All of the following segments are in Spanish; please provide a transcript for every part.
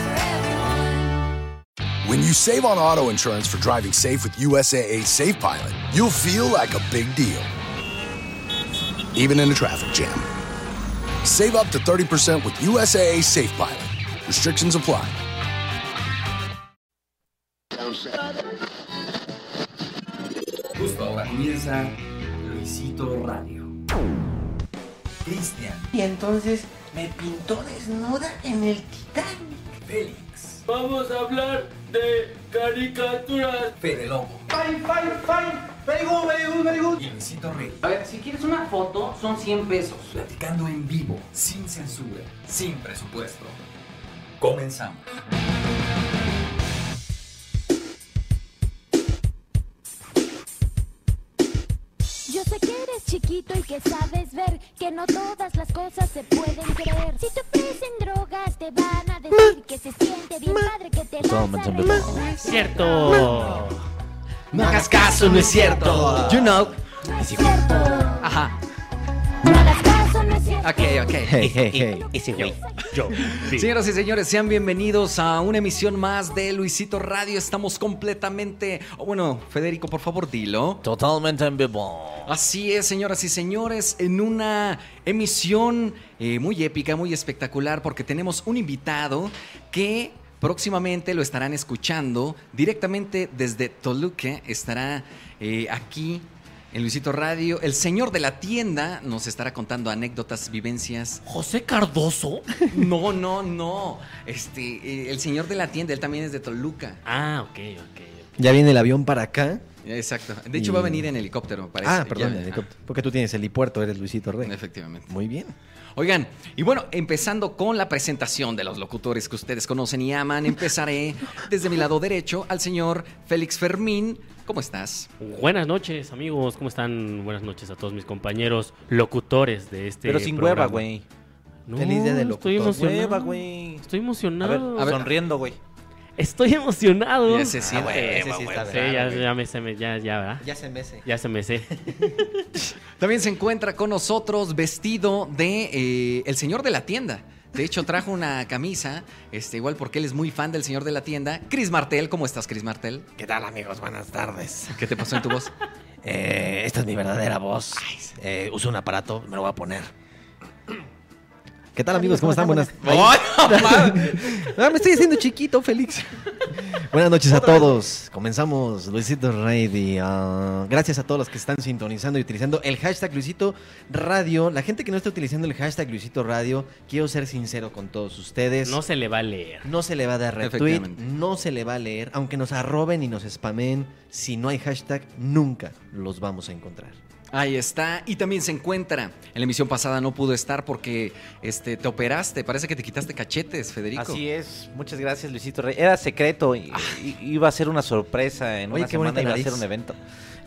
for everyone. When you save on auto insurance for driving safe with USAA Safe Pilot, you'll feel like a big deal. Even in a traffic jam. Save up to 30% with USAA Safe Pilot. Restrictions apply. Justo ahora comienza Luisito Radio. Cristian, Y entonces me pintó desnuda en el Titanic. Félix, Vamos a hablar de caricaturas. Fede Lobo Fine, fine, fine. Very good, very good, very good. y Luisito Rey. A ver, si quieres una foto, son 100 pesos. Platicando en vivo, sin censura, sin presupuesto. Comenzamos. Yo sé que eres chiquito y que sabes ver que no todas las cosas se pueden creer. Si te ofrecen drogas te van a decir que se siente bien padre que te las arreglas. Cierto. No hagas caso, no es cierto. You know. No es cierto. Ajá. No hagas caso, no es cierto. Ok, ok. Ese güey. Yo. Señoras y señores, sean bienvenidos a una emisión más de Luisito Radio. Estamos completamente. oh, bueno, Federico, por favor, dilo. Totalmente en vivo. Así es, señoras y señores, en una emisión eh, muy épica, muy espectacular, porque tenemos un invitado que próximamente lo estarán escuchando directamente desde Toluca. Estará eh, aquí en Luisito Radio. El señor de la tienda nos estará contando anécdotas, vivencias José Cardoso. no, no, no. Este, eh, el señor de la tienda, él también es de Toluca. Ah, ok, Mm. ok. Ya viene el avión para acá. Exacto. De hecho, va a venir en helicóptero, parece. ah, perdón, este, Ya- el helicóptero. Porque tú tienes helipuerto, eres Luisito Ah, Rey. Efectivamente. Muy bien. Oigan, y bueno, empezando con la presentación de los locutores que ustedes conocen y aman, empezaré desde mi lado derecho al señor Félix Fermín. ¿Cómo estás? Buenas noches, amigos. ¿Cómo están? Buenas noches a todos mis compañeros locutores de este. Pero sin programa. hueva, güey. No, Feliz día del Estoy locutor. emocionado. Hueva, güey. Estoy A ver, emocionado. a ver, sonriendo, güey. Estoy emocionado. Ya se siente. Ese sí está Sí, raro, ya, güey. ya me se me, ya, ya, ¿verdad? Ya se mece. Ya se me sé. También se encuentra con nosotros vestido de eh, el señor de la tienda. De hecho, trajo una camisa, este, igual porque él es muy fan del señor de la tienda. Cris Martel, ¿cómo estás, Cris Martel? ¿Qué tal, amigos? Buenas tardes. ¿Qué te pasó en tu voz? Eh, esta es mi verdadera voz. Eh, uso un aparato, me lo voy a poner. ¿Qué tal, amigos? ¿Cómo están? Buenas. Ah, me estoy haciendo chiquito, Félix. Buenas noches a todos. Comenzamos Luisito Radio. Gracias a todos los que están sintonizando y utilizando el hashtag Luisito Radio. La gente que no está utilizando el hashtag Luisito Radio, quiero ser sincero con todos ustedes. No se le va a leer. No se le va a dar retweet, Efectivamente. no se le va a leer, aunque nos arroben y nos spamen, si no hay hashtag, nunca los vamos a encontrar. Ahí está. Y también se encuentra. En la emisión pasada no pudo estar porque este, te operaste. Parece que te quitaste cachetes, Federico. Así es. Muchas gracias, Luisito Rey. Era secreto. y- y- iba a ser una sorpresa. En Oye, una qué semana bonita iba a nariz. ser un evento.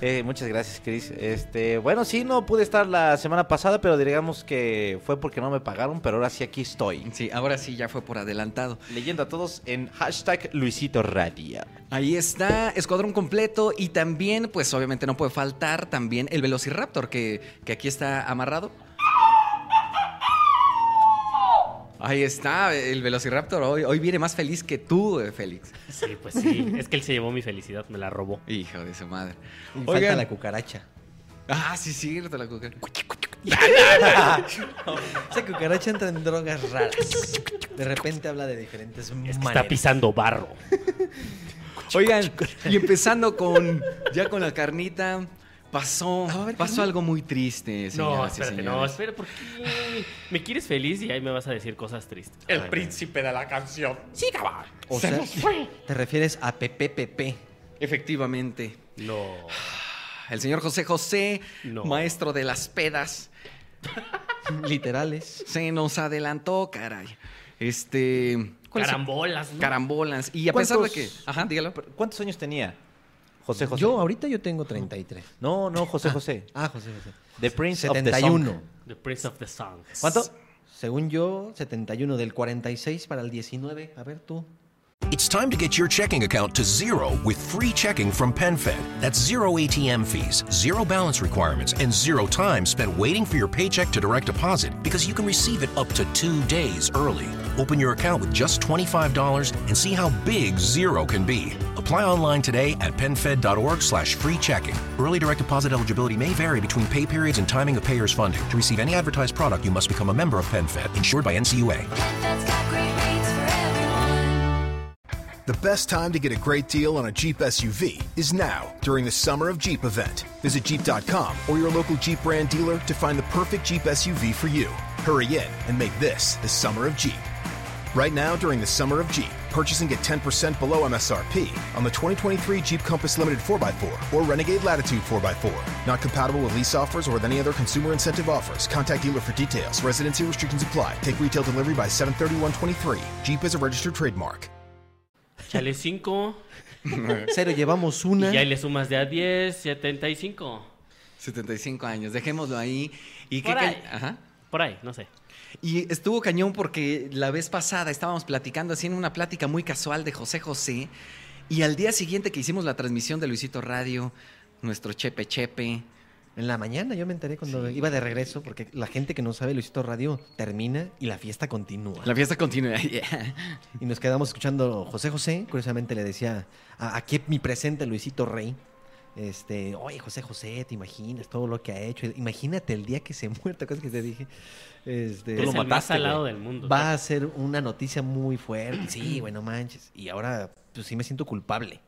Eh, muchas gracias, Cris. Este, bueno, sí, no pude estar la semana pasada, pero digamos que fue porque no me pagaron, pero ahora sí aquí estoy. Sí, ahora sí ya fue por adelantado. Leyendo a todos en hashtag Luisito Radio. Ahí está, escuadrón completo. Y también, pues obviamente no puede faltar también el Velociraptor que, que aquí está amarrado. Ahí está, el Velociraptor. Hoy, hoy viene más feliz que tú, eh, Félix. Sí, pues sí. Es que él se llevó mi felicidad, me la robó. Hijo de su madre. Y Oigan. falta la cucaracha. Ah, sí, cierto, la cuca- Esa cucaracha entra en drogas raras. De repente habla de diferentes Es que está maneras. pisando barro. Oigan, y empezando con ya con la carnita, pasó, pasó algo muy triste, señoras No, y espérate, señores. no, espera, ¿por qué? Me quieres feliz y ahí me vas a decir cosas tristes. Ay. príncipe de la canción. Sí, cabrón. O sea, te refieres a PPPP. Efectivamente. No. El señor José José, No. maestro de las pedas, Literales. se nos adelantó, caray. Este, ¿Cuál es el- Carambolas, ¿no? Carambolas. Y a pesar de que. ¿Cuántos- Ajá, dígalo. ¿Cuántos años tenía José José? Yo ahorita yo tengo 33. No, no, José José. Ah, José José. The Prince of the 71. Song. The Prince of the Song. ¿Cuánto? Según yo, 71 del 46 para el 19. A ver tú. It's time to get your checking account to zero with free checking from PenFed. That's zero ATM fees, zero balance requirements, and zero time spent waiting for your paycheck to direct deposit because you can receive it up to two days early. Open your account with just $25 and see how big zero can be. Apply online today at PenFed.org slash free checking. Early direct deposit eligibility may vary between pay periods and timing of payer's funding. To receive any advertised product, you must become a member of PenFed, insured by NCUA. The best time to get a great deal on a Jeep SUV is now during the Summer of Jeep event. Visit Jeep.com or your local Jeep brand dealer to find the perfect Jeep SUV for you. Hurry in and make this the Summer of Jeep. Right now, during the Summer of Jeep, purchase and get 10% below MSRP on the 2023 Jeep Compass Limited 4x4 or Renegade Latitude 4x4. Not compatible with lease offers or with any other consumer incentive offers. Contact dealer for details. Residency restrictions apply. Take retail delivery by 731.23. Jeep is a registered trademark. Chale 5. Cero, llevamos una. Y ya le sumas de a 10, 75. 75 años, dejémoslo ahí. Y Por qué ca- ahí. Ajá. Por ahí, no sé. Y estuvo cañón porque la vez pasada estábamos platicando así en una plática muy casual de José José. Y al día siguiente que hicimos la transmisión de Luisito Radio, nuestro Chepe Chepe. En la mañana yo me enteré cuando iba de regreso, porque la gente que no sabe, Luisito Radio termina y la fiesta continúa. La fiesta continúa. yeah. Y nos quedamos escuchando José José, curiosamente le decía, a- aquí mi presente Luisito Rey, este, oye José José, ¿te imaginas todo lo que ha hecho? Imagínate el día que se muerta, cosas que te dije. Este, Tú lo Es el más mataste, salado güey. del mundo. Va a ser una noticia muy fuerte. Sí, bueno, manches. Y ahora, pues sí me siento culpable.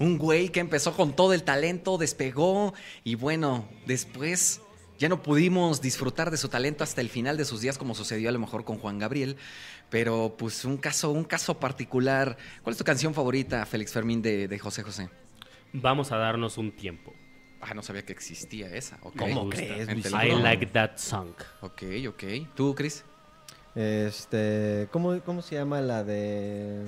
Un güey que empezó con todo el talento, despegó y bueno, después ya no pudimos disfrutar de su talento hasta el final de sus días como sucedió a lo mejor con Juan Gabriel, pero pues un caso, un caso particular. ¿Cuál es tu canción favorita, Félix Fermín de, de José José? Vamos a darnos un tiempo. Ah, no sabía que existía esa. ok. Me Me gusta. gusta. I Gente, no. like that song. Ok, ok. ¿Tú, Chris? Este, ¿cómo, cómo se llama la de...?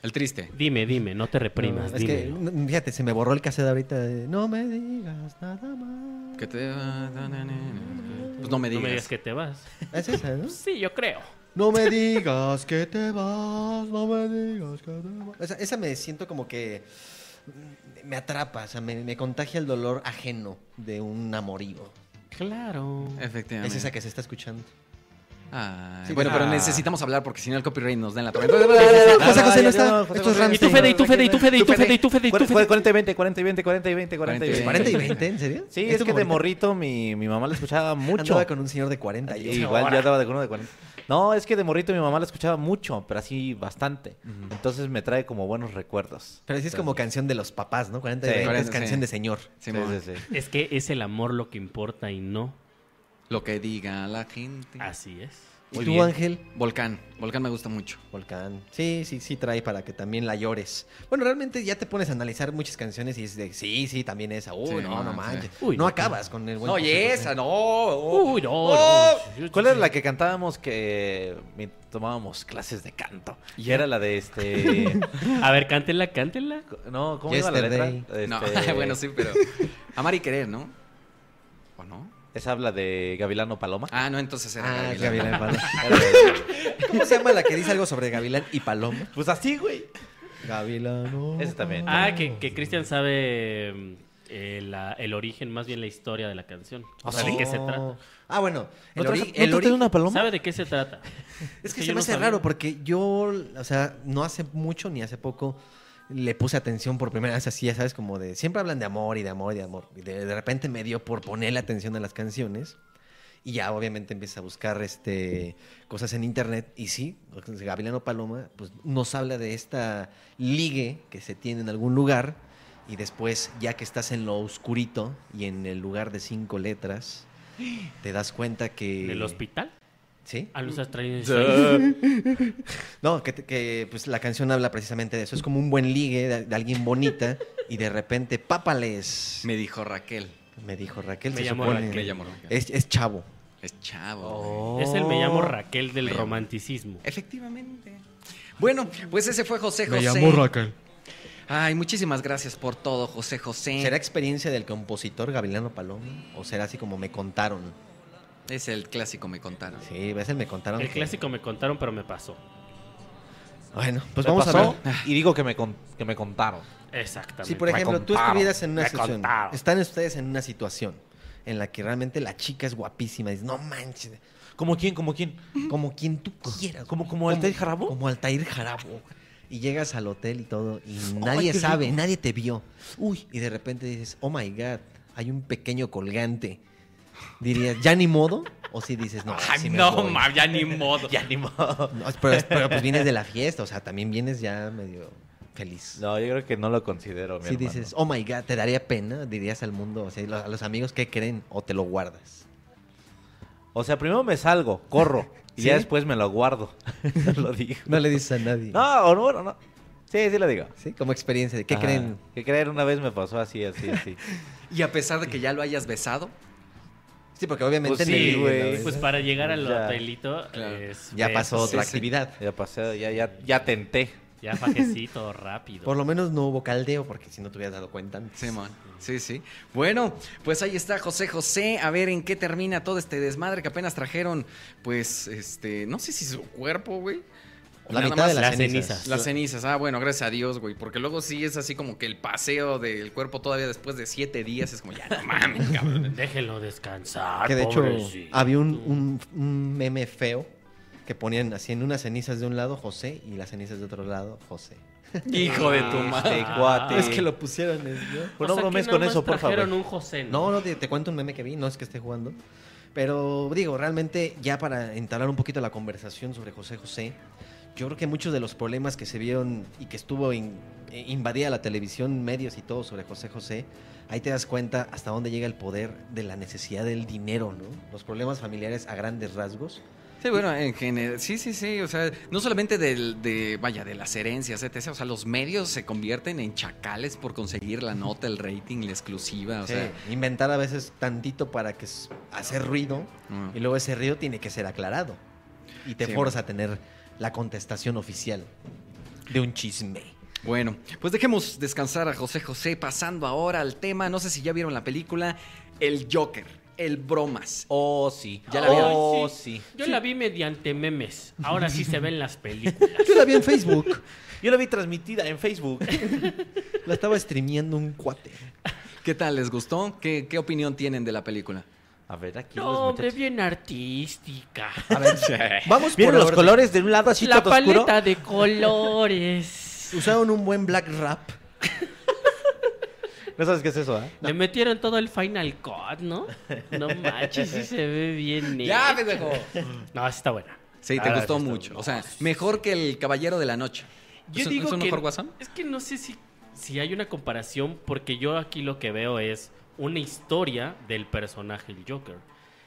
El triste. Dime, dime, no te reprimas. No, es que, dime. n- fíjate, se me borró el cassette ahorita. de, no me digas nada más. Que te... Pues no me No digas. me digas que te vas. ¿Es esa, no? Sí, yo creo. No me digas que te vas, no me digas que te vas. Esa, esa me siento como que mm, me atrapa, o sea, me, me contagia el dolor ajeno de un amorío. Claro. Efectivamente. Es esa que se está escuchando. Ah, Sí, bueno, pues- pero Ah. necesitamos hablar porque si no el copyright nos da en la torre. José José no está. Esto es random. Y tú, Fede, y tú, Fede, y tú, Fede, y tú, Fede, y tú, Fede, y tú, Fede. 40 y 20, 40 y 20, 40 y 20, 40 y 20. 40 y 20, ¿en serio? Sí, ¿Es es tu que de favorita? morrito mi, mi mamá la escuchaba mucho. Andaba con un señor de 40. yo. Igual ya daba de uno de 40. No, es que de morrito mi mamá la escuchaba mucho, pero así bastante. Entonces me trae como buenos recuerdos. Pero sí es como canción de los papás, ¿no? 40 y Sí, 20 es 40, sí. canción de señor. Sí, Simón. sí, sí. Es que es el amor lo que importa y no. Lo que diga la gente. Así es. ¿Y Muy tú, bien. Ángel? Volcán. Volcán me gusta mucho. Volcán. Sí, sí, sí trae para que también la llores. Bueno, realmente ya te pones a analizar muchas canciones y es de, sí, sí, también esa. Uy, Sí, no, no sí. manches. Uy, no no. acabas con el buen No, José y José. esa, no. oh. Uy, no, Oh, no. Yo- ¿Cuál era la que cantábamos que mi- tomábamos clases de canto? Y era la de este. A ver, cántela, cántela. No, ¿cómo iba la letra? Yesterday. No, Este, bueno, sí, pero. Amar y querer, ¿no? ¿O no? Esa habla de Gavilano Paloma. Ah, no, entonces era Ah, Gavilán. Gavilán y Paloma. ¿Cómo se llama la que dice algo sobre Gavilán y Paloma? Pues así, güey. Gavilán. Esa también. Ah, que, que Cristian sabe mm, eh, la- el origen, más bien la historia de la canción. O sea, ¿de qué se trata? Ah, bueno. El, ¿No ori- traes- no el traes ori- una paloma? ¿Sabe de qué se trata? Es que yo se me no hace sabía. raro porque yo, o sea, no hace mucho ni hace poco le puse atención por primera vez así, ya sabes, como de siempre hablan de amor y de amor y de amor. Y de, de repente me dio por ponerle atención a las canciones. Y ya obviamente empiezas a buscar este, cosas en internet. Y sí, Gavilano Paloma pues, nos habla de esta ligue que se tiene en algún lugar. Y después, ya que estás en lo oscurito y en el lugar de cinco letras, te das cuenta que... ¿Del hospital? ¿Sí? A los extraños. No, que, te- que, pues la canción habla precisamente de eso. Es como un buen ligue de, de alguien bonita y de repente, pápales. Me dijo Raquel. Me dijo Raquel. Me se llamó supone. Raquel. Oh. Me llamó Raquel. Es, es chavo. Es chavo. güey. Es el Me Oh. llamo Raquel del romanticismo. Efectivamente. Bueno, pues ese fue José José. Ay, muchísimas gracias por todo, José José. ¿Será experiencia del compositor Gavilano Paloma? ¿O será así como me contaron? Es el clásico me contaron. Sí, es el me contaron. El que- clásico me contaron, pero me pasó. Bueno, pues Me vamos pasó a ver. Y digo que me, con- que me contaron. Exactamente. Si, por Me ejemplo, tú contaron, estuvieras en una me situación, contaron. están ustedes en una situación en la que realmente la chica es guapísima, dices, no manches, ¿Como quién? ¿Como quién? como quien tú quieras. ¿Como, como Altair Jarabo? Como Altair Jarabo. Y llegas al hotel y todo, y Ay, nadie qué sabe, rico. nadie te vio. Uy, y de repente dices, oh my God, hay un pequeño colgante. Dirías, ¿ya ni modo? O si dices, no, Ay, sí me no, voy". ma, ya ni modo. Ya ni modo. No, pero, pero pues vienes de la fiesta, o sea, también vienes ya medio feliz. No, yo creo que no lo considero, mi Si hermano. dices, oh my God, te daría pena, dirías al mundo, o sea, lo- a los amigos, ¿qué creen? O te lo guardas. O sea, primero me salgo, corro. Y ya ¿Sí? después me lo guardo. no lo digo. No le dices a nadie. No, o no, bueno, no. Sí, sí lo digo. Sí, como experiencia de, ¿qué Ajá. creen? ¿Qué creen? Una vez me pasó así, así, así. Y a pesar de que ya lo hayas besado, Sí, porque obviamente Pues en sí, el- en la- güey. Pues para llegar al Ya. hotelito Claro. es- ya eh, pasó sí, otra sí. actividad. Ya pasé, ya, ya, ya tenté. Ya fajecito, rápido. Por lo menos no hubo caldeo, porque si no te hubieras dado cuenta antes. Simón. Sí, sí. Bueno, pues ahí está José José. A ver en qué termina todo este desmadre que apenas trajeron, pues, este, no sé si su cuerpo, güey. o La nada mitad más de las, las cenizas. cenizas. Las cenizas, ah, bueno, gracias a Dios, güey. Porque luego sí es así como que el paseo del cuerpo todavía después de siete días es como, ya no mames, cabrón. Déjenlo descansar. Que de hecho pobrecito. había un, un- un meme feo que ponían así en unas cenizas de un lado José y las cenizas de otro lado José. Hijo de tu Este madre, Ah. cuate. Es que lo pusieron. O ¿no? ¿eh? no sea, bromees que con nada eso, más por favor. trajeron un José, No, no, te, te cuento un meme que vi, no es que esté jugando. Pero digo, realmente ya para entablar un poquito la conversación sobre José José, yo creo que muchos de los problemas que se vieron y que estuvo in- eh, invadida la televisión, medios y todo sobre José José, ahí te das cuenta hasta dónde llega el poder de la necesidad del dinero, ¿no? Los problemas familiares a grandes rasgos. Sí, bueno, en general, sí, sí, sí, o sea, no solamente del, de, vaya, de las herencias, etc. O sea, los medios se convierten en chacales por conseguir la nota, el rating, la exclusiva, o Sí, sea. inventar a veces tantito para que s- hacer ruido Mm. y luego ese ruido tiene que ser aclarado y te Sí. forza a tener la contestación oficial de un chisme. Bueno, pues dejemos descansar a José José, pasando ahora al tema, no sé si ya vieron la película, El Joker, El Bromas. Oh, sí. Ya la vieron. Oh, sí. Yo la vi mediante memes. Ahora sí se ven las películas. Yo la vi en Facebook, Yo la vi transmitida en Facebook. la estaba streameando un cuate. ¿Qué tal? ¿Les gustó? ¿Qué, qué opinión tienen de la película? A ver, aquí los No, hombre, muchachos. bien artística. Vamos por ¿Vieron los orden. colores de un lado así La todo oscuro? paleta de colores. Usaron un buen black rap. No sabes qué es eso, ¿eh? Le metieron todo el Final Cut, ¿no? No manches, sí se ve bien. hecho. pendejo! No, sí está buena. Sí, te Ah, gustó sí está mucho. buena. O sea, mejor que El Caballero de la Noche. Yo ¿Es un- digo ¿Es un que- mejor guasón? Es que no sé si, si hay una comparación, porque yo aquí lo que veo es una historia del personaje, el Joker.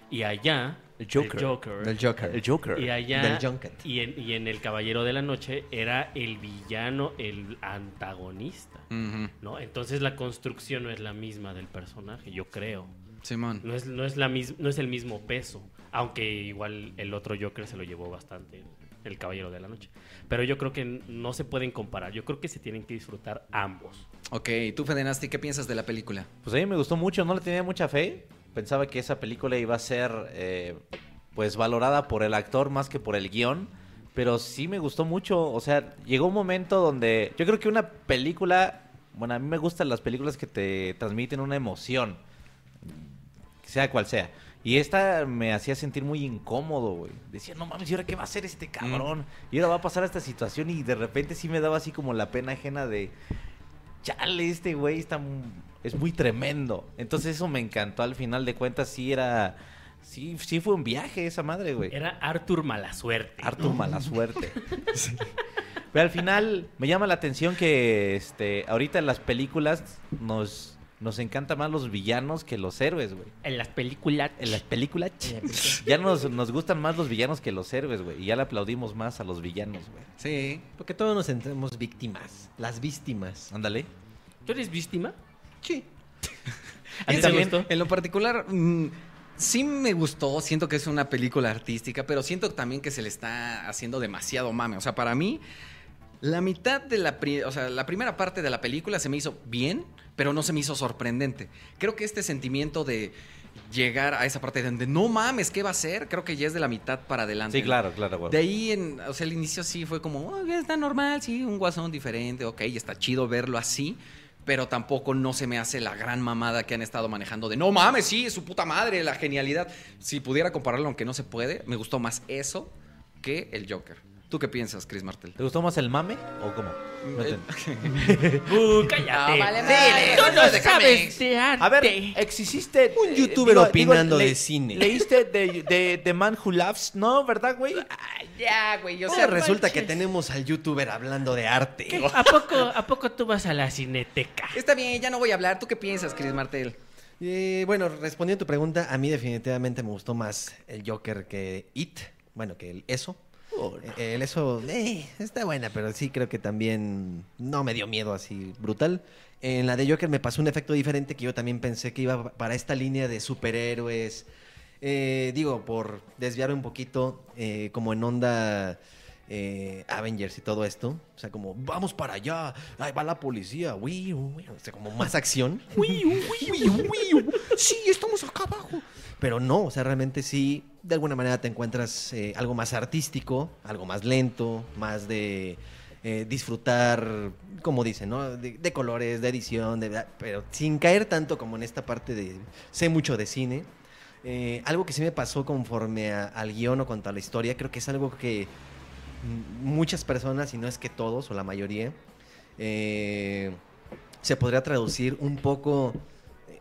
Y allá, El Joker. el Joker, Del Joker. El Joker. y allá, Del Junket. Y, en, y en El Caballero de la Noche era el villano, el antagonista. Ujú. ¿No? Entonces la construcción no es la misma del personaje, yo creo. Simón. No es, no es, la mis- no es el mismo peso. Aunque igual el otro Joker se lo llevó bastante, el Caballero de la Noche. Pero yo creo que no se pueden comparar. Yo creo que se tienen que disfrutar ambos. Ok, ¿y tú, Fede Nasty, qué piensas de la película? Pues a mí me gustó mucho, no le tenía mucha fe. Pensaba que esa película iba a ser eh, pues valorada por el actor más que por el guión. Pero sí me gustó mucho. O sea, llegó un momento donde yo creo que una película... Bueno, a mí me gustan las películas que te transmiten una emoción. Sea cual sea. Y esta me hacía sentir muy incómodo, güey. Decía, no mames, ¿y ahora qué va a hacer este cabrón? Y ahora va a pasar a esta situación y de repente sí me daba así como la pena ajena de chale, este güey está mu- es muy tremendo. Entonces eso me encantó al final de cuentas, sí era sí sí fue un viaje esa madre, güey. Era Arthur Malasuerte. Harto mala suerte. Pero al final me llama la atención que este ahorita en las películas nos nos encanta más los villanos que los héroes, güey. En las películas. En las películas ya nos, nos gustan más los villanos que los héroes, güey. Y ya le aplaudimos más a los villanos, güey. Sí. Porque todos nos entremos víctimas. Las víctimas. Ándale. ¿Tú eres víctima? Sí. ¿A ti Y te también, gustó? en lo particular, mm, sí me gustó, siento que es una película artística, pero siento también que se le está haciendo demasiado mame. O sea, para mí, la mitad de la, pri- o sea, la primera parte de la película se me hizo bien, pero no se me hizo sorprendente. Creo que este sentimiento de llegar a esa parte donde no mames, ¿qué va a ser? Creo que ya es de la mitad para adelante. Sí, ¿no? claro, claro, güey. De ahí, en, o sea, el inicio sí fue como, "Oh, ya está normal, sí, un guasón diferente, ok, está chido verlo así, pero tampoco no se me hace la gran mamada que han estado manejando de, no mames, sí, su puta madre, la genialidad. Si pudiera compararlo, aunque no se puede, me gustó más eso que el Joker. ¿Tú qué piensas, Chris Martel? ¿Te gustó más el mame o cómo? No Eh, entiendo. Uh, cállate. No, Ah, vale, madre, eso es de cómics. A ver, exististe. Un youtuber opinando de cine. ¿Leíste de, de The Man Who Laughs? No, ¿verdad, güey? Ya, güey, yo Ahora resulta que tenemos al youtuber hablando de Ah, arte. ¿A poco, ¿A poco tú vas a la cineteca? Está bien, ya no voy a hablar. ¿Tú qué piensas, Chris Martel? Eh, bueno, respondiendo a tu pregunta, a mí definitivamente me gustó más el Joker que It. Bueno, que el eso. Eh, El eso eh, está buena, pero sí creo que también no me dio miedo así brutal. En la de Joker me pasó un efecto diferente que yo también pensé que iba para esta línea de superhéroes. Eh, digo, por desviar un poquito, eh, como en onda eh, Avengers y todo esto. O sea, como, vamos para allá, ahí va la policía, uy, uy", o sea, como más acción. Sí, estamos acá abajo. Pero no, o sea, realmente sí, de alguna manera te encuentras eh, algo más artístico, algo más lento, más de eh, disfrutar, como dicen, ¿no? De, de colores, de edición, de, pero sin caer tanto como en esta parte de sé mucho de cine. Eh, algo que sí me pasó conforme a- al guión o cuanto a la historia, creo que es algo que m- muchas personas, y no es que todos o la mayoría, eh, se podría traducir un poco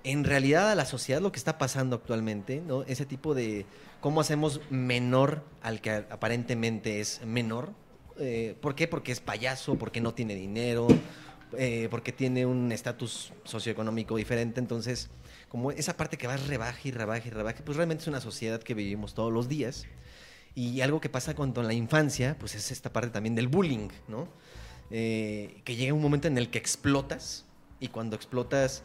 en realidad a la sociedad lo que está pasando actualmente, ¿no? Ese tipo de cómo hacemos menor al que aparentemente es menor. Eh, ¿Por qué? Porque es payaso, porque no tiene dinero, eh, porque tiene un estatus socioeconómico diferente. Entonces, como esa parte que va rebaje y rebaje y rebaje, pues realmente es una sociedad que vivimos todos los días. Y algo que pasa cuando en la infancia, pues es esta parte también del bullying, ¿no? Eh, que llega un momento en el que explotas y cuando explotas,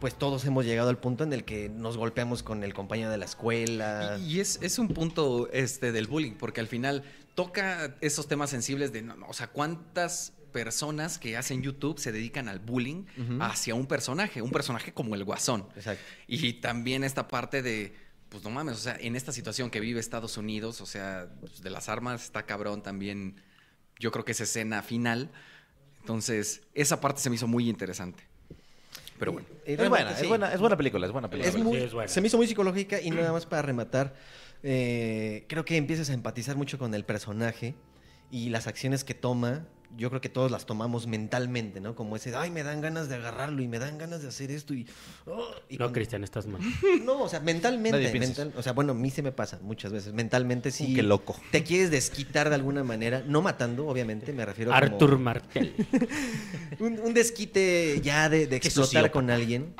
pues todos hemos llegado al punto en el que nos golpeamos con el compañero de la escuela. Y es, es un punto este, del bullying, porque al final toca esos temas sensibles de, no, no, o sea, cuántas personas que hacen YouTube se dedican al bullying Ujú. hacia un personaje, un personaje como el guasón. Ah, Exacto. Y también esta parte de, pues no mames, o sea, en esta situación que vive Estados Unidos, o sea, pues, de las armas está cabrón también, yo creo que es escena final. Entonces, esa parte se me hizo muy interesante. Pero bueno. Y Es buena, realmente es sí. buena, es buena película, es buena película. Es muy- Se me hizo muy psicológica y nada más para rematar, eh, creo que empiezas a empatizar mucho con el personaje y las acciones que toma. Yo creo que todos las tomamos mentalmente, ¿no? Como ese, ay, me dan ganas de agarrarlo y me dan ganas de hacer esto y... oh", y No, cuando- Cristian, estás mal. No, o sea, Nadie mentalmente. piensa mental- o sea, bueno, a mí se me pasa muchas veces. Mentalmente sí. Qué loco. Te quieres desquitar de alguna manera, no matando, obviamente, me refiero a. Arthur Martel. un, un desquite ya de, de Qué explotar sociópata. con alguien.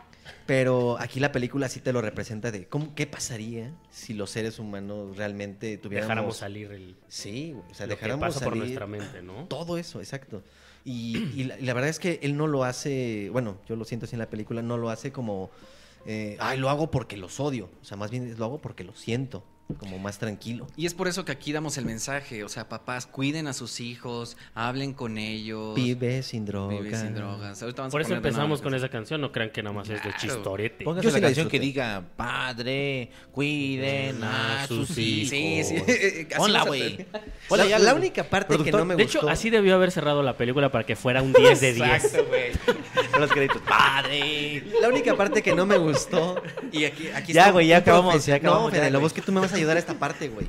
Pero aquí la película sí te lo representa de cómo, qué pasaría si los seres humanos realmente tuviéramos. Dejáramos salir el. Sí, güey, o sea, lo que dejáramos pasa por salir nuestra mente, ¿no? Todo eso, exacto. Y, y la, y la verdad es que él no lo hace, bueno, yo lo siento así en la película, no lo hace como, eh, ay, lo hago porque los odio. O sea, más bien es, lo hago porque lo siento, como más tranquilo. Y es por eso que aquí damos el mensaje, o sea, papás, cuiden a sus hijos, hablen con ellos. Vive sin droga. Vive sin drogas. Ahorita vamos Por a eso poner de empezamos nuevo. con esa canción, no crean que nada más es de Claro. chistorete. Pónganse Yo la sí la canción que disfruté. diga, padre, cuiden a sus hijos. Sí, sí, así Hola, vas a güey. tener. Hola, la, ya la lo- única parte que Productor, no me de gustó. hecho, así debió haber cerrado la película para que fuera un 10 de 10. Exacto, güey. Con los créditos. Padre. La única parte que no me gustó. Y aquí, aquí Ya, está güey, ya un acabamos, profe- ya acabamos, No, ya, Fede güey. Lobo, es que tú me vas a ayudar a esta parte, güey.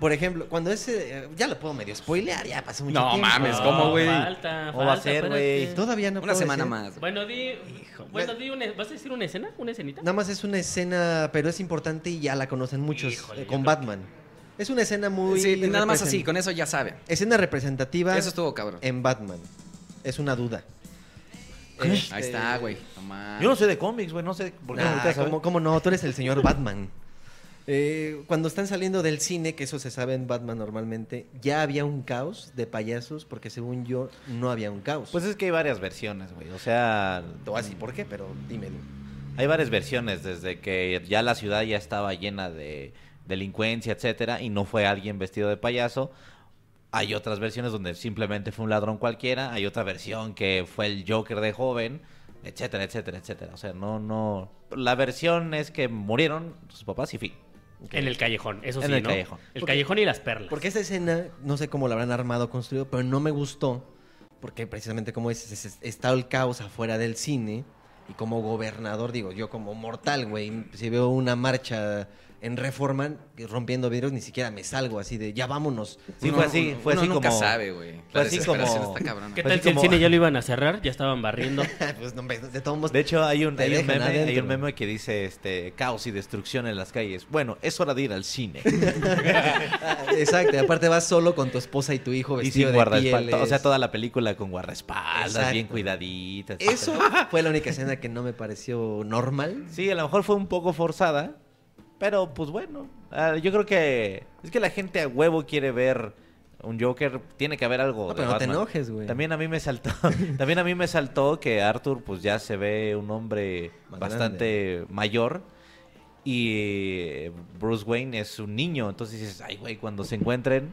Por ejemplo, cuando ese. eh, Ya lo puedo medio spoilear, ya pasó mucho No tiempo. mames, ¿cómo, güey? Falta, ¿Cómo va a falta, ser, güey? espérate. Todavía no Una puedo semana decir. más. Bueno, di. Bueno, di una- ¿Vas a decir una escena? ¿Una escenita? Nada más es una escena, pero es importante y ya la conocen muchos. Híjole, eh, yo con creo Batman. Es una escena muy. Sí, nada más represent- así, con eso ya saben. Escena representativa Eso estuvo cabrón. en Batman. Es una duda. Este- Ahí está, güey. No mames. Yo no sé de cómics, güey, no sé por qué me Nah, gusta saber. ¿cómo, cómo no? Tú eres el señor Batman. Eh, cuando están saliendo del cine, que eso se sabe en Batman normalmente, ya había un caos de payasos, porque según yo, no había un caos. Pues es que hay varias versiones, güey. O sea, todo así, ¿por qué? Pero dime. Hay varias versiones, desde que ya la ciudad ya estaba llena de delincuencia, etcétera, y no fue alguien vestido de payaso. Hay otras versiones donde simplemente fue un ladrón cualquiera, hay otra versión que fue el Joker de joven, etcétera, etcétera, etcétera. O sea, no, no. La versión es que murieron sus papás y fin. En el callejón, eso En sí, el ¿no? callejón. El callejón y las perlas. Porque esa escena, no sé cómo la habrán armado, construido, pero no me gustó. Porque precisamente como es, es- es- está el caos afuera del cine. Y como gobernador, digo, yo como mortal, güey, si veo una marcha en reforma rompiendo vidrios, ni siquiera me salgo así de ya vámonos. Sí, fue así, fue así como- Fue así como. ¿Qué fue tal así si el como- cine ya lo iban a cerrar? Ya estaban barriendo. pues no, hombre, de todos modos. De hecho, hay un, te hay un dejan meme, hay adentro. un meme que dice este caos y destrucción en las calles. Bueno, es hora de ir al cine. Exacto, y aparte vas solo con tu esposa y tu hijo y vestido sin de guardaespaldas. pieles. O sea, toda la película con guardaespaldas, Exacto. bien cuidadita. etcétera. Eso fue la única escena que no me pareció normal. Sí, a lo mejor fue un poco forzada, pero pues bueno. ah, yo creo que es que la gente a huevo quiere ver un Joker, tiene que haber algo. No, Ah, de pero no te Batman. enojes, güey. También a mí me saltó, también a mí me saltó que Arthur pues ya se ve un hombre Más bastante mayor y Bruce Wayne es un niño, entonces dices, ay güey, cuando se encuentren,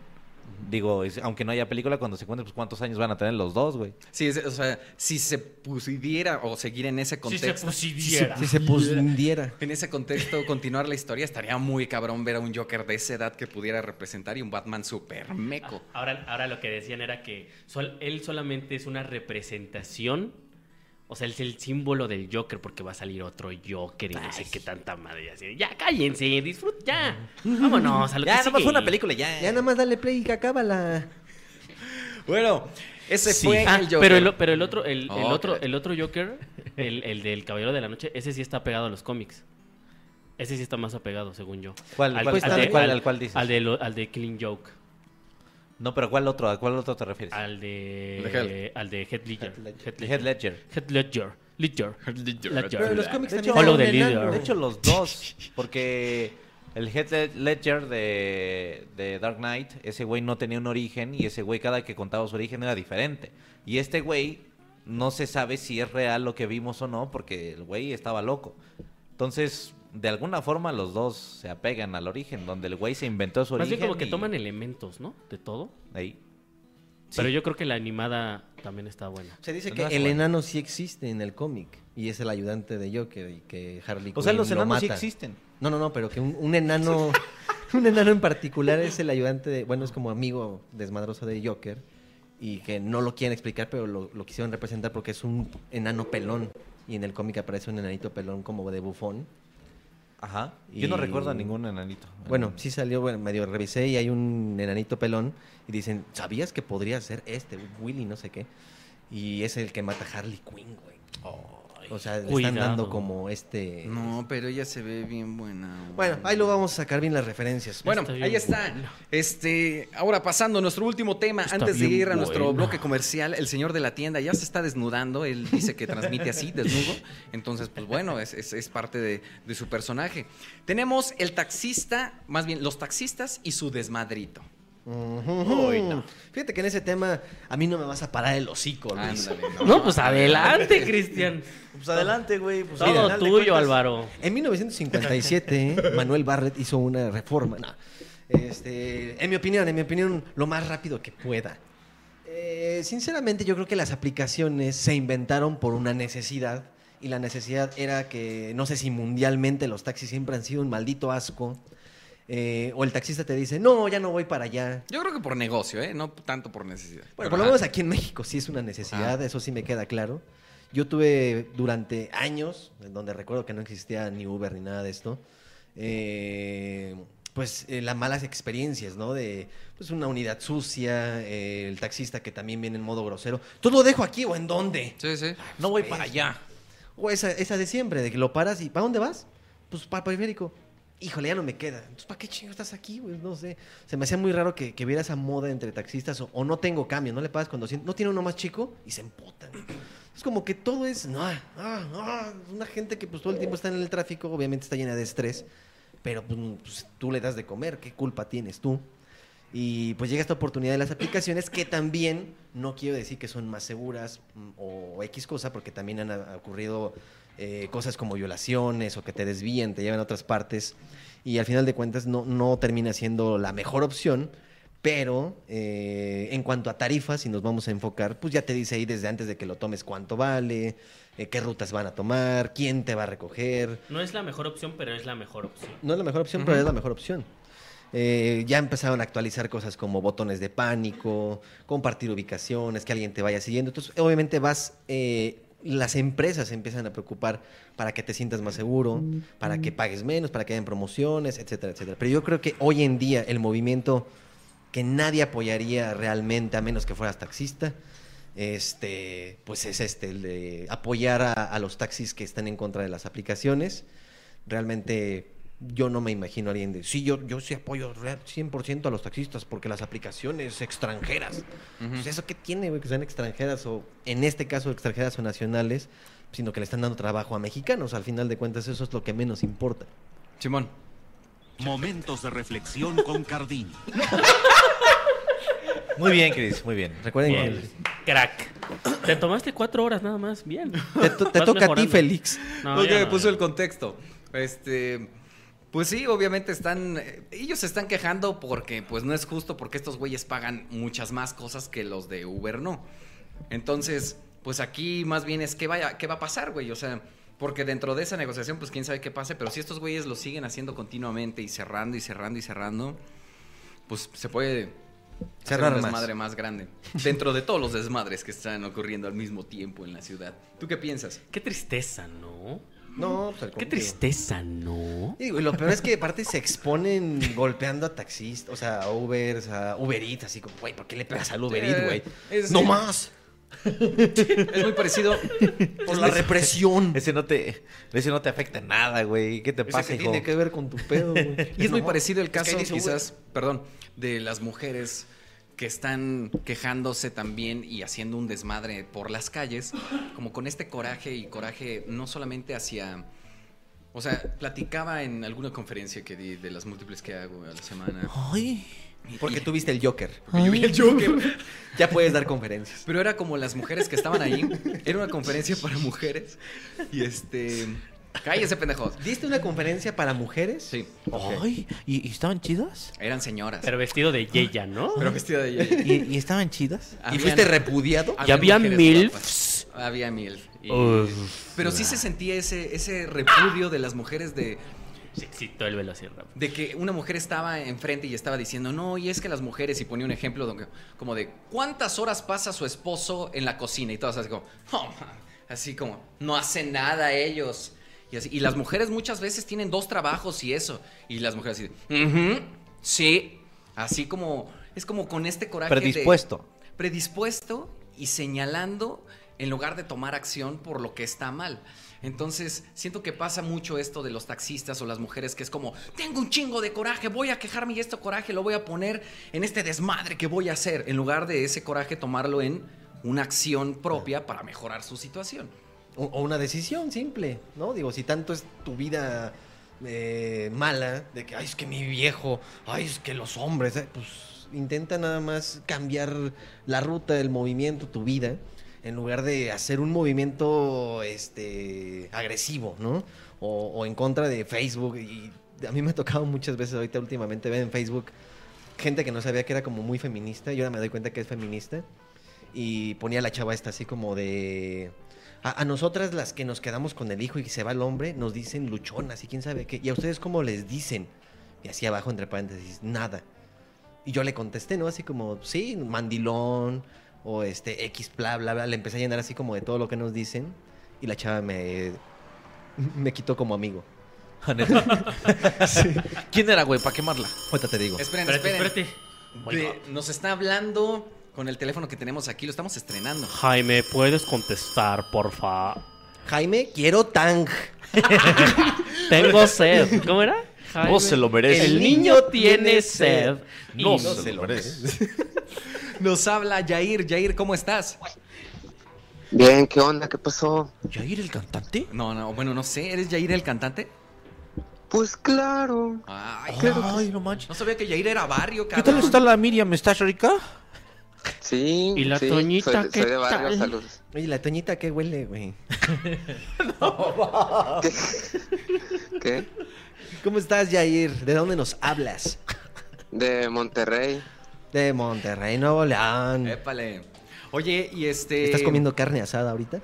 digo, es- aunque no haya película, cuando se encuentren, pues cuántos años van a tener los dos, güey. Sí, es- o sea, si se pusidiera o seguir en ese se contexto. pusidiera. pues, Si se pusidiera. En ese contexto, continuar la historia estaría muy cabrón ver a un Joker de esa edad que pudiera representar y un Batman super meco. Ah, Ahora, ahora lo que decían era que sol- él solamente es una representación. O sea, él es el símbolo del Joker porque va a salir otro Joker y no sé qué tanta madre. y Así, ya, cállense, disfruta, ya. Vámonos a lo Ya, que nomás sigue. fue una película, ya. Ya nada más dale play y que acábala. Bueno, ese Sí. fue Ah, el Joker. Pero el, pero el otro, el, el Oh, otro, caray. el otro Joker, el, el del Caballero de la Noche, ese sí está pegado a los cómics. Ese sí está más apegado, según yo. ¿Cuál- cuál- al de- cuál- al cuál dices? Al de, lo- al de Killing Joke. No, pero ¿cuál otro? ¿A cuál otro te refieres? Al de. El de Hell. al de Head Ledger. Heath Ledger. Head Ledger. Ledger. Ledger. Ledger. Pero los cómics De hecho, Follow the de leader. hecho, los dos, porque el Head Ledger de, de Dark Knight, ese güey no tenía un origen y ese güey cada que contaba su origen era diferente. Y este güey no se sabe si es real lo que vimos o no porque el güey estaba loco. Entonces, de alguna forma los dos se apegan al origen, donde el güey se inventó su Más bien origen. como que y- toman elementos, ¿no? De todo. Ahí. Pero yo creo que la animada también está buena. Se dice Pues No que es el bueno. enano sí existe en el cómic y es el ayudante de Joker y que Harley O sea, Quinn los lo enanos sí mata. existen. No, no, no, pero que un, un enano un enano en particular es el ayudante de, bueno, es como amigo desmadroso de Joker y que no lo quieren explicar, pero lo, lo quisieron representar porque es un enano pelón y en el cómic aparece un enanito pelón como de bufón. Ajá. Yo no recuerdo a ningún enanito. Bueno, sí salió, bueno, medio revisé y hay un enanito pelón y dicen, ¿sabías que podría ser este, Willy, no sé qué? Y es el que mata a Harley Quinn, güey. o sea, le Cuidado. están dando como este... No, pero ella se ve bien buena. Bueno, ahí lo vamos a sacar bien las referencias. Bueno, ahí está. Este, ahora pasando a nuestro último tema, Está antes de bien ir a nuestro bueno. bloque comercial, el señor de la tienda ya se está desnudando, él dice que transmite así, desnudo, entonces pues bueno, es, es- es parte de, de su personaje. Tenemos el taxista, más bien los taxistas y su desmadrito. Ujú. Uy, no. Fíjate que en ese tema a mí no me vas a parar el hocico, Luis. Ándale, no. No, pues adelante, Cristian. Pues adelante, güey. pues Todo al final de tuyo, cuentas- Álvaro. En 1957, Manuel Barrett hizo una reforma. No. Este, en mi opinión, en mi opinión, lo más rápido que pueda. Eh, sinceramente, yo creo que las aplicaciones se inventaron por una necesidad. Y la necesidad era que, no sé si mundialmente los taxis siempre han sido un maldito asco. eh, o el taxista te dice, no, ya no voy para allá. Yo creo que por negocio, ¿eh? No tanto por necesidad. Bueno, por lo menos aquí en México sí es una necesidad, eso sí me queda claro. Yo tuve durante años, en donde recuerdo que no existía ni Uber ni nada de esto, eh, pues eh, las malas experiencias, ¿no? De pues una unidad sucia, eh, el taxista que también viene en modo grosero. ¿Tú lo dejo aquí o en dónde? Sí, sí. No voy para allá. O esa, esa de siempre, de que lo paras y ¿para dónde vas? Pues para el periférico. Híjole, ya no me queda. Entonces, ¿para qué chingo estás aquí, güey? No sé. Se me hacía muy raro que, que viera esa moda entre taxistas o, o no tengo cambio, no le pagas con 200, no tiene uno más chico y se emputan. Es como que todo es, no, ah, ah, una gente que pues todo el tiempo está en el tráfico, obviamente está llena de estrés, pero pues, pues, tú le das de comer, ¿qué culpa tienes tú? Y pues llega esta oportunidad de las aplicaciones que también no quiero decir que son más seguras mm, o X cosa, porque también han ah, ocurrido eh, cosas como violaciones o que te desvíen, te llevan a otras partes. Y al final de cuentas no, no termina siendo la mejor opción. Pero eh, en cuanto a tarifas, si nos vamos a enfocar, pues ya te dice ahí desde antes de que lo tomes cuánto vale, eh, qué rutas van a tomar, quién te va a recoger. No es la mejor opción, pero es la mejor opción. No es la mejor opción, pero es la mejor opción. Eh, ya empezaron a actualizar cosas como botones de pánico, compartir ubicaciones, que alguien te vaya siguiendo. Entonces, obviamente vas, eh, las empresas se empiezan a preocupar para que te sientas más seguro, para que pagues menos, para que hayan promociones, etcétera, etcétera. Pero yo creo que hoy en día el movimiento que nadie apoyaría realmente, a menos que fueras taxista, este, pues es este, el de apoyar a, a los taxis que están en contra de las aplicaciones. Realmente yo no me imagino a alguien de, sí, yo, yo sí apoyo real- 100% a los taxistas porque las aplicaciones extranjeras, pues eso qué tiene, güey, que sean extranjeras o en este caso extranjeras o nacionales, sino que le están dando trabajo a mexicanos, al final de cuentas eso es lo que menos importa. Simón. Momentos de reflexión con Cardini. Muy bien, Chris, muy bien. Recuerden Muy que- bien. Crack. Te tomaste cuatro horas nada más, bien. Te, te toca a ti, Félix. No, Porque yo me pues no, puso yo el contexto. Este. Pues sí, obviamente están. eh, Ellos se están quejando porque, pues, no es justo, porque estos güeyes pagan muchas más cosas que los de Uber no. Entonces, pues aquí más bien es qué, vaya, qué va a pasar, güey. O sea, porque dentro de esa negociación, pues quién sabe qué pase, pero si estos güeyes lo siguen haciendo continuamente y cerrando y cerrando y cerrando, pues se puede hacer Cerrar un más. desmadre más grande. Dentro de todos los desmadres que están ocurriendo al mismo tiempo en la ciudad. ¿Tú qué piensas? Qué tristeza, ¿no? No, pues, al Qué contrario. tristeza, ¿no? Y güey, lo peor es que aparte se exponen golpeando a taxistas, o sea, a Ubers, a Uber Eats, así como, güey, ¿por qué le pegas al Uber Eats, güey? Eh, es- ¡No más! Es muy parecido. Por la represión. Ese no te, ese no te afecta en nada, güey. ¿Qué te Ese pasa, que hijo? tiene que ver con tu pedo, güey. Y es muy No, parecido el es que ahí caso, dice Uber. quizás, perdón, de las mujeres que están quejándose también y haciendo un desmadre por las calles, como con este coraje y coraje no solamente hacia... O sea, platicaba en alguna conferencia que di de las múltiples que hago a la semana. Ay. Porque tú viste el Joker. Yo vi el Joker. Ya puedes dar conferencias. Pero era como las mujeres que estaban ahí. Era una conferencia para mujeres. Y este... Cállese, pendejos. ¿Diste una conferencia para mujeres? Sí. Ay, ¿y, y estaban chidas? Eran señoras. Pero vestido de Yeya, ¿no? Pero vestida de ella. ¿Y, y estaban chidas? ¿Y Habían- fuiste repudiado? ¿Y había mujeres milfs? guapas. Había milf. Y- Uf. pero sí se sentía ese, ese repudio de las mujeres de, Se excitó el velociraptor. de que una mujer estaba enfrente y estaba diciendo, no, y es que las mujeres, y ponía un ejemplo donde- como de cuántas horas pasa su esposo en la cocina y todas así como, "Oh, ma", así como, no hacen nada ellos. Y, así, y las mujeres muchas veces tienen dos trabajos y eso. Y las mujeres así, de, "Ujú, sí, así como, es como con este coraje. de- Predispuesto. predispuesto y señalando en lugar de tomar acción por lo que está mal. Entonces, siento que pasa mucho esto de los taxistas o las mujeres que es como, tengo un chingo de coraje, voy a quejarme y este coraje lo voy a poner en este desmadre que voy a hacer, en lugar de ese coraje tomarlo en una acción propia para mejorar su situación. O, o una decisión simple, ¿no? Digo, si tanto es tu vida eh, mala, de que, ay, es que mi viejo, ay, es que los hombres, eh", pues intenta nada más cambiar la ruta, el movimiento, tu vida, en lugar de hacer un movimiento este, agresivo, ¿no? O, o en contra de Facebook. Y a mí me ha tocado muchas veces ahorita últimamente ver en Facebook gente que no sabía que era como muy feminista, y ahora me doy cuenta que es feminista y ponía la chava esta así como de... A, a nosotras las que nos quedamos con el hijo y se va el hombre, nos dicen luchonas y quién sabe qué. ¿Y a ustedes cómo les dicen? Y así abajo, entre paréntesis, nada. Y yo le contesté, ¿no? Así como, sí, mandilón o este X, bla, bla, bla. Le empecé a llenar así como de todo lo que nos dicen y la chava me, me quitó como amigo. Ah, ¿Quién era, güey? ¿Para quemarla? Ahorita te digo. Esperen, Espérate, esperen. espérate. De- nos está hablando con el teléfono que tenemos aquí, lo estamos estrenando. Jaime, ¿puedes contestar, porfa? Jaime, quiero tang. Tengo sed. ¿Cómo era? Jaime. merece. El niño tiene sed. No Y- se lo merece. Nos habla Jair. Jair, ¿cómo estás? Bien, ¿qué onda? ¿Qué pasó? ¿Yair el cantante? No, no, bueno, no sé. ¿Eres Jair el cantante? Pues claro. Ah, Ay, Ay, no manches. No sabía que Jair era barrio, ¿Qué tal cabrón. está la Miriam? ¿Estás rica? Sí. ¿Y la sí, Toñita soy de- qué soy de barrio, tal? saludos. Oye, la Toñita, ¿qué huele, güey? ¿Qué? ¿Cómo estás, Yair? ¿De dónde nos hablas? De Monterrey. De Monterrey, Nuevo León. Épale. Oye, y este. ¿Estás comiendo carne asada ahorita?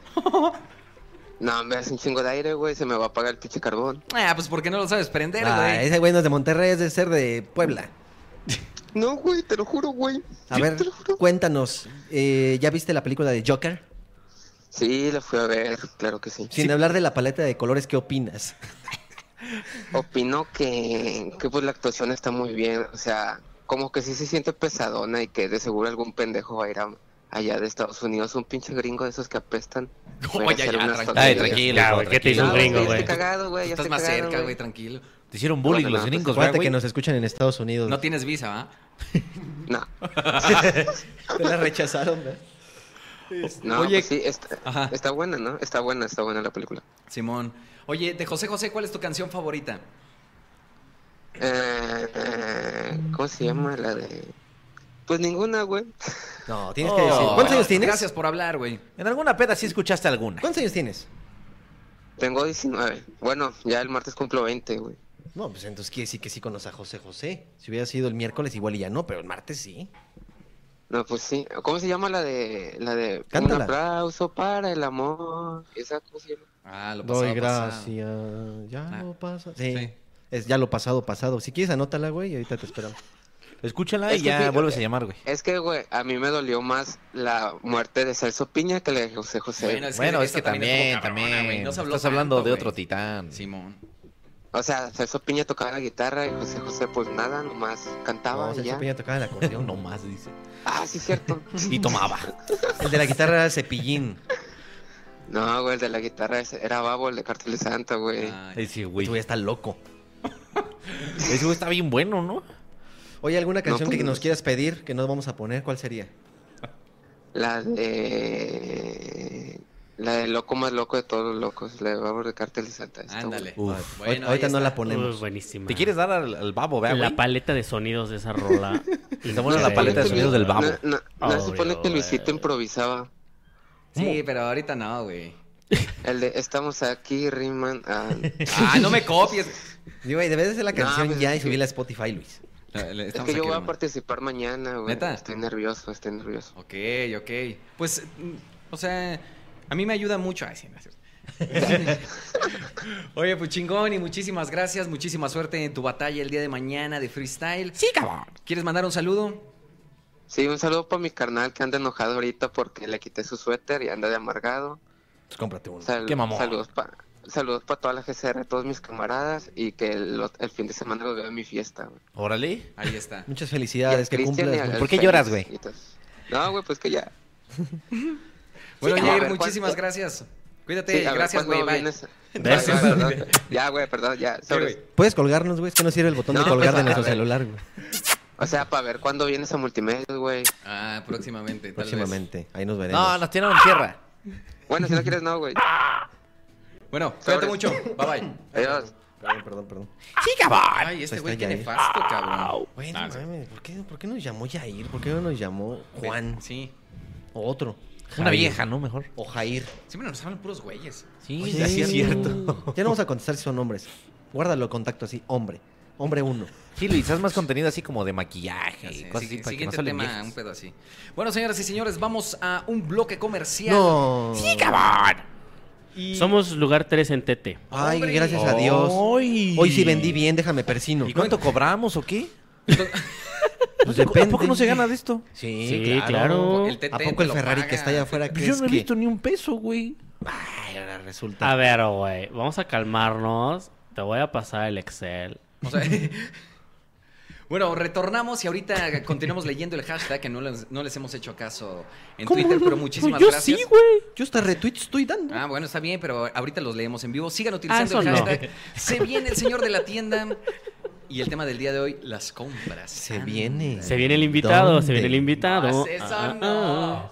No, me hace un chingo de aire, güey. Se me va a apagar el pinche carbón. Ah, pues porque no lo sabes prender, Ah, güey. ese güey no es de Monterrey, es de ser de Puebla. No, güey, te lo juro, güey. A ver, cuéntanos, eh, ¿ya viste la película de Joker? Sí, lo fui a ver, claro que sí. Sin hablar de la paleta de colores, ¿qué opinas? Opino que, que pues la actuación está muy bien. O sea, como que sí se siente pesadona y que de seguro algún pendejo va a ir a- allá de Estados Unidos. Un pinche gringo de esos que apestan. va a Oye, ya, hacer unas tranquilo. tonterías. Ya, güey, ¿qué te hizo un No, gringo, ya güey? estoy cagado, güey, ya Estás estoy más cagado, cerca, güey. güey, tranquilo. Te hicieron bullying los gringos, Acuérdate ¿verdad, que güey? nos escuchan en Estados Unidos. No tienes visa, ¿va? No. Te la rechazaron, ¿verdad? No, Oye, pues sí, está, está buena, ¿no? Está buena, está buena la película. Simón. Oye, de José José, ¿cuál es tu canción favorita? Eh, eh, ¿Cómo se llama la de...? Pues ninguna, güey. No, tienes que Oh, decir. ¿Cuántos años tienes? gracias por hablar, güey. En alguna peda sí escuchaste alguna. ¿Cuántos años tienes? Tengo 19. Bueno, ya el martes cumplo 20, güey. No, pues entonces quiere decir que sí conoces a José José. Si hubiera sido el miércoles, igual y ya no, pero el martes sí. No, pues sí. ¿Cómo se llama la de...? La de... Un Cántala. aplauso para el amor. Esa, ¿cómo se llama? Ah, lo Doy gracias. Ya Ah. lo pasa. Sí. Es ya lo pasado, pasado. Si quieres, anótala, güey, y ahorita te esperamos. Escúchala y Es que ya fíjate- vuelves a llamar, güey. Es que, güey, a mí me dolió más la muerte de Celso Piña que la de José José. Bueno, es que también, estuvo cabrona, güey, también. no se habló Estás hablando tanto, de güey. otro titán. Simón. O sea, Celso Piña tocaba la guitarra y José José, pues nada, nomás cantaba No, y ya. Celso Piña tocaba el acordeón. nomás, dice. Ah, sí, cierto. Y tomaba. El de la guitarra era cepillín. No, güey, el de la guitarra ese era Babo, el de Cartel de Santa, güey. Ese güey. está loco. Ese güey está bien bueno, ¿no? Oye, ¿alguna No, canción que pues, nos quieras pedir que nos vamos a poner? ¿Cuál sería? La de. La de loco más loco de todos los locos, la de Babo de Cartel de Santa. Está Ándale. buena. Uf, ahorita- ahorita no la ponemos. Uy, buenísima. ¿Te quieres dar al, babo, vea, La güey? paleta de sonidos de esa rola. Está buena la paleta de sonidos del babo. No, no, no se Oh, supone que Dios, Luisito improvisaba. Sí, pero ahorita no, güey. El de estamos aquí, Riman. Ah, Ah, no me copies. Digo, güey, debes de la No, canción pues, ya y subirla a Spotify, Luis. es que yo voy a participar mañana, güey. ¿Neta? Estoy nervioso, estoy nervioso. Ok, ok. Pues, mm, o sea, a mí me ayuda mucho. Ay, sí, gracias. Oye, pues chingón y muchísimas gracias, muchísima suerte en tu batalla el día de mañana de freestyle. Sí, cabrón. ¿Quieres mandar un saludo? Sí, un saludo para mi carnal que anda enojado ahorita porque le quité su suéter y anda de amargado. Pues cómprate uno. Sal- Qué mamón. Saludos para saludos pa toda la GCR, todos mis camaradas y que el, el fin de semana lo veo en mi fiesta. güey. Órale. Ahí está. Muchas Y al felicidades, que Cristian y cumplas. al- güey. al ¿Por qué Félix lloras, güey? y todo. No, güey, pues que ya. Bueno, Sí, a Jair, ver, muchísimas ¿cuánto? gracias. Sí, Cuídate, a ver, gracias, güey. ¿cuándo Bye. vienes? Gracias. Bye, bye, perdón. Ya, güey, perdón, ya. sobres. ¿Puedes colgarnos, güey? Es que no sirve el botón No, de colgar pues, de a nuestro ver. celular, güey. O sea, para ver cuándo vienes a multimedia, güey. Ah, próximamente, tal Próximamente. Ahí nos veremos. No, nos tienen en tierra. vez. Bueno, si no quieres, no, güey. Bueno, Sobres. cuídate mucho. Bye bye. Adiós. Perdón, perdón, perdón. Sí, cabrón. Ay, este Ahí güey está qué Yair. nefasto, cabrón. Güey, no Ah, sí. mames, ¿por qué, por qué nos llamó Yair? ¿Por qué no nos llamó Juan? Sí. O otro. Una Jair. vieja, ¿no? Mejor. O Jair. Siempre nos hablan puros güeyes. Sí, Oye, sí, es cierto. Ya no vamos a contestar si son hombres. Guárdalo contacto así, hombre. Hombre uno. Sí, Luis, haz más contenido así como de maquillaje y Sí, cosas sí, así para que no siguiente se tema, un pedo así. Bueno, señoras y señores, vamos a un bloque comercial. No. Sí, cabrón. Somos lugar 3 en TT. Ay, Hombre. gracias a Dios. Ay. Hoy sí vendí bien, déjame persino. ¿Y cuánto cobramos o qué? Pues depende. ¿A poco no se gana de esto? Sí, Sí, claro. claro. El ¿A TT poco te el lo Ferrari que paga. está allá afuera Pues yo crees no he que- visto ni un peso, güey. Ay, ahora resulta. A ver, güey, vamos a calmarnos. Te voy a pasar el Excel. O sea, bueno, retornamos y ahorita continuamos leyendo el hashtag que no les, no les hemos hecho caso en ¿Cómo Twitter, no? pero muchísimas Yo gracias. sí, güey. Yo hasta retweets estoy dando. Ah, bueno, está bien, pero ahorita los leemos en vivo. Sigan utilizando Ah, el eso no. hashtag. Se viene el señor de la tienda. Y el tema del día de hoy, las compras. Se viene. Se viene el invitado, se viene el ¿Dónde? invitado. Haz eso, Ah,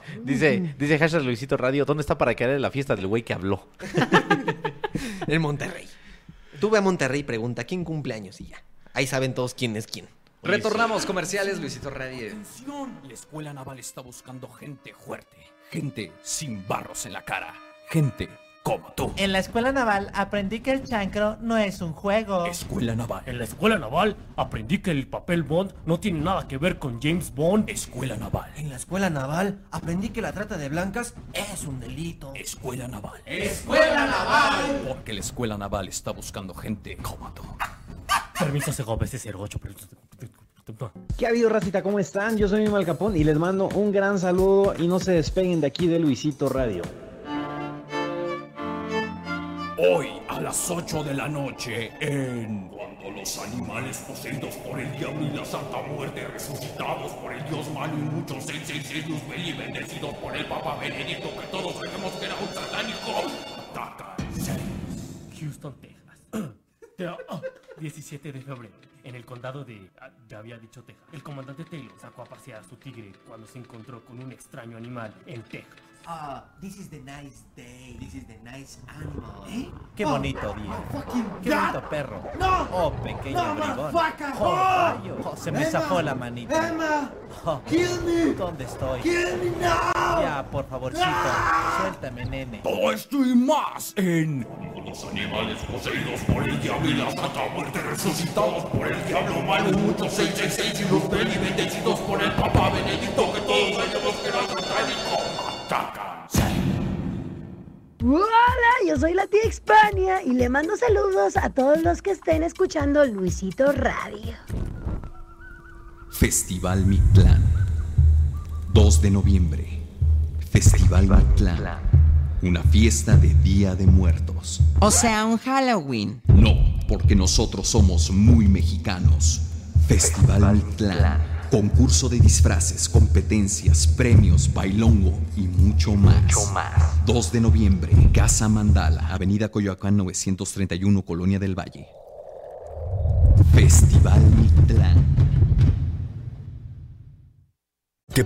no. Dice, dice hashtag Luisito Radio, ¿dónde está para quedar en la fiesta del güey que habló? En Monterrey. Tú ve a Monterrey y pregunta quién cumple años y ya. Ahí saben todos quién es quién. Retornamos comerciales, Luisito Radio. La escuela naval está buscando gente fuerte, gente sin barros en la cara, gente como tú. En la escuela naval aprendí que el chancro no es un juego. Escuela naval. En la escuela naval aprendí que el papel Bond no tiene nada que ver con James Bond. Escuela naval. En la escuela naval aprendí que la trata de blancas es un delito. Escuela naval. Eh, Escuela naval. Porque la escuela naval está buscando gente como tú. Permiso, Segovia, ese 08. pero- ¿Qué ha habido, racita? ¿Cómo están? Yo soy Mimo Capón y les mando un gran saludo y no se despeguen de aquí de Luisito Radio. Hoy a las 8 de la noche en... Cuando los animales poseídos por el diablo y la santa muerte resucitados por el dios malo y muchos seis, seis, seis, luz y bendecidos por el papa benedicto que todos creemos que era un satánico. Ataca. Houston, Texas. Te- ah, 17 de febrero, en el condado de, ah, ya había dicho Texas, el comandante Taylor sacó a pasear a su tigre cuando se encontró con un extraño animal en Texas. Ah, this is the nice day. This is the nice animal. ¿Eh? Qué Oh. bonito día. Qué bonito perro. No. Oh, pequeño No, bribón. motherfucker. Oh, rayo. Oh. Oh, se me Emma. zafó la manita. Emma. Oh, Kill me. ¿Dónde estoy? Kill me now. Ya, por favorcito. Suéltame, nene. Todo esto y más en... Los animales poseídos por el diablo y la santa muerte resucitados por el diablo malo y muchos seis, seis, seis, y luz y bendecidos por el papa benedicto que todos creemos que era satánico. Ataca. Hola, yo soy la tía Hispania y le mando saludos a todos los que estén escuchando Luisito Radio. Festival Mictlán. 2 de noviembre. Festival Mictlán. Una fiesta de Día de Muertos. O sea, un Halloween. No, porque nosotros somos muy mexicanos. Festival Mictlán. Concurso de disfraces, competencias, premios, bailongo y mucho más. Mucho más. 2 de noviembre, Casa Mandala, Avenida Coyoacán 931, Colonia del Valle. Festival Mictlán. ¿Te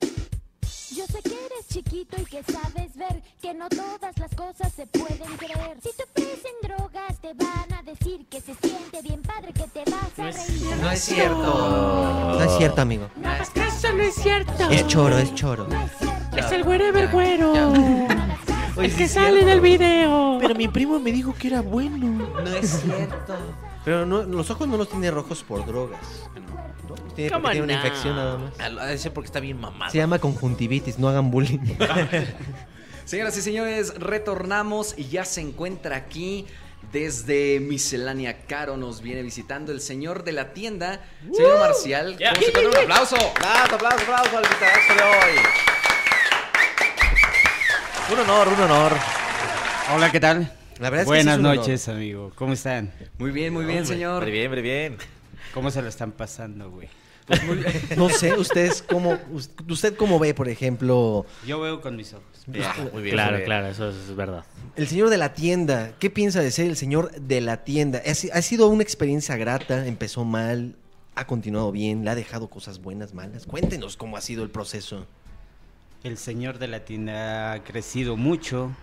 Yo sé que eres chiquito y que sabes ver que no todas las cosas se pueden creer. Si te ofrecen drogas te van a decir que se siente bien padre que te vas a reír. No es cierto. No es cierto, amigo. No hagas caso, no es cierto. Es choro, es choro. Es el wherever güero. El que sale en el video. Pero mi primo me dijo que era bueno. No es cierto. Pero no, los ojos no los tiene rojos por drogas. Tiene, porque tiene una infección nada más. A ese porque está bien mamado. Se llama conjuntivitis, no hagan bullying. Señoras y señores, retornamos y ya se encuentra aquí desde Miscelánea Caro. Nos viene visitando el señor de la tienda, señor Marcial. Yeah. ¿Cómo se encuentra? un aplauso. Aplauso, aplauso, aplauso al invitadazo de hoy. Un honor, un honor. Hola, ¿qué tal? La verdad es que Buenas sí es un noches, amigo. ¿Cómo están? Muy bien, muy bien, señor. Muy bien, muy bien. ¿Cómo se lo están pasando, güey? No sé, ustedes cómo, usted cómo ve, por ejemplo, Yo veo con mis Ah, ojos. Pues, Pues, claro, claro, eso es verdad. el señor de la tienda. ¿Qué piensa de ser el señor de la tienda? ¿Ha, si- ha sido una experiencia grata? ¿Empezó mal? ¿Ha continuado bien? ¿Le ha dejado cosas buenas, malas? Cuéntenos cómo ha sido el proceso. El señor de la tienda ha crecido mucho.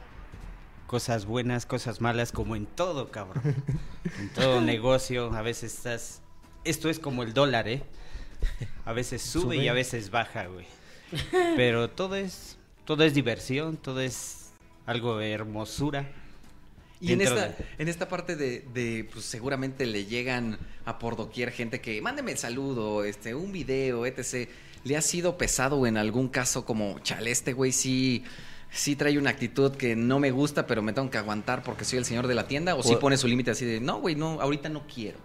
Cosas buenas, cosas malas, como en todo, cabrón. En todo negocio, a veces estás... Esto es como el dólar, ¿eh? A veces sube, y Sube. a veces baja, güey. Pero todo es, todo es diversión, todo es algo de hermosura. Y en Dentro esta, en esta parte de, de, pues seguramente le llegan a por doquier gente que mándeme el saludo, este, un video, etc. ¿Le ha sido pesado en algún caso como, chale, este güey sí, sí trae una actitud que no me gusta, pero me tengo que aguantar porque soy el señor de la tienda? ¿O si sí Pues- pone su límite así de, no, güey, no, ahorita no quiero?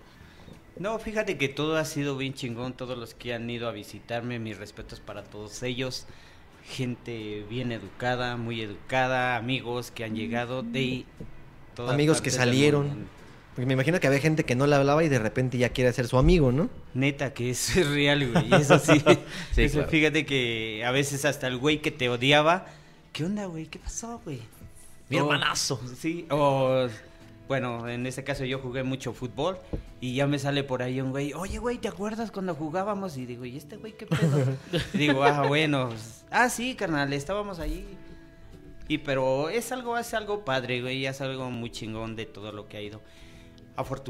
No, fíjate que todo ha sido bien chingón, todos los que han ido a visitarme, mis respetos para todos ellos. Gente bien educada, muy educada, amigos que han llegado de todas Amigos que partes del salieron. mundo. Porque me imagino que había gente que no le hablaba y de repente ya quiere ser su amigo, ¿no? Neta, que eso es real, güey. Eso sí. Sí, Eso, claro. Fíjate que a veces hasta el güey que te odiaba, ¿qué onda, güey? ¿Qué pasó, güey? Mi O- hermanazo. Sí, o. Bueno, en este caso yo jugué mucho fútbol y ya me sale por ahí un güey, oye, güey, ¿te acuerdas cuando jugábamos? Y digo, ¿y este güey qué pedo? Y digo, ah, bueno. pues, Ah, sí, carnal, estábamos ahí. Y pero es algo, es algo padre, güey, es algo muy chingón de todo lo que ha ido.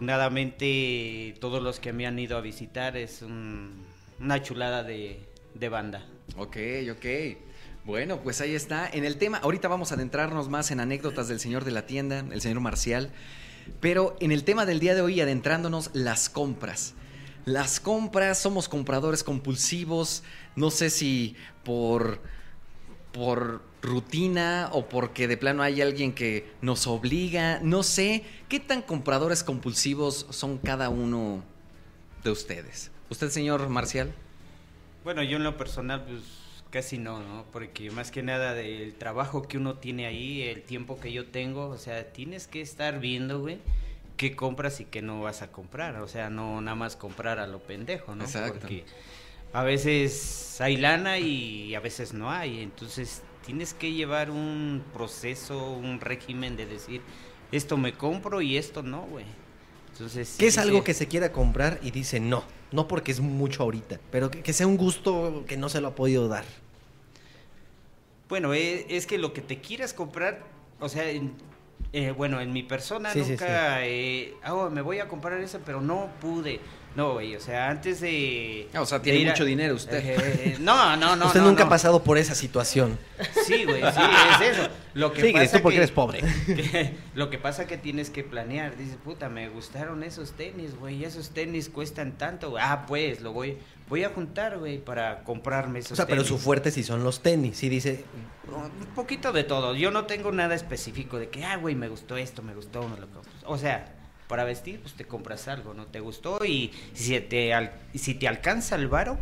Afortunadamente, todos los que me han ido a visitar es un- una chulada de, de banda. Ok, ok. Bueno, pues ahí está. En el tema, ahorita vamos a adentrarnos más en anécdotas del señor de la tienda, el señor Marcial. Pero en el tema del día de hoy, adentrándonos, las compras. Las compras, somos compradores compulsivos. No sé si por. por rutina o porque de plano hay alguien que nos obliga. No sé. ¿Qué tan compradores compulsivos son cada uno de ustedes? ¿Usted, señor Marcial? Bueno, yo en lo personal, pues casi no, ¿no? Porque más que nada del trabajo que uno tiene ahí, el tiempo que yo tengo, o sea, tienes que estar viendo, güey, qué compras y qué no vas a comprar. O sea, no nada más comprar a lo pendejo, ¿no? Exacto. Porque a veces hay lana y a veces no hay. Entonces, tienes que llevar un proceso, un régimen de decir, esto me compro y esto no, güey. Entonces, Que es sí, algo sí. que se quiera comprar y dice no. No porque es mucho ahorita, pero que, que sea un gusto que no se lo ha podido dar. Bueno, e- es que lo que te quieras comprar, o sea, en- eh, bueno, en mi persona Sí, sí, nunca, eh, "Ah, oh, me voy a comprar eso, pero no pude. No, güey, o sea, antes de... Ah, o sea, de tiene ir a- mucho dinero usted. Eh, no, no, no. Usted no, nunca no. ha pasado por esa situación. Sí, güey, sí, es eso. Lo que Sí, pasa Gris, tú porque que- eres pobre. que- lo que pasa que tienes que planear. Dices, puta, me gustaron esos tenis, güey. Esos tenis cuestan tanto, güey. Ah, pues, lo voy, voy a juntar, güey, para comprarme esos O sea, tenis. pero su fuerte sí son los tenis. Sí dice, Un Pues, poquito de todo. Yo no tengo nada específico de que, ah, güey, me gustó esto, me gustó, me lo compro. O sea, para vestir, pues te compras algo, ¿no? Te gustó y si te, al- y si te alcanza el varo,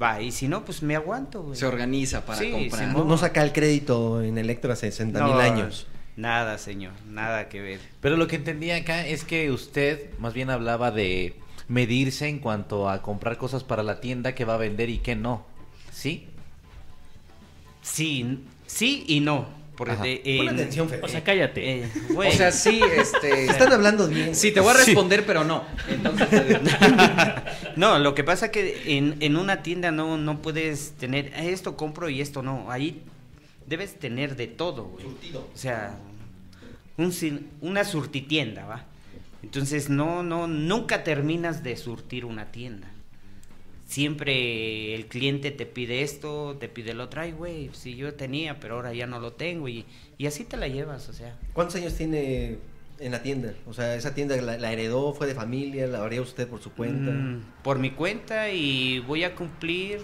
va. Y si no, pues me aguanto, güey. Se organiza para Sí, comprar. Simón. no, no saca el crédito en Electra 60 mil No, años. Nada, señor, nada que ver. Pero lo que entendí acá es que usted más bien hablaba de medirse en cuanto a comprar cosas para la tienda que va a vender y que no. ¿Sí? Sí, n- sí y no. Porque Ajá. de- Pon en- atención, Fede. O sea, cállate. eh, O güey. sea, sí, este. Están hablando bien. Sí, te voy a responder, pero no. Entonces. No, lo que pasa que en, en una tienda no, no puedes tener "Ah, esto compro y esto no. Ahí debes tener de todo, güey. O sea, un sin- una surtitienda, ¿va? Entonces no, no, nunca terminas de surtir una tienda. Siempre el cliente te pide esto, te pide lo otro, ay, güey, si yo tenía, pero ahora ya no lo tengo y, y así te la llevas, o sea. ¿Cuántos años tiene en la tienda? O sea, esa tienda la, la heredó, fue de familia, la haría usted por su cuenta. Mm, por mi cuenta y voy a cumplir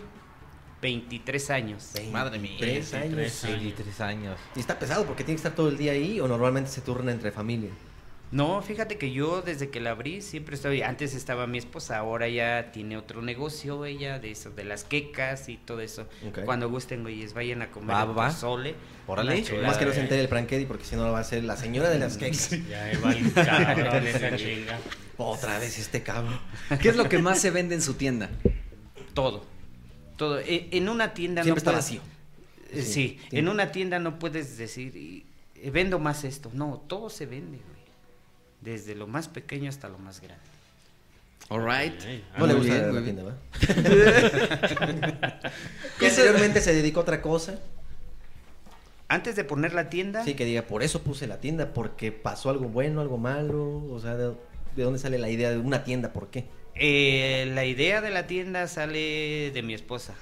23 años. Madre mía. 23 años. 23 años. Y está pesado porque tiene que estar todo el día ahí o normalmente se turna entre familia. No, fíjate que yo desde que la abrí siempre estoy. Antes estaba mi esposa, ahora ya tiene otro negocio ella de eso, de las quecas y todo eso. Ok. Cuando gusten, güeyes, vayan a comer Va, el va. pozole. Órale. una chulada. Más que no se entere el Franketti porque si no lo va a hacer la señora de las cakes. Ya, ahí va el cabrón ese chinga. Otra vez este cabrón. ¿Qué es lo que más se vende en su tienda? Todo. Todo. E- En una tienda Siempre no está puedes- vacío. Eh, Sí, Sí, tiene- en una tienda no puedes decir, "Y- eh, vendo más esto. No, todo se vende, güey. Desde lo más pequeño hasta lo más grande. Alright. No le gusta la tienda, ¿va? Que anteriormente se dedicó a otra cosa. Antes de poner la tienda, Sí, que diga, por eso puse la tienda, porque pasó algo bueno, algo malo. O sea, ¿de, de dónde sale la idea de una tienda? ¿Por qué? Eh, la idea de la tienda sale de mi esposa.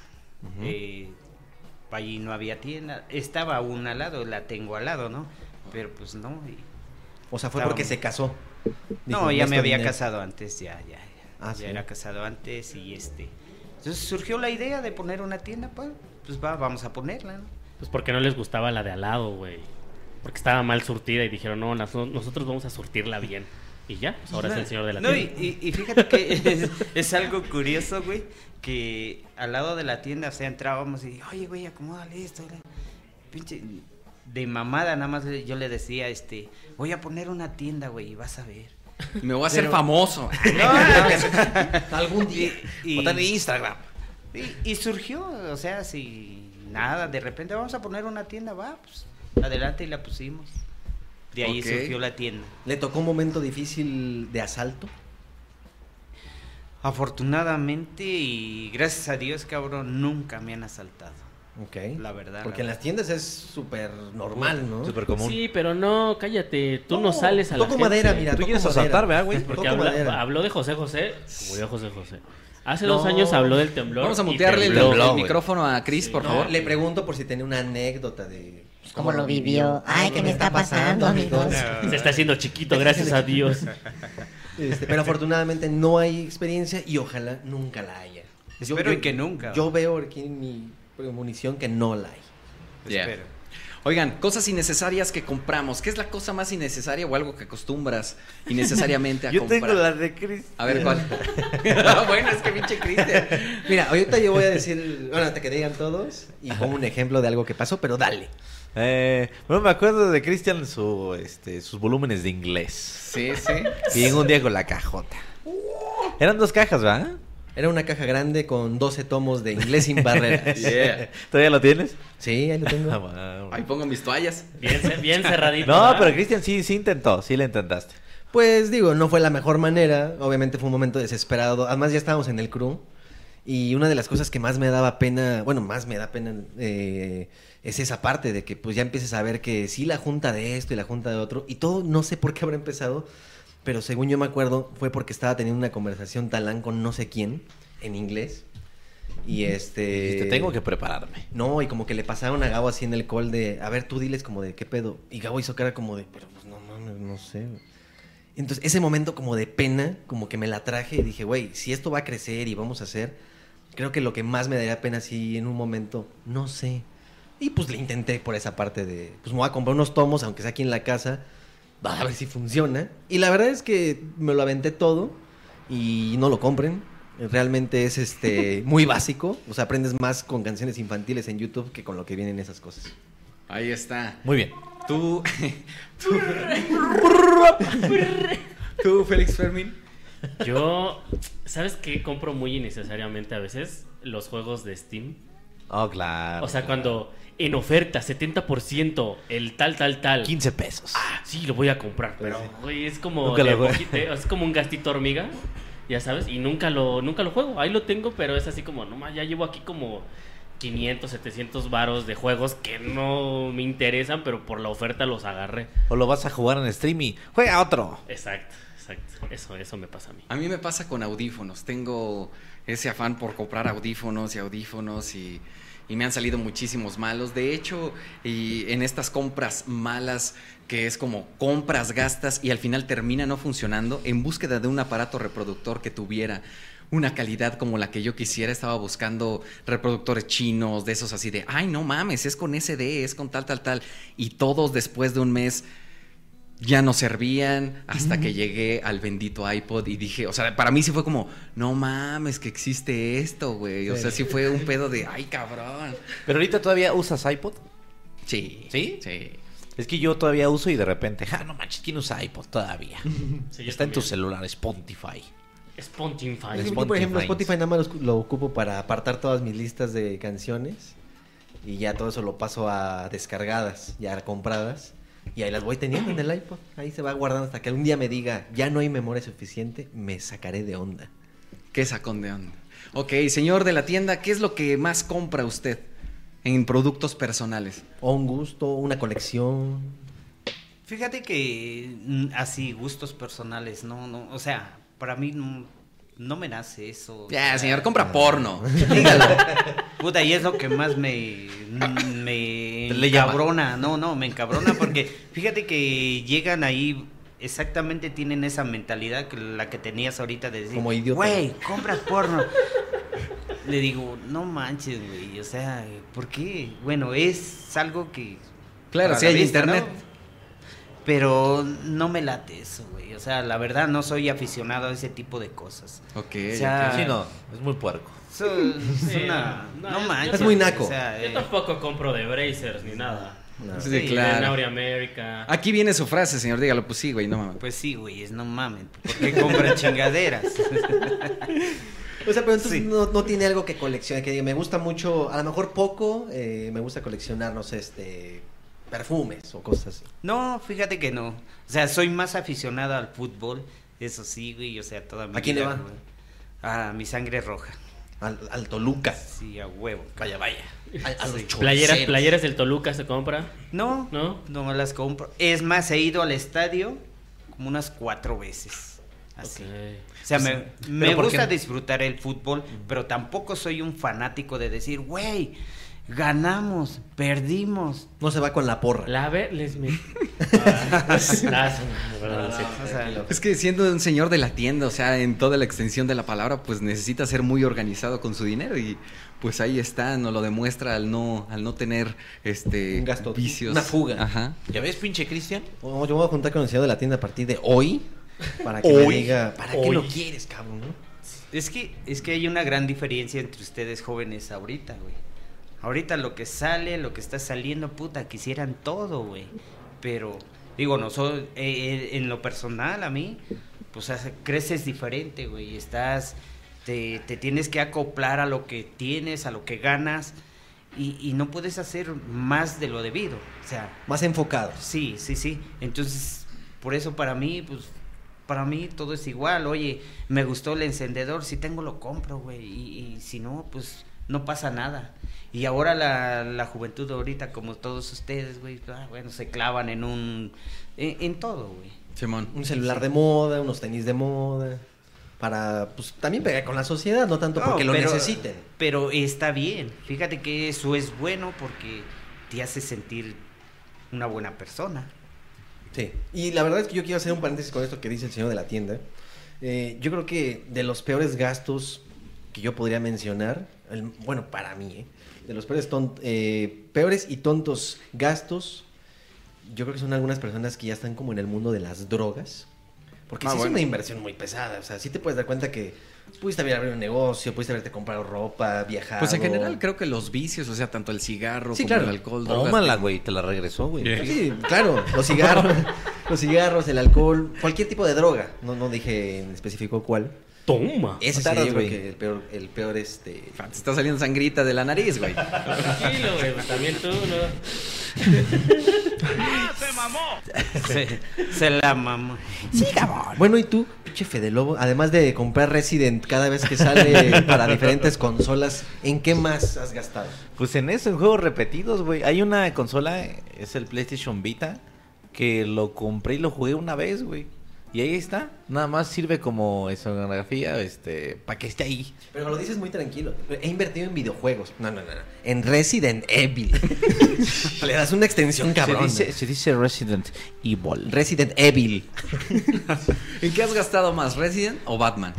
Eh, allí no había tienda. Estaba aún al lado, la tengo al lado, ¿no? Pero pues no. y O sea, fue Estaba porque muy- se casó. No, Dijo, ya me "Esto había me- casado antes, ya, ya. Ah, ya sí. era casado antes y este. Entonces surgió la idea de poner una tienda, pues, pues va, vamos a ponerla. ¿no? Pues porque no les gustaba la de al lado, güey. Porque estaba mal surtida y dijeron, no, nas- nosotros vamos a surtirla bien. Y ya, pues ahora es el señor de la No, tienda. y, y- y fíjate que es, es algo curioso, güey, que al lado de la tienda, o sea, entrábamos y, oye, güey, acomódale esto, güey". pinche, de mamada, nada más yo le decía, este, voy a poner una tienda, güey, y vas a ver. Me voy a hacer Pero- famoso. No, no. Algún día. Botan en Instagram. Y, y surgió, o sea, si nada, de repente vamos a poner una tienda, va, pues, adelante y la pusimos. De ahí Ok. surgió la tienda. ¿Le tocó un momento difícil de asalto? Afortunadamente y gracias a Dios, cabrón, nunca me han asaltado. Ok. La verdad. Porque en las tiendas es súper normal, ¿no? Sí, pero no, cállate. Tú no, No, sales a la toco madera, mira, Tú toco quieres madera. asaltar, ¿verdad, güey? Porque Toco habla- madera. habló de José José, murió José José. Hace No. dos años habló del temblor. Vamos a y mutearle el- tembló, el güey. micrófono a Chris, por No, favor. Le pregunto por si tiene una anécdota de pues, ¿Cómo lo vivió? Ay, ¿qué me está pasando, amigos? Se está haciendo chiquito, gracias a Dios. Este, pero afortunadamente no hay experiencia y ojalá nunca la haya. Espero que nunca. Yo veo aquí en mi munición que no la hay. Ya. Oigan, cosas innecesarias que compramos. ¿Qué es la cosa más innecesaria o algo que acostumbras innecesariamente a Yo comprar? tengo la de Chris. A ver, ¿cuál? Ah, bueno, es que pinche Cristian. Mira, ahorita yo voy a decir, bueno, hasta que digan todos y pongo un ejemplo de algo que pasó, pero dale. Eh, bueno, me acuerdo de Cristian su, este, sus volúmenes de inglés. Sí, sí. Y llegó un día con la cajota. Eran dos cajas, ¿verdad? Era una caja grande con 12 tomos de inglés sin barreras. Yeah. ¿Todavía lo tienes? Sí, ahí lo tengo. Ahí pongo mis toallas. Bien, ce- bien cerradito. No, ¿verdad? pero Cristian sí, sí intentó, sí le intentaste. Pues digo, no fue la mejor manera. Obviamente fue un momento desesperado. Además, ya estábamos en el crew. Y una de las cosas que más me daba pena, bueno, más me da pena, eh, es esa parte de que pues ya empieces a ver que sí la junta de esto y la junta de otro. Y todo, no sé por qué habrá empezado, pero según yo me acuerdo, fue porque estaba teniendo una conversación talán con no sé quién en inglés. Y este. Dijiste, "Tengo que prepararme". No, y como que le pasaron a Gabo así en el call de, a ver, tú diles como de qué pedo. Y Gabo hizo cara como de, pero pues no mames, no sé. Entonces, ese momento como de pena, como que me la traje y dije, güey, si esto va a crecer y vamos a hacer, creo que lo que más me daría pena si en un momento, no sé. Y pues le intenté por esa parte de, pues me voy a comprar unos tomos, aunque sea aquí en la casa, a ver si funciona. Y la verdad es que me lo aventé todo y no lo compren. Realmente es este muy básico. O sea, aprendes más con canciones infantiles en YouTube que con lo que vienen esas cosas. Ahí está. Muy bien. Tú. tú, tú, Félix Fermín. Yo, ¿sabes qué compro muy innecesariamente a veces? Los juegos de Steam. Oh, claro. O sea, cuando en oferta, 70%, el tal, tal, tal. Ah, 15 pesos. sí, lo voy a comprar. Pero, güey, es como, Nunca de lo juego. poquite- es como un gastito hormiga, ya sabes. Y nunca lo, nunca lo juego. Ahí lo tengo, pero es así como, no más, ya llevo aquí como 500, 700 varos de juegos que no me interesan, pero por la oferta los agarré. O lo vas a jugar en streaming. Juega otro. Exacto, exacto. Eso, eso me pasa a mí. A mí me pasa con audífonos. Tengo ese afán por comprar audífonos y audífonos y, y me han salido muchísimos malos. De hecho, y en estas compras malas que es como compras, gastas y al final termina no funcionando, en búsqueda de un aparato reproductor que tuviera una calidad como la que yo quisiera, estaba buscando reproductores chinos, de esos así de, ay, no mames, es con SD, es con tal, tal, tal. Y todos después de un mes ya no servían hasta Mm. que llegué al bendito iPod y dije, o sea, para mí sí fue como, no mames que existe esto, güey. O sea, sí fue un pedo de, ay, cabrón. Pero ahorita todavía usas iPod. Sí. ¿Sí? Sí. Es que yo todavía uso y de repente, ja, no manches, ¿quién usa iPod todavía? Sí, yo Está en tu también. celular, Spotify. Spotify. Yo, por ejemplo, Spotify nada más lo, lo ocupo para apartar todas mis listas de canciones y ya todo eso lo paso a descargadas, ya compradas. Y ahí las voy teniendo en el iPod. Ahí se va guardando hasta que algún día me diga, ya no hay memoria suficiente, me sacaré de onda. Qué sacón de onda. Ok, señor de la tienda, ¿qué es lo que más compra usted en productos personales? O un gusto, una colección. Fíjate que mm, así, gustos personales, no, no, o sea, para mí no, no me nace eso. Ya, O sea, señor, compra porno. Dígalo. Puta, y es lo que más me, mm, me Le llama. encabrona. No, no, me encabrona porque fíjate que llegan ahí exactamente tienen esa mentalidad que la que tenías ahorita de decir, Como idiota. güey, compras porno. Le digo, no manches, güey, o sea, ¿por qué? Bueno, es algo que... Claro, para sí la hay vista, internet. ¿no? Pero no me late eso, güey. O sea, la verdad no soy aficionado a ese tipo de cosas. Ok. O sea, ok. Sí, no, es muy puerco. Eso es Sí, una- no, no yo- manches. yo- o sea, yo eh, tampoco compro de Brazers ni nada. No. Sí, Sí, de claro. Naughty America. Aquí viene su frase, señor, dígalo, pues sí, güey, no mames. Pues sí, güey, es no mames. ¿Por qué compran chingaderas? O sea, pero entonces no, no tiene algo que coleccionar, que diga, me gusta mucho, a lo mejor poco, eh, me gusta coleccionar, no sé, este, perfumes o cosas así. No, fíjate que no. O sea, soy más aficionado al fútbol. Eso sí, güey. O sea, toda mi ¿A quién le vida, va? güey. A mi sangre roja. Al, Toluca. Sí, a huevo. Vaya, vaya. A, los Playeras, playeras del Toluca se compra. No, no, no me las compro. Es más, he ido al estadio como unas cuatro veces. Así. O sea, me, Pues, Pero me ¿por qué gusta no? disfrutar el fútbol, pero tampoco soy un fanático de decir, güey, ganamos, perdimos. No se va con la porra. La ve, les me... Ah, Es que siendo un señor de la tienda, o sea, en toda la extensión de la palabra, pues necesita ser muy organizado con su dinero y pues ahí está, nos lo demuestra al no, al no tener este Un gasto, vicios. una fuga. Ajá. ¿Ya ves, pinche Cristian? Oh, yo me voy a juntar con el señor de la tienda a partir de hoy para que me Hoy. diga, ¿para qué Hoy. lo quieres, cabrón? no? Es que, es que hay una gran diferencia entre ustedes jóvenes ahorita, güey. Ahorita lo que sale, lo que está saliendo, puta, quisieran todo, güey. Pero, digo, nosotros, eh, eh, en lo personal, a mí, pues hace- creces diferente, güey. Estás, te, te tienes que acoplar a lo que tienes, a lo que ganas. Y, y no puedes hacer más de lo debido. O sea, Más enfocado. Sí, sí, sí. Entonces, por eso para mí, pues, para mí todo es igual. Oye, me gustó el encendedor, si tengo lo compro, güey. Y, y si no, pues no pasa nada. Y ahora la, la juventud de ahorita, como todos ustedes, güey, ah, bueno, se clavan en un... en, en todo, güey. Simón. Un celular de moda, unos tenis de moda, para, pues, también pegar con la sociedad, no tanto No, porque lo pero- necesiten. Pero está bien. Fíjate que eso es bueno porque te hace sentir una buena persona. Sí. Y la verdad es que yo quiero hacer un paréntesis con esto que dice el señor de la tienda. Eh, yo creo que de los peores gastos que yo podría mencionar, el- bueno, para mí, ¿eh? de los peores, ton- eh, peores y tontos gastos, yo creo que son algunas personas que ya están como en el mundo de las drogas. Porque Ah, sí bueno. es una inversión muy pesada. O sea, sí te puedes dar cuenta que pudiste haber abrir un negocio, pudiste haberte comprado ropa, viajado. Pues en general creo que los vicios, o sea, tanto el cigarro Sí, como claro. el alcohol. drogas, pues Tómala, que- güey, te la regresó, güey. Eh. Sí, claro, los cigarros, los cigarros, el alcohol, cualquier tipo de droga. No, no dije en específico cuál. Toma. Ese Taras, sería yo güey. creo que el peor, el peor este. Te está saliendo sangrita de la nariz, güey. Tranquilo, güey. pues También tú, ¿no? Se, se la mamó. Sí, cabrón. Bueno, y tú, pinche Fede Lobo, además de comprar Resident cada vez que sale para diferentes consolas, ¿en qué más has gastado? Pues en eso, en juegos repetidos, güey. Hay una consola, es el PlayStation Vita, que lo compré y lo jugué una vez, güey. Y ahí está. Nada más sirve como escenografía, este, para que esté ahí. Pero lo dices muy tranquilo. He invertido en videojuegos. No, no, no. no. En Resident Evil. Le das una extensión cabrón. Se dice, se dice Resident Evil. Resident Evil. ¿En qué has gastado más, Resident o Batman?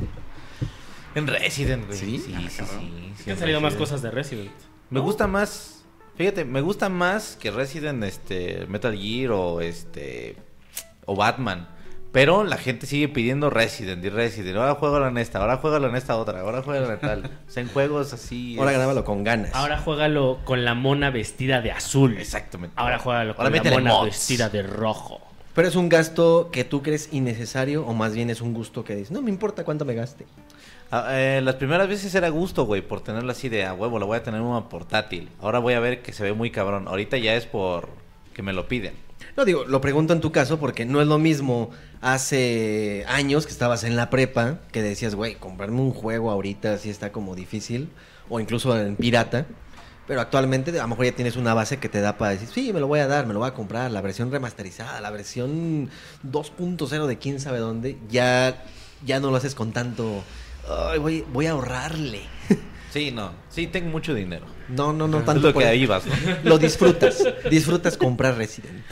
En Resident, güey. Sí, ah, sí, sí, sí, Que han salido más cosas de Resident. Me gusta más. Fíjate, me gusta más que Resident este Metal Gear o este o Batman. Pero la gente sigue pidiendo Resident y Resident. Ahora juégalo en esta, ahora juégalo en esta otra, ahora juégalo en tal. O sea, en juegos así. Ahora es- grábalo con ganas. Ahora juégalo con la mona vestida de azul. Exactamente. Ahora juégalo con Ahora la métele mona mods. vestida de rojo. Pero es un gasto que tú crees innecesario o más bien es un gusto que dices, no me importa cuánto me gaste. Ah, eh, las primeras veces era gusto, güey, por tenerlo así de a huevo, lo voy a tener en una portátil. Ahora voy a ver que se ve muy cabrón. Ahorita ya es por que me lo piden. No digo, lo pregunto en tu caso porque no es lo mismo hace años que estabas en la prepa que decías, güey, comprarme un juego ahorita sí está como difícil o incluso en pirata. Pero actualmente a lo mejor ya tienes una base que te da para decir, sí, me lo voy a dar, me lo voy a comprar, la versión remasterizada, la versión 2.0 de quién sabe dónde, ya, ya no lo haces con tanto, "Ay, güey, voy a ahorrarle. Sí, no. Sí, tengo mucho dinero. No, no, Es no, lo tanto que ahí vas, ¿no? Lo disfrutas, disfrutas comprar Resident.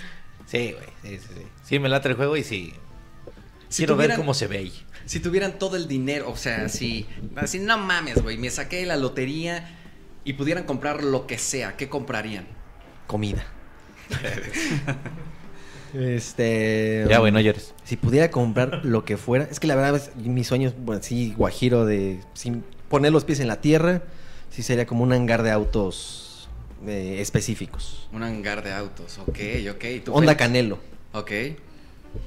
Sí, güey. Sí, sí, sí. Sí, me late el juego y sí. Quiero ver cómo se ve ahí. Si tuvieran todo el dinero, o sea, si. Así, no mames, güey. Me saqué la lotería y pudieran comprar lo que sea. ¿Qué comprarían? Comida. Este. Ya, güey, no llores. Si pudiera comprar lo que fuera. Es que la verdad, es- mi sueño es bueno, así, guajiro, de sin poner los pies en la tierra. Sí, sería como un hangar de autos eh, específicos. Un hangar de autos. Ok, ok. ¿Y tú, Onda Félix? Canelo. Ok.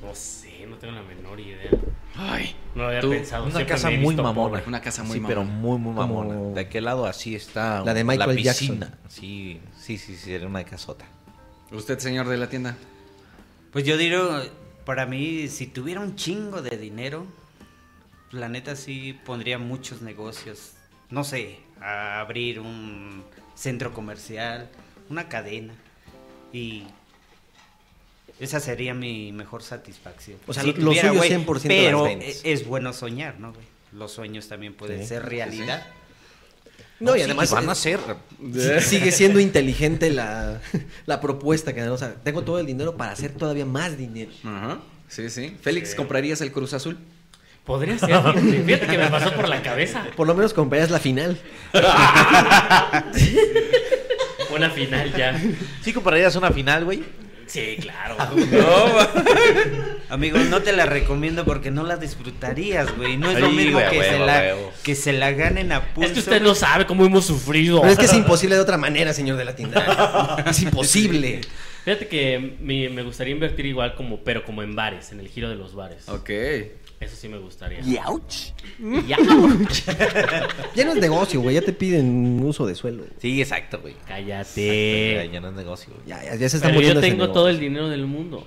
No sé, no tengo la menor idea. Ay, no lo había tú, pensado. Una siempre casa me he muy visto mamona. pobre. Una casa muy sí, mamona. pero muy, muy Como- mamona. De aquel lado así está La de Michael Jackson. piscina. Sí, sí, sí, sí, era una casota. Usted, señor de la tienda. Pues yo diría, para mí, si tuviera un chingo de dinero, la neta sí pondría muchos negocios. No sé, a abrir un centro comercial, una cadena. Y esa sería mi mejor satisfacción. O sea, Si lo- lo suyo güey, 100% de las Pero ventas. e- es bueno soñar, ¿no, güey? Los sueños también pueden Sí. ser realidad. No, y sí, además. van eh, a ser. si- Sigue siendo inteligente la, la propuesta que dan. O sea, tengo todo el dinero para hacer todavía más dinero. Ajá. Sí, sí. Félix, ¿comprarías el Cruz Azul? Podría ser, fíjate, fíjate que me pasó por la cabeza. Por lo menos comprarías la final. Una final ya. ¿Sí comprarías una final, güey? Ah, Sí, claro. Amigo, no te la recomiendo porque no la disfrutarías, güey. No es lo Sí, mismo güey, que, a se huevo, la, a huevo. que se la ganen a pulso. Es que usted no sabe cómo hemos sufrido. Pero es que es imposible de otra manera, señor de la tienda. Es imposible. Fíjate que me, me gustaría invertir igual como, pero como en bares, en el giro de los bares. Ok. Eso sí me gustaría. Yauch. Yauch. Ya no es negocio, güey. Ya te piden uso de suelo. Sí, exacto, güey. Cállate. ya no es negocio, güey. Ya, ya, ya se está Pero yo muriendo ese tengo negocio. todo el dinero del mundo.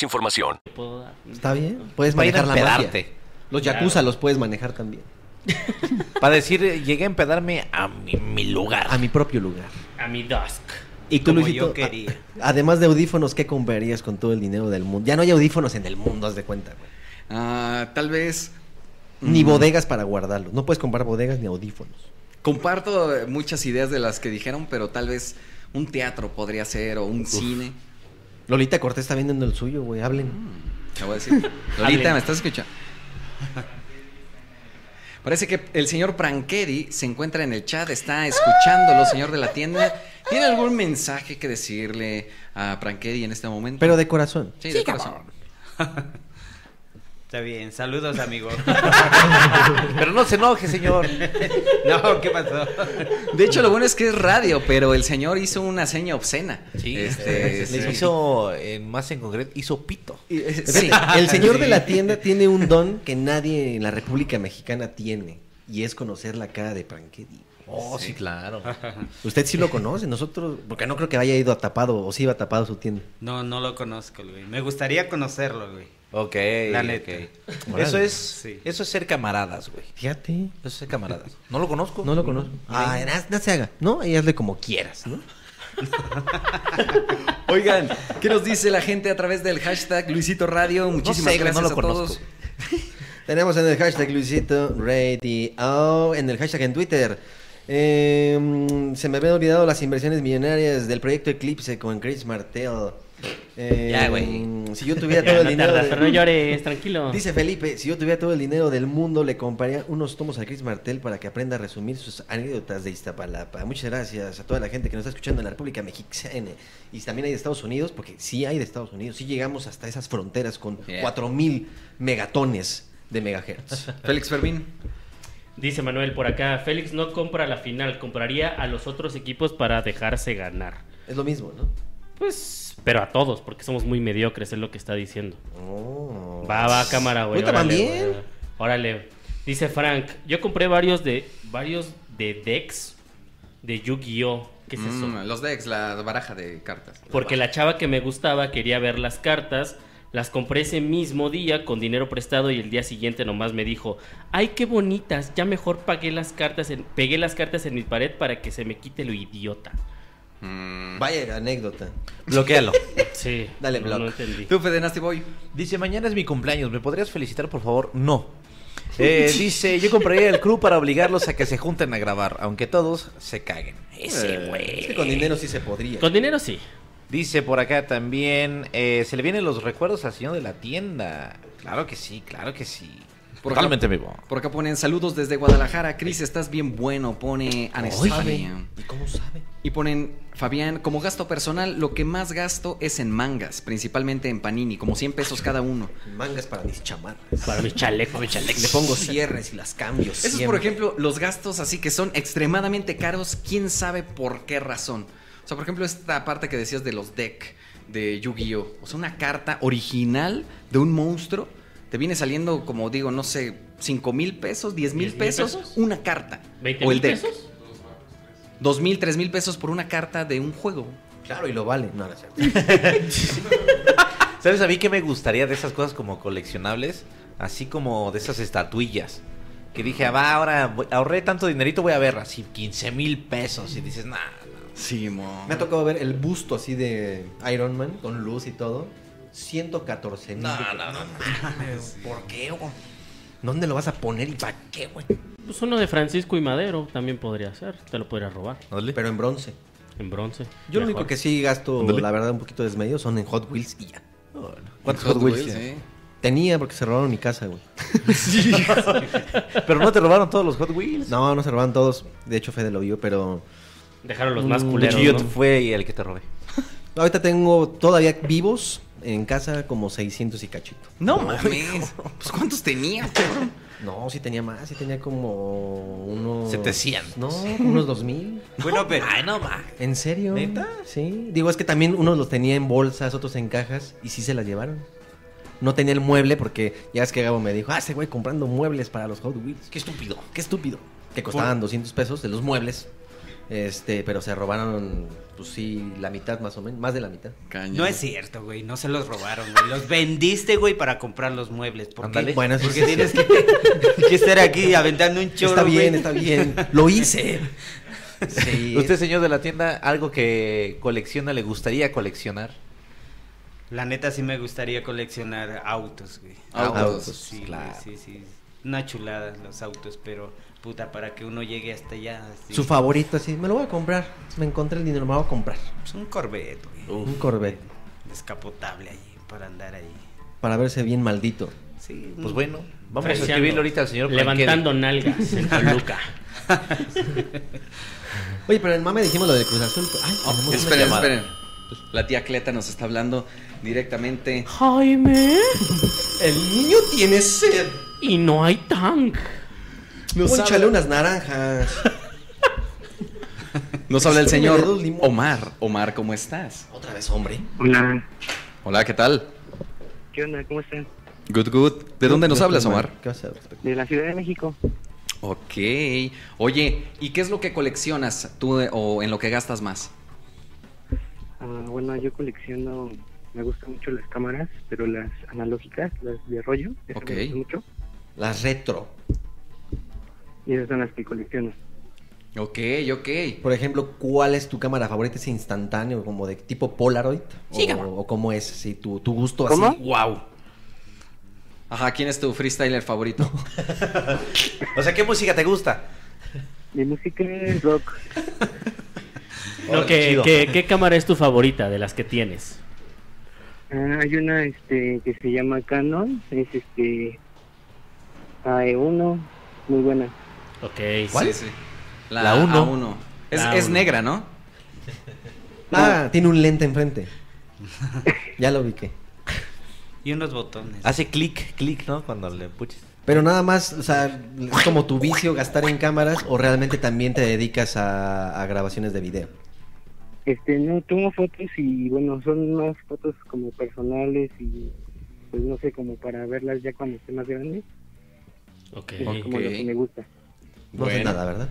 información. puedo dar. Está bien. Puedes Para ir a manejar la magia. empedarte. Los yakuza Claro. los puedes manejar también. Para decir, eh, llegué a empedarme a mi, mi lugar. A mi propio lugar. A mi dusk. Y tú, Como Luisito, yo quería. a- además de audífonos, ¿qué comprarías con todo el dinero del mundo? Ya no hay audífonos en el mundo, haz de cuenta, güey. Ah, tal vez. Ni Mm. bodegas para guardarlos. No puedes comprar bodegas ni audífonos. Comparto eh, muchas ideas de las que dijeron, pero tal vez un teatro podría ser o un cine. Lolita Cortés está vendiendo el suyo, güey. Hablen. Te voy a decir. Lolita, Hablen. ¿me estás escuchando? Parece que el señor Prancheri se encuentra en el chat, está escuchándolo, señor de la tienda. ¿Tiene algún mensaje que decirle a Prancheri en este momento? Pero de corazón. Sí, de corazón. Está bien, saludos, amigo. Pero no se enoje, señor. no, ¿qué pasó? De hecho, lo bueno es que es radio, pero el señor hizo una seña obscena. Sí, Este, les sí. hizo, eh, más en concreto, hizo pito. eh, Sí. Fíjate, El señor de la Sí. tienda tiene un don que nadie en la República Mexicana tiene. Y es conocer la cara de Pranchetti. Oh, sí, claro. Usted sí lo conoce, nosotros, porque no creo que haya ido a tapado o sí iba a tapado su tienda. No, no lo conozco, güey. Me gustaría conocerlo, güey. Ok. La ok. neta. Eso Órale. es, eso es ser camaradas, güey. Fíjate, Eso es ser camaradas. No lo conozco. no lo conozco. Ah, no, no se haga, ¿no? Y hazle como quieras, ¿no? Oigan, ¿qué nos dice la gente a través del hashtag Luisito Radio? Muchísimas sé, no gracias lo a conozco. todos. Tenemos en el hashtag Luisito Radio, en el hashtag en Twitter. Eh, se me habían olvidado las inversiones millonarias del proyecto Eclipse con Chris Martel. Eh, Ya, güey. Si yo tuviera todo el no dinero. tardas, de- pero no llores, tranquilo. Dice Felipe, si yo tuviera todo el dinero del mundo, le compraría unos tomos a Chris Martel para que aprenda a resumir sus anécdotas de Iztapalapa. Muchas gracias a toda la gente que nos está escuchando en la República Mexicana y también hay de Estados Unidos, porque sí hay de Estados Unidos, sí llegamos hasta esas fronteras con Yeah. 4000 megatones de megahertz. Félix Fermín. Dice Manuel por acá, Félix no compra la final, compraría a los otros equipos para dejarse ganar. Es lo mismo, ¿no? Pues, pero a todos, porque somos muy mediocres, es lo que está diciendo. Oh. Va, va, cámara, güey. Puta, órale, también. güey, Órale. Dice Frank, yo compré varios de varios de decks de Yu-Gi-Oh. ¿Qué es eso? Mm, los decks, la baraja de cartas. Porque la chava que me gustaba quería ver las cartas, Las compré ese mismo día con dinero prestado y el día siguiente nomás me dijo, ay, qué bonitas, ya mejor pagué las cartas en- pegué las cartas en mi pared para que se me quite lo idiota. Mm. Vaya anécdota. Bloquéalo. sí. Dale, no, block. no entendí. Tú, Fede Nasty Boy. Dice, mañana es mi cumpleaños, ¿me podrías felicitar, por favor? No. Eh, dice, yo compraría el crew para obligarlos a que se junten a grabar, aunque todos se caguen. Ese Eh, güey. es que con dinero sí se podría. Con dinero sí. Dice por acá también, eh, se le vienen los recuerdos al señor de la tienda. Claro que sí, claro que sí. Por acá- Ah, Totalmente vivo. Por acá ponen saludos desde Guadalajara. Cris, estás bien bueno, pone Anestefania. ¿Y cómo sabe? Y ponen, Fabián, como gasto personal, lo que más gasto es en mangas, principalmente en panini, como 100 pesos cada uno. Mangas para mis chamarras. Para mis chalecos. Para mis chalecos. Le pongo cierres y las cambio. Esos, por ejemplo, los gastos así que son extremadamente caros, quién sabe por qué razón. O sea, por ejemplo, esta parte que decías de los deck de Yu-Gi-Oh! O sea, una carta original de un monstruo te viene saliendo, como digo, no sé, 5 mil pesos, 10 mil ¿10,000 pesos, pesos? una carta. ¿Veinte o el mil deck. pesos? 2 mil, 3 mil pesos por una carta de un juego. Claro, y lo vale. No, no es cierto. ¿Sabes a mí qué me gustaría de esas cosas como coleccionables? Así como de esas estatuillas. Que dije, ah, va, ahora voy- ahorré tanto dinerito, voy a ver, así 15 mil pesos. Y dices, nah, Sí, mo. Me ha tocado ver el busto así de Iron Man con luz y todo. 114 mil. No, de- no, no mames, ¿Por qué, güey? ¿Dónde lo vas a poner y para qué, güey? Pues uno de Francisco y Madero también podría ser. Te lo podría robar. Pero en bronce. En bronce. Yo lo Mejor. único que sí gasto, Ándale. la verdad, un poquito desmedido son en Hot Wheels y ya. ¿Cuántos Hot Hot, Wheels? Wheels, tienes? eh? Tenía porque se robaron mi casa, güey. Pero no te robaron todos los Hot Wheels. No, no se robaron todos. De hecho, Fede lo vio, pero. Dejaron los más Mm, culeros. de hecho, yo ¿no? fue el que te robé. Ahorita tengo todavía vivos en casa como 600 y cachito. No mames. Pues cuántos tenías, cabrón? No, sí tenía más, sí tenía como unos... 700. No, unos 2000. Bueno, pero. Ay, no ma. ¿En serio? ¿Neta? Sí. Digo, es que también unos los tenía en bolsas, otros en cajas, y sí se las llevaron. No tenía el mueble porque ya es que Gabo me dijo, ah, ese güey comprando muebles para los Hot Wheels. Qué estúpido. Qué estúpido. Que costaban 200 pesos de los muebles. Este, pero se robaron, pues sí, la mitad más o menos, más de la mitad. No es cierto, güey. No se los robaron, güey. Los vendiste, güey, para comprar los muebles. ¿Por qué? Ándale. Bueno, eso Porque sí. tienes que, que estar aquí aventando un chorro, Está bien, güey. está bien. Lo hice. Sí. ¿Usted, señor de la tienda, algo que colecciona, le gustaría coleccionar? La neta sí me gustaría coleccionar autos, güey. Autos. sí, güey, claro. sí, sí. Una chulada los autos, pero puta, para que uno llegue hasta allá. así. Su favorito, así, me lo voy a comprar. Me encontré el dinero, me lo voy a comprar. Pues un Corvette, güey. Un Corvette. Descapotable ahí, para andar ahí. Para verse bien maldito. Sí. Pues bueno, vamos a Fresiano. escribirle ahorita al señor Levantando Frankel. nalgas en Toluca. Oye, pero en mame dijimos lo de Cruz Azul. Ay, tenemos una Ah, esperen, llamada. esperen. Pues, La tía Cleta nos está hablando directamente. Jaime. El niño tiene sed. Y no hay tank. Pónchale unas naranjas. Nos habla el señor Dos limones. Omar. Omar, ¿cómo estás? Otra vez, hombre. Hola, Hola, ¿qué tal? ¿qué onda? ¿Cómo están? Good, good. ¿De dónde nos hablas, Omar? ¿Qué vas a hacer? De la Ciudad de México. Ok. Oye, ¿y qué es lo que coleccionas tú eh, o en lo que gastas más? Ah, bueno, yo colecciono, me gustan mucho las cámaras, pero las analógicas, las de rollo, esas me Ok. gustan mucho. Las retro. Y esas son las que colecciono. Ok, ok. Por ejemplo, ¿cuál es tu cámara favorita? ¿Es instantáneo, como de tipo Polaroid? Sí, o, cabrón. o cómo es? Sí, tu, tu gusto ¿Cómo? así. ¡Wow! Ajá, ¿quién es tu freestyler favorito? O sea, ¿qué música te gusta? Mi música es rock. No, ¿qué, qué, qué cámara es tu favorita de las que tienes? Ah, hay una este, que se llama Canon, es este AE1, muy buena. Ok. Sí, sí. La, uno. Es, La es uno. negra, ¿no? Ah, tiene un lente enfrente. ya lo ubiqué. Y unos botones. Hace clic, clic, ¿no? Cuando le puches. Pero nada más, o sea, ¿es como tu vicio gastar en cámaras o realmente también te dedicas a, a grabaciones de video? Este, no, tomo fotos y bueno, son más fotos como personales y pues no sé, como para verlas ya cuando esté más grande. Ok. Eso es como lo que me gusta. No haces nada, ¿verdad?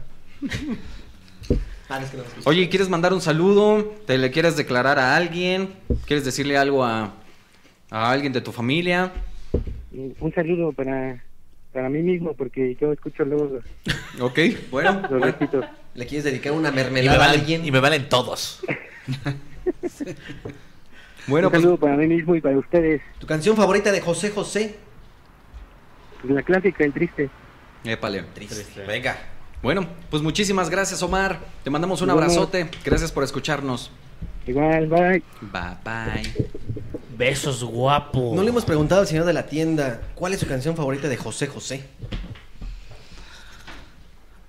Oye, ¿quieres mandar un saludo? ¿Te le quieres declarar a alguien? ¿Quieres decirle algo a, a alguien de tu familia. Eh, Un saludo para, para mí mismo, porque yo escucho luego los, Ok, bueno. los ratitos. ¿Le quieres dedicar una y me mermelada a valen, alguien? y me valen todos. un saludo para mí mismo y para ustedes. ¿Tu canción favorita de José José? La clásica, el triste. Épale. Venga. Bueno, pues muchísimas gracias, Omar. Te mandamos un Bueno. abrazote. Gracias por escucharnos. Igual, bye. Bye, bye. Besos guapo. No le hemos preguntado al señor de la tienda cuál es su canción favorita de José José.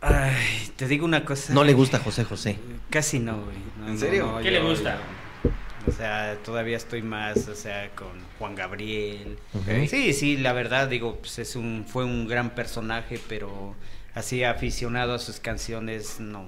Ay, te digo una cosa. No le gusta José José. Casi no, güey. No, ¿En no, serio? no, ¿Qué yo- le gusta? O sea, todavía estoy más, o sea, con Juan Gabriel. Ok. Sí, sí, la verdad, digo, pues es un, fue un gran personaje, pero así aficionado a sus canciones, no.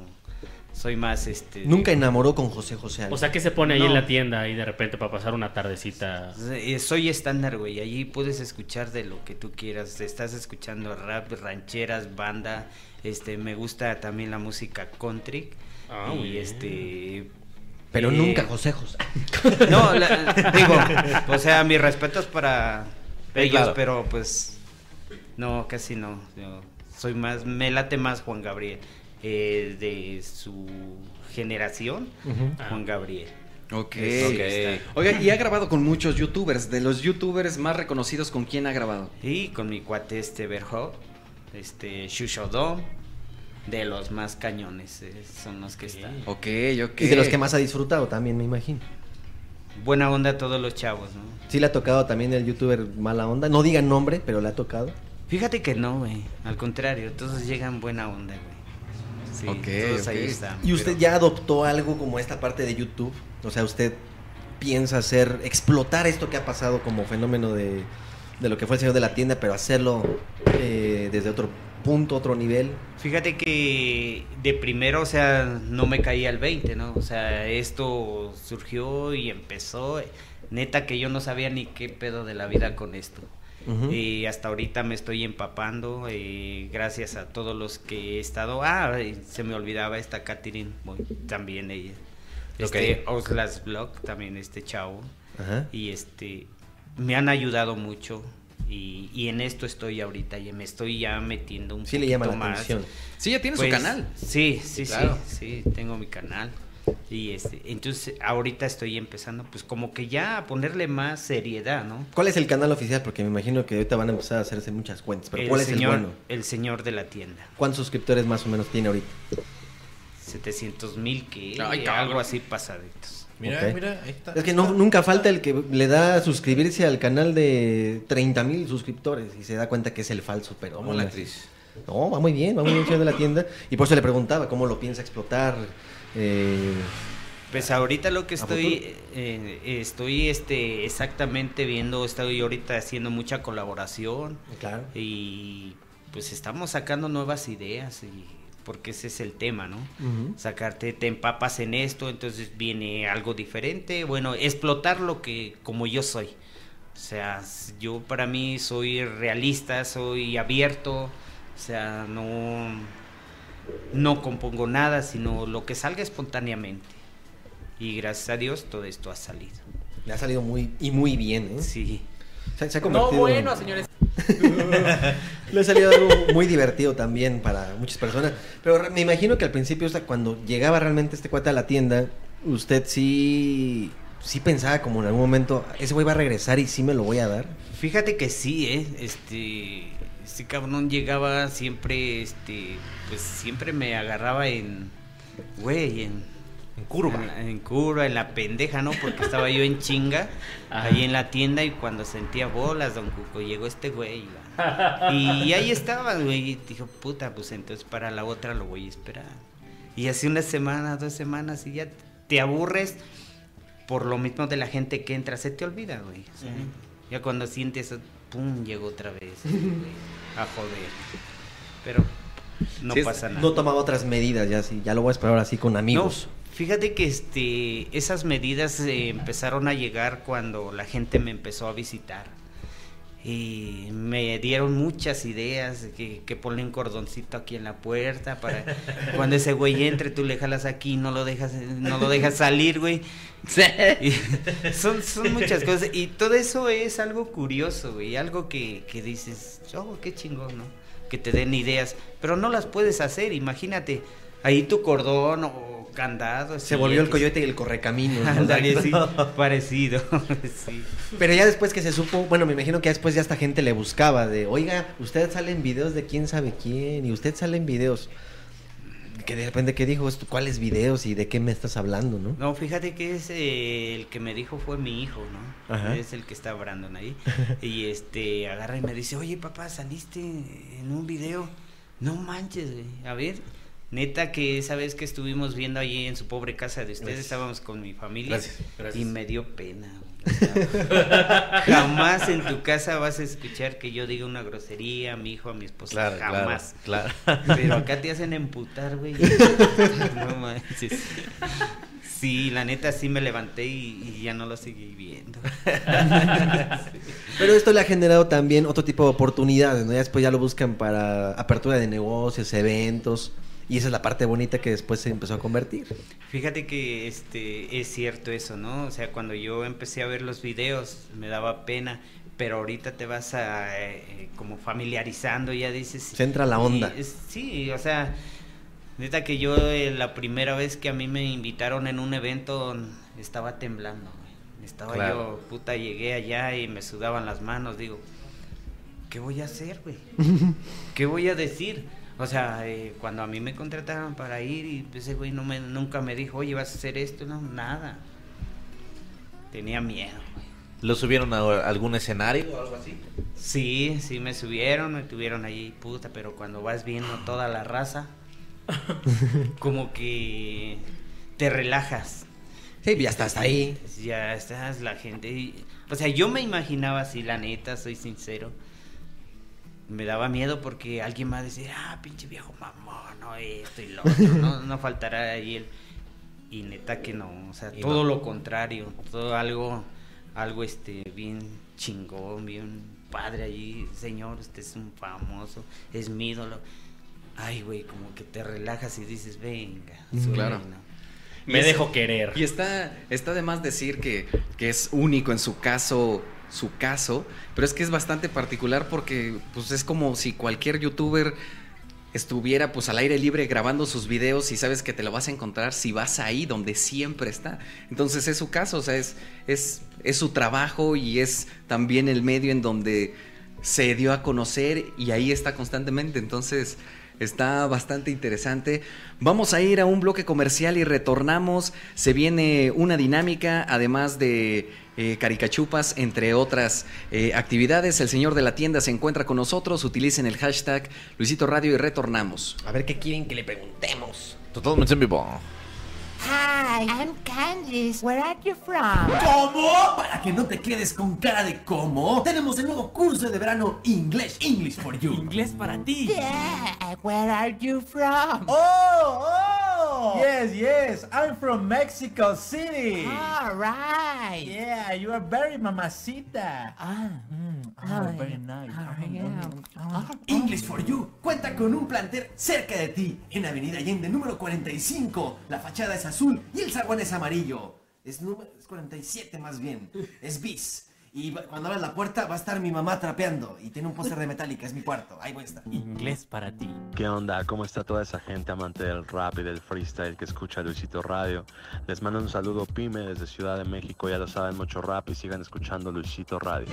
Soy más, este... Nunca enamoró con José José. Pues, O sea, ¿qué se pone ahí No. en la tienda ahí de repente para pasar una tardecita? Eh, Soy estándar, güey. Allí puedes escuchar de lo que tú quieras. Estás escuchando rap, rancheras, banda. Este, me gusta también la música country. Ah, muy y bien. este. Pero eh, nunca José José. No, la- digo, o sea, mis respetos para Sí, ellos, claro. pero pues. No, casi no. Yo soy más. Me late más Juan Gabriel. eh, de su generación, Ujú. Juan Gabriel. Ok. Es- está. Oiga, y ha grabado con muchos youtubers. De los youtubers más reconocidos, ¿con quién ha grabado? Y con mi cuate este Berho, este Shushodom, de los más cañones, eh, son los que están. Ok, ok. Y de los que más ha disfrutado también, me imagino. Buena onda a todos los chavos, ¿no? Sí le ha tocado también el youtuber mala onda. No digan nombre, pero le ha tocado. Fíjate que no, güey. Al contrario, todos llegan buena onda, güey. Sí, todos ahí están. ¿Y usted ya adoptó algo como esta parte de YouTube? O sea, ¿usted piensa hacer, explotar esto que ha pasado como fenómeno de, de lo que fue el señor de la tienda, pero hacerlo eh, desde otro punto, otro nivel? Fíjate que de primero, o sea, no me caía el 20, ¿no? O sea, esto surgió y empezó. Neta que yo no sabía ni qué pedo de la vida con esto. Ujú. Y hasta ahorita me estoy empapando eh, gracias a todos los que he estado. Ah, eh, se me olvidaba esta Katherine, bueno, también ella. Este Oslas Blog, también este chavo. Ajá. Y este, me han ayudado mucho. Y, y en esto estoy ahorita, y me estoy ya metiendo un Sí le llama poquito la más. atención. Sí, ya tiene su canal. Pues, Sí, sí, Claro. sí, sí, tengo mi canal. Y este, entonces ahorita estoy empezando, pues como que ya a ponerle más seriedad, ¿no? ¿Cuál es el canal oficial? Porque me imagino que ahorita van a empezar a hacerse muchas cuentas, pero ¿cuál es el señor, bueno? el señor de la tienda. ¿Cuántos suscriptores más o menos tiene ahorita? 700 mil que Ay, eh, cabrón. algo así pasaditos. Mira, Ok. mira, Es que no, nunca falta el que le da a suscribirse al canal de 30 mil suscriptores y se da cuenta que es el falso, pero... Como la actriz. No, va muy bien, va muy bien señor de la tienda. Y por eso le preguntaba cómo lo piensa explotar. eh, Pues ahorita lo que ¿A estoy, eh, eh, estoy este, exactamente viendo, estoy ahorita haciendo mucha colaboración. Claro. Y pues estamos sacando nuevas ideas, y, porque ese es el tema, ¿no? Ujú. Sacarte, te empapas en esto, entonces viene algo diferente. Bueno, explotar lo que, como yo soy. O sea, s- yo para mí soy realista, soy abierto, o sea, no, no compongo nada, sino lo que salga espontáneamente. Y gracias a Dios todo esto ha salido. le ha salido muy y muy bien, ¿eh? Sí. Se, se ha No, convertido en- bueno, señores. le ha salido algo muy divertido también para muchas personas. Pero re- me imagino que al principio, o sea, cuando llegaba realmente este cuate a la tienda, usted sí, sí pensaba como en algún momento, ese güey va a regresar y sí me lo voy a dar. Fíjate que sí, ¿eh? Este, este cabrón llegaba siempre, este, pues siempre me agarraba en, güey, en, curva. En, la- en curva, en la pendeja, ¿no? Porque estaba yo en chinga, ahí en la tienda y cuando sentía bolas, don Cuco, llegó este güey. va. Y ahí estaba, güey, y dijo, puta, pues entonces para la otra lo voy a esperar. Y hace una semana, dos semanas, y ya te aburres por lo mismo de la gente que entra, se te olvida, güey. O sea, Ujú. Ya cuando sientes, pum, llegó otra vez, güey, a joder. Pero no Sí, es- pasa nada. No tomaba otras medidas, ya sí, ya lo voy a esperar así con amigos. No, fíjate que este, esas medidas eh, empezaron a llegar cuando la gente me empezó a visitar. Y me dieron muchas ideas, que, que ponle un cordoncito aquí en la puerta para cuando ese güey entre, tú le jalas aquí, no lo dejas, no lo dejas salir, güey. Y son, son muchas cosas. Y todo eso es algo curioso, güey. Algo que, que dices, oh, qué chingón, ¿no? Que te den ideas. Pero no las puedes hacer, imagínate. Ahí tu cordón o candado. Se volvió el coyote y el correcamino. ¿no? Ándale, sí, Exacto. parecido. sí. Pero ya después que se supo, bueno, me imagino que ya después ya esta gente le buscaba de, oiga, usted sale en videos de quién sabe quién y usted sale en videos. Que de repente, ¿qué dijo? Esto? ¿Cuáles videos y de qué me estás hablando, no? No, fíjate que es eh, el que me dijo fue mi hijo, ¿no? Ajá. Es el que está Brandon ahí. Y este agarra y me dice, oye papá, saliste en un video. No manches, güey. A ver, neta que esa vez que estuvimos viendo ahí en su pobre casa de ustedes, Gracias. estábamos con mi familia. Gracias, gracias. Y me dio pena. güey. O sea, Jamás en tu casa vas a escuchar que yo diga una grosería a mi hijo, a mi esposa. Claro, claro, Jamás. claro. Pero acá te hacen emputar, güey. No manches. Sí, la neta sí me levanté y, y ya no lo seguí viendo. Pero esto le ha generado también otro tipo de oportunidades, ¿no? Ya después ya lo buscan para apertura de negocios, eventos. Y esa es la parte bonita que después se empezó a convertir. Fíjate que este es cierto eso, ¿no? O sea, cuando yo empecé a ver los videos me daba pena, pero ahorita te vas a eh, eh, como familiarizando, ya dices. Se entra la onda. y es- sí, o sea, neta que yo eh, la primera vez que a mí me invitaron en un evento estaba temblando, güey. Estaba Claro. yo, puta, llegué allá y me sudaban las manos, digo, ¿qué voy a hacer, güey? ¿Qué voy a decir? O sea, eh, cuando a mí me contrataron para ir y ese güey no me, nunca me dijo, oye, vas a hacer esto, no, nada. Tenía miedo. ¿Lo subieron a algún escenario o algo así? Sí, sí, me subieron, me tuvieron ahí, puta, pero cuando vas viendo toda la raza, como que te relajas. Sí, ya estás ahí. Ya estás la gente. y- O sea, yo me imaginaba así, la neta, soy sincero. Me daba miedo porque alguien va a decir, ah, pinche viejo mamón, "Oh, no esto y lo otro. No, no faltará ahí el. Y neta que no, o sea, Y todo no. lo contrario, todo algo, algo este, bien chingón, bien padre allí. Señor, usted es un famoso, es mi ídolo. Ay, güey, como que te relajas y dices, venga, Mm. soy Claro. uno". Y es- querer. Y está, está de más decir que, que es único en su caso, su caso, pero es que es bastante particular porque pues es como si cualquier youtuber estuviera pues al aire libre grabando sus videos y sabes que te lo vas a encontrar si vas ahí donde siempre está. Entonces es su caso, o sea, es, es, es su trabajo y es también el medio en donde se dio a conocer y ahí está constantemente. Entonces está bastante interesante. Vamos a ir a un bloque comercial y retornamos. Se viene una dinámica, además de eh, caricachupas, entre otras eh, actividades. El señor de la tienda se encuentra con nosotros. Utilicen el hashtag Luisito Radio y retornamos. A ver qué quieren que le preguntemos. Totalmente en vivo. Hi, I'm Candice. Where are you from? ¿Cómo? Para que no te quedes con cara de cómo, tenemos el nuevo curso de verano English, English for you. Inglés para ti. Yeah, where are you from? Oh, oh! Yes, yes, I'm from Mexico City. Ah. All right. Yeah, you are very mamacita. Ah, Oh, very nice. English for You cuenta con un planter cerca de ti, en Avenida Allende número 45. La fachada es azul y el zaguán es amarillo. Es número es 47 más bien. Es bis. Y va- cuando abras la puerta va a estar mi mamá trapeando y tiene un póster de Metallica, es mi cuarto. Ahí voy a estar. Inglés para ti. ¿Qué onda? ¿Cómo está toda esa gente amante del rap y del freestyle que escucha Luisito Radio? Les mando un saludo pyme desde Ciudad de México, ya lo saben mucho rap y sigan escuchando Luisito Radio.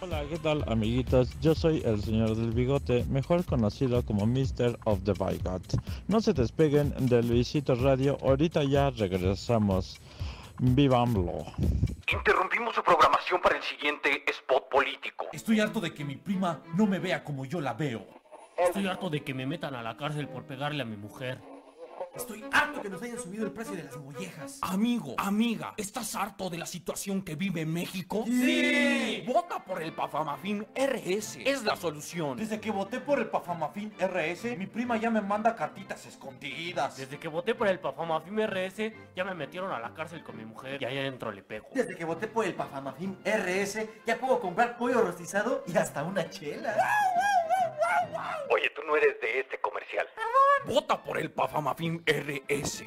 Hola, ¿qué tal amiguitos? Yo soy el señor del bigote, mejor conocido como Mr. of the Bigot. No se despeguen de Luisito Radio, ahorita ya regresamos. Viva AMLO. Interrumpimos su programación para el siguiente spot político. Estoy harto de que mi prima no me vea como yo la veo. Estoy harto de que me metan a la cárcel por pegarle a mi mujer. Estoy harto que nos hayan subido el precio de las mollejas. Amigo, amiga, ¿estás harto de la situación que vive México? ¡Sí! Vota por el Pafamafín RS. Es la solución. Desde que voté por el Pafamafín RS, mi prima ya me manda cartitas escondidas. Desde que voté por el Pafamafim RS, ya me metieron a la cárcel con mi mujer y ahí adentro le pego. Desde que voté por el Pafamafín RS, ya puedo comprar pollo rostizado y hasta una chela. Oye, tú no eres de este comercial. Vota por el Pafamafín RS.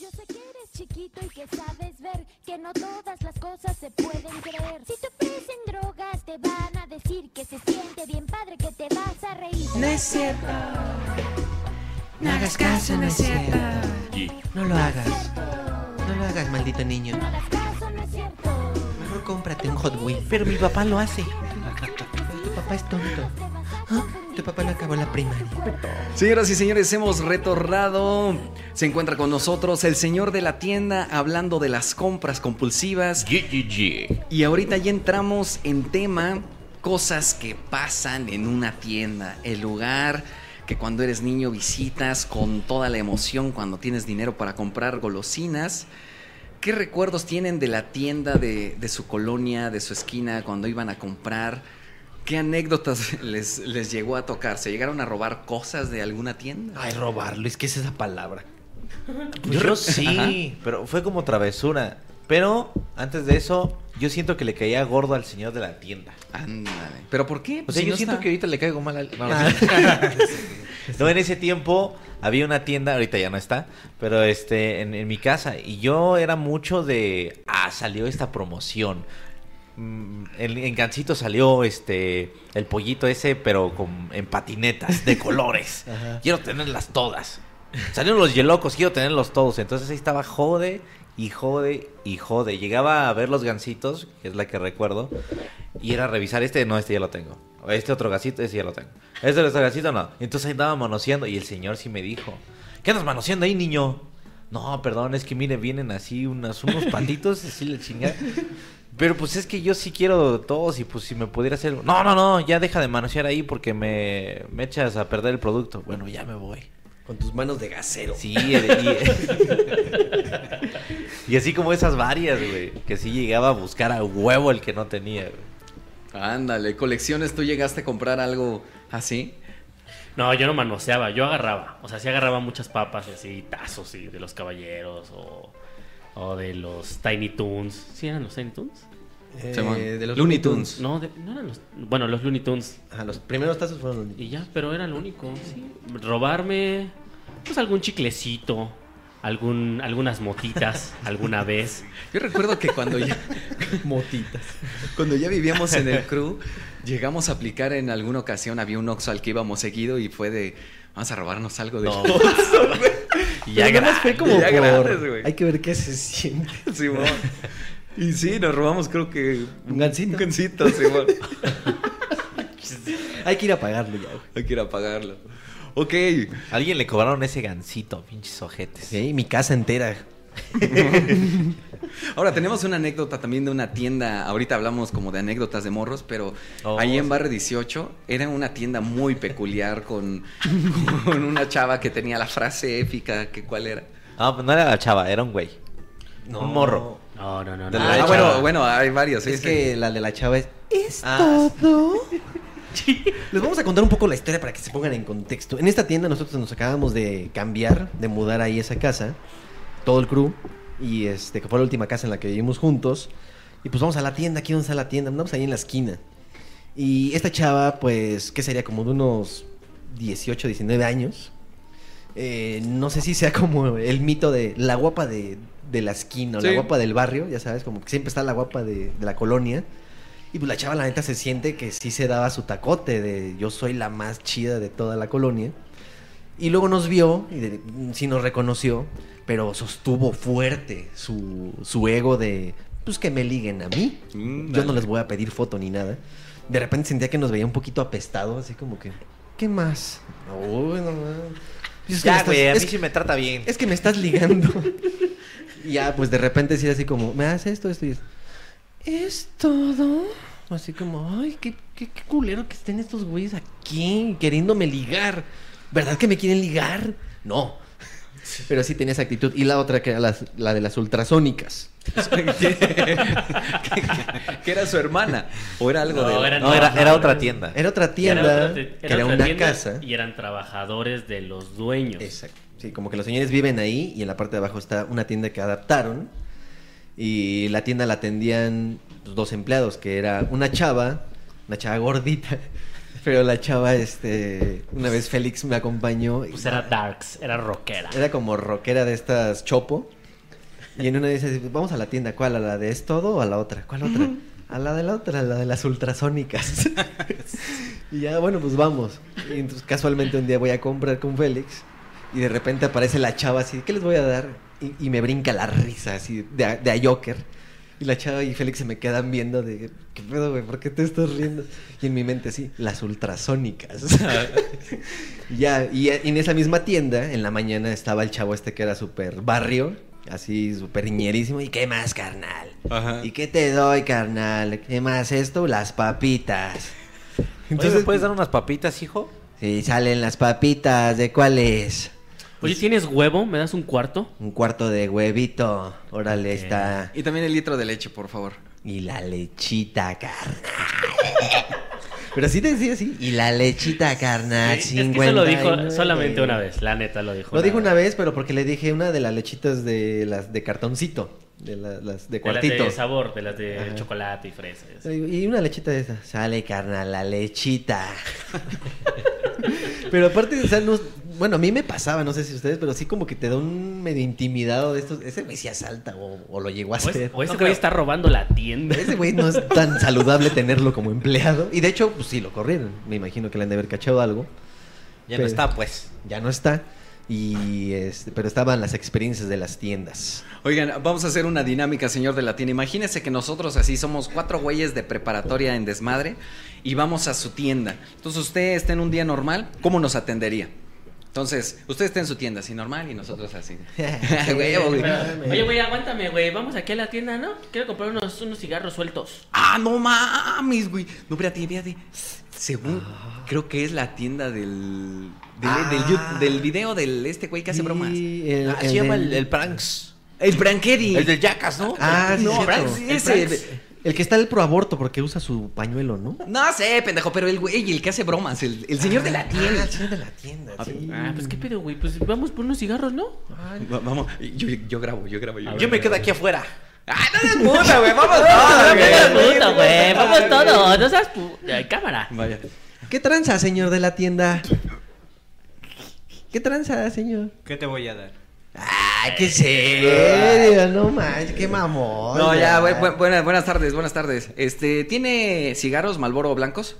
Yo sé que eres chiquito y que sabes ver que no todas las cosas se pueden creer. Si te ofrecen drogas te van a decir que se siente bien padre que te vas a reír. No es cierto. No hagas caso, no es cierto. No lo hagas. No lo hagas, maldito niño. Mejor cómprate un Hot Wheels. Pero mi papá lo hace. Tu papá es tonto. Ah, Tu papá no acabó la primaria. Señoras y señores, hemos retornado. Se encuentra con nosotros el señor de la tienda hablando de las compras compulsivas. Y ahorita ya entramos en tema cosas que pasan en una tienda, el lugar que cuando eres niño visitas con toda la emoción cuando tienes dinero para comprar golosinas. ¿Qué recuerdos tienen de la tienda de, de su colonia, de su esquina, cuando iban a comprar? ¿Qué anécdotas les, les llegó a tocar? ¿Se llegaron a robar cosas de alguna tienda? Ay, robarlo, es que es esa palabra. Pues yo sí, pero fue como travesura. Pero antes de eso, yo siento que le caía gordo al señor de la tienda. Ándale. ¿Pero por qué? Pues O sea, Si yo no siento está- que ahorita le caigo mal al. No, No, en ese tiempo había una tienda, ahorita ya no está, pero este, en, en mi casa. Y yo era mucho de. Ah, salió esta promoción. Mm, En, en Gansito salió este el pollito ese, pero con, en patinetas de colores. Ajá. Quiero tenerlas todas. Salieron los yelocos, quiero tenerlos todos. Entonces ahí estaba jode y jode y jode. Llegaba a ver los gansitos, que es la que recuerdo, y era revisar este, no, este ya lo tengo. O Este otro gansito, este ya lo tengo. Este otro gansito no. Entonces ahí andaba manoseando y el señor sí me dijo, ¿qué andas manoseando ahí, niño? No, perdón, es que mire, vienen así unas, unos patitos, así le chingan. Pero pues es que yo sí quiero todos y pues si me pudiera hacer... No, no, no, ya deja de manosear ahí porque me, me echas a perder el producto. Bueno, ya me voy. Con tus manos de gasero. Sí, eh, y- y, y así como esas varias, güey. Que sí llegaba a buscar a huevo el que no tenía, Ándale, colecciones, ¿tú llegaste a comprar algo así? No, yo no manoseaba, yo agarraba. O sea, sí agarraba muchas papas y así, tazos y de los caballeros o, o de los Tiny Toons. ¿Sí eran los Tiny Toons? Eh, Simón. de los Looney Tunes. No, de- no eran los. Bueno, los Looney Tunes. Ajá, los primeros tazos fueron los Looney Y ya, pero era lo único. Sí. Robarme. Pues algún chiclecito. Algún, algunas motitas alguna vez. Yo recuerdo que cuando ya. Motitas. Cuando ya vivíamos en el crew, llegamos a aplicar en alguna ocasión, había un Oxxo al que íbamos seguido y fue de. Vamos a robarnos algo de No. Oxxo, güey. Ya Pero nada más fue como ya por- grandes, güey. Hay que ver qué se siente. Simón. Y sí, nos robamos creo que Un gancito. un gancito, Simón. Hay que ir a pagarlo ya. Hay que ir a pagarlo. Ok. Alguien le cobraron ese gancito, pinches ojetes. Sí, mi casa entera. Ahora tenemos una anécdota también de una tienda. Ahorita hablamos como de anécdotas de morros, pero Oh, ahí en sí. Barrio 18 era una tienda muy peculiar con, con una chava que tenía la frase épica, que cuál era. Ah, pues no era la chava, era un güey. No. Un morro. No, no, no. De Ah, la chava. bueno, bueno, hay varios. Ah, Es que la de la chava es... ¿Es todo? Ah. Les vamos a contar un poco la historia para que se pongan en contexto. En esta tienda nosotros nos acabamos de cambiar, de mudar ahí a esa casa, todo el crew, y este que fue la última casa en la que vivimos juntos. Y pues vamos a la tienda, aquí vamos a la tienda, andamos ahí en la esquina. Y esta chava, pues, ¿qué sería? Como de unos 18, 19 años. Eh, no sé si sea como el mito de la guapa de, de la esquina o la Sí. guapa del barrio, ya sabes, como que siempre está la guapa de, de la colonia. Y pues la chava, la neta, se siente que sí se daba su tacote de yo soy la más chida de toda la colonia. Y luego nos vio y de- sí nos reconoció, pero sostuvo fuerte su, su ego de pues que me liguen a mí. Mm, Yo no les voy a pedir foto ni nada. De repente sentía que nos veía un poquito apestado, así como que, ¿qué más? Uy, no mames. Y es que me Ya, estás- güey, a mí es- sí me trata bien. es que me estás ligando. y ya, pues de repente decir así como, ¿me haces esto, esto y esto? ¿Es todo? Así como, ay, qué, qué, qué culero que estén estos güeyes aquí queriéndome ligar. ¿Verdad que me quieren ligar? No. Pero sí tenía esa actitud. Y la otra que era las- la de las ultrasónicas. que era su hermana. O era algo No, de. eran- No, era- era otra tienda. Era otra tienda, Era otra- que era era otra una tienda casa. Y eran trabajadores de los dueños. Exacto. Sí, como que los señores viven ahí y en la parte de abajo está una tienda que adaptaron. Y la tienda la atendían pues, dos empleados, que era una chava, una chava gordita. Pero la chava, este, una vez Félix me acompañó. y- Pues era darks, era rockera. era como rockera de estas chopo. Y en una de esas, vamos a la tienda, ¿cuál? ¿A la de es todo o a la otra? ¿Cuál otra? A la de la otra, a la de las ultrasónicas. y ya, bueno, pues vamos. Y entonces casualmente un día voy a comprar con Félix y de repente aparece la chava así, ¿qué les voy a dar? Y, y me brinca la risa así de a, de a Joker. Y la chava y Félix se me quedan viendo de, ¿qué pedo, güey? ¿Por qué te estás riendo? Y en mi mente así, las ultrasónicas. Ya, y en esa misma tienda, en la mañana estaba el chavo este que era súper barrio, así súper ñerísimo. ¿Y qué más, carnal? ¿Y qué te doy, carnal? ¿Qué más esto? Las papitas. Entonces, puedes dar unas papitas, hijo? Sí, salen las papitas. ¿De cuáles? Oye, ¿tienes huevo? ¿Me das un cuarto? Un cuarto de huevito. Órale, está. Y también el litro de leche, por favor. Y la lechita, carnal. Pero sí te decía así. Y la lechita, carnal. es que eso lo dijo 59. solamente una vez, la neta lo dijo. Lo una dijo una vez, pero porque le dije una de las lechitas de las de cartoncito, de la- las de De las cuartito. de sabor, de las de Ajá. chocolate y fresas. Y una lechita de esa. Sale, carnal, la lechita. pero aparte, o sea, no- bueno, a mí me pasaba, no sé si ustedes, pero sí como que te da un medio intimidado de estos. Ese güey sí asalta o, o lo llegó a O, es- hacer. o Pues, ese güey está robando la tienda. Ese güey no es tan saludable tenerlo como empleado. Y de hecho, pues sí, lo corrieron. Me imagino que le han de haber cachado algo. Ya no está, pues. Ya no está. Y este, pero estaban las experiencias de las tiendas. Oigan, vamos a hacer una dinámica, señor de la tienda. Imagínense que nosotros así somos cuatro güeyes de preparatoria en desmadre y vamos a su tienda. Entonces usted está en un día normal, ¿cómo nos atendería? Entonces, usted está en su tienda así normal y nosotros así. Huevo, güey. Oye, güey, aguántame, güey. Vamos aquí a la tienda, ¿no? Quiero comprar unos, unos cigarros sueltos. Ah, no mames, güey. No, espérate, espérate. Según, creo que es la tienda del. Del, del yu- del video del este güey que hace bromas. el- Ah, el se llama del- Ah. el, el Pranks. El Prankeri. El del Jackass, ¿no? Ah, sí, no, es cierto. Pranks. El Ese. Pranks. El que está el proaborto porque usa su pañuelo, ¿no? No sé, pendejo, pero el güey, el que hace bromas, el, el señor de la tienda. el señor de la tienda, Ah, pues qué pedo, güey. Pues vamos por unos cigarros, ¿no? Vamos, yo, yo grabo, yo grabo. Yo, Yo me quedo aquí afuera. Ah, puta, güey, vamos todos, güey. puta, güey, vamos todos, no seas pu- Ay, cámara. Vaya. ¿Qué tranza, señor de la tienda? ¿Qué tranza, señor? ¿Qué te voy a dar? Ah, qué serio, no manches, qué mamón. No, ya, güey, güey. bu- buenas, buenas tardes, buenas tardes. Este, ¿tiene cigarros Malboro blancos?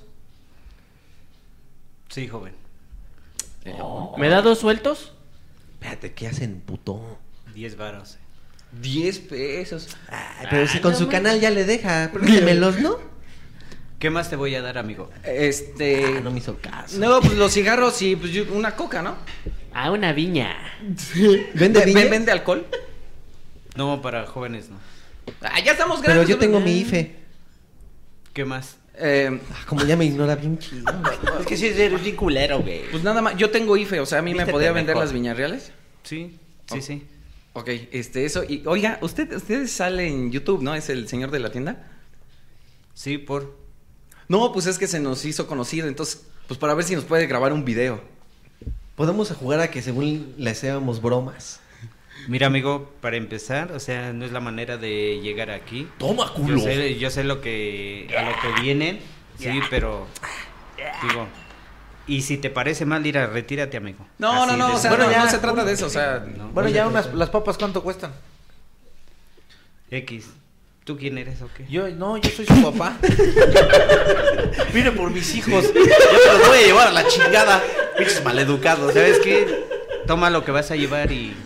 Sí, joven. ¿Me da dos sueltos? Espérate, ¿qué hacen, puto? 10 varos. Ah, 10 pesos. Ah, Pero si con su canal ya le deja, los ¿no? ¿Qué más te voy a dar, amigo? Este. no me hizo caso. No, pues los cigarros y pues, yo- una coca, ¿no? Ah, una viña. ¿Vende, ¿Vende, alcohol? No, para jóvenes no. Ah, ya estamos Pero grandes. yo tengo mi ¿verdad? IFE. ¿Qué más? Ah, Como ya me ignora bien chido. Es que sí, es bien culero, güey. Pues nada más, yo tengo IFE, o sea, a mí me Vístete podía vender mejor. las viñarreales. Sí, sí, Oh. sí. Ok, este, eso. Y oiga, usted, usted sale en YouTube, ¿no? ¿Es el señor de la tienda? Sí, por. No, pues es que se nos hizo conocido, entonces, pues para ver si nos puede grabar un video. Podemos jugar a que según le hacíamos bromas. Mira, amigo, para empezar, o sea, no es la manera de llegar aquí. Toma, Yo culo. sé, yo sé lo que, a lo que vienen, sí, pero digo, y si te parece mal, ir a retírate, amigo. No, Así no, no, de o sea, simple. no, no se trata de eso, o sea. Bueno, ya unas- las papas, ¿cuánto cuestan? X. ¿Tú quién eres o qué? Yo, no, yo soy su papá. Vine por mis hijos. Ya me los voy a llevar a la chingada. Pinches maleducados, ¿Sabes ¿sabes qué? qué? Toma lo que vas a llevar y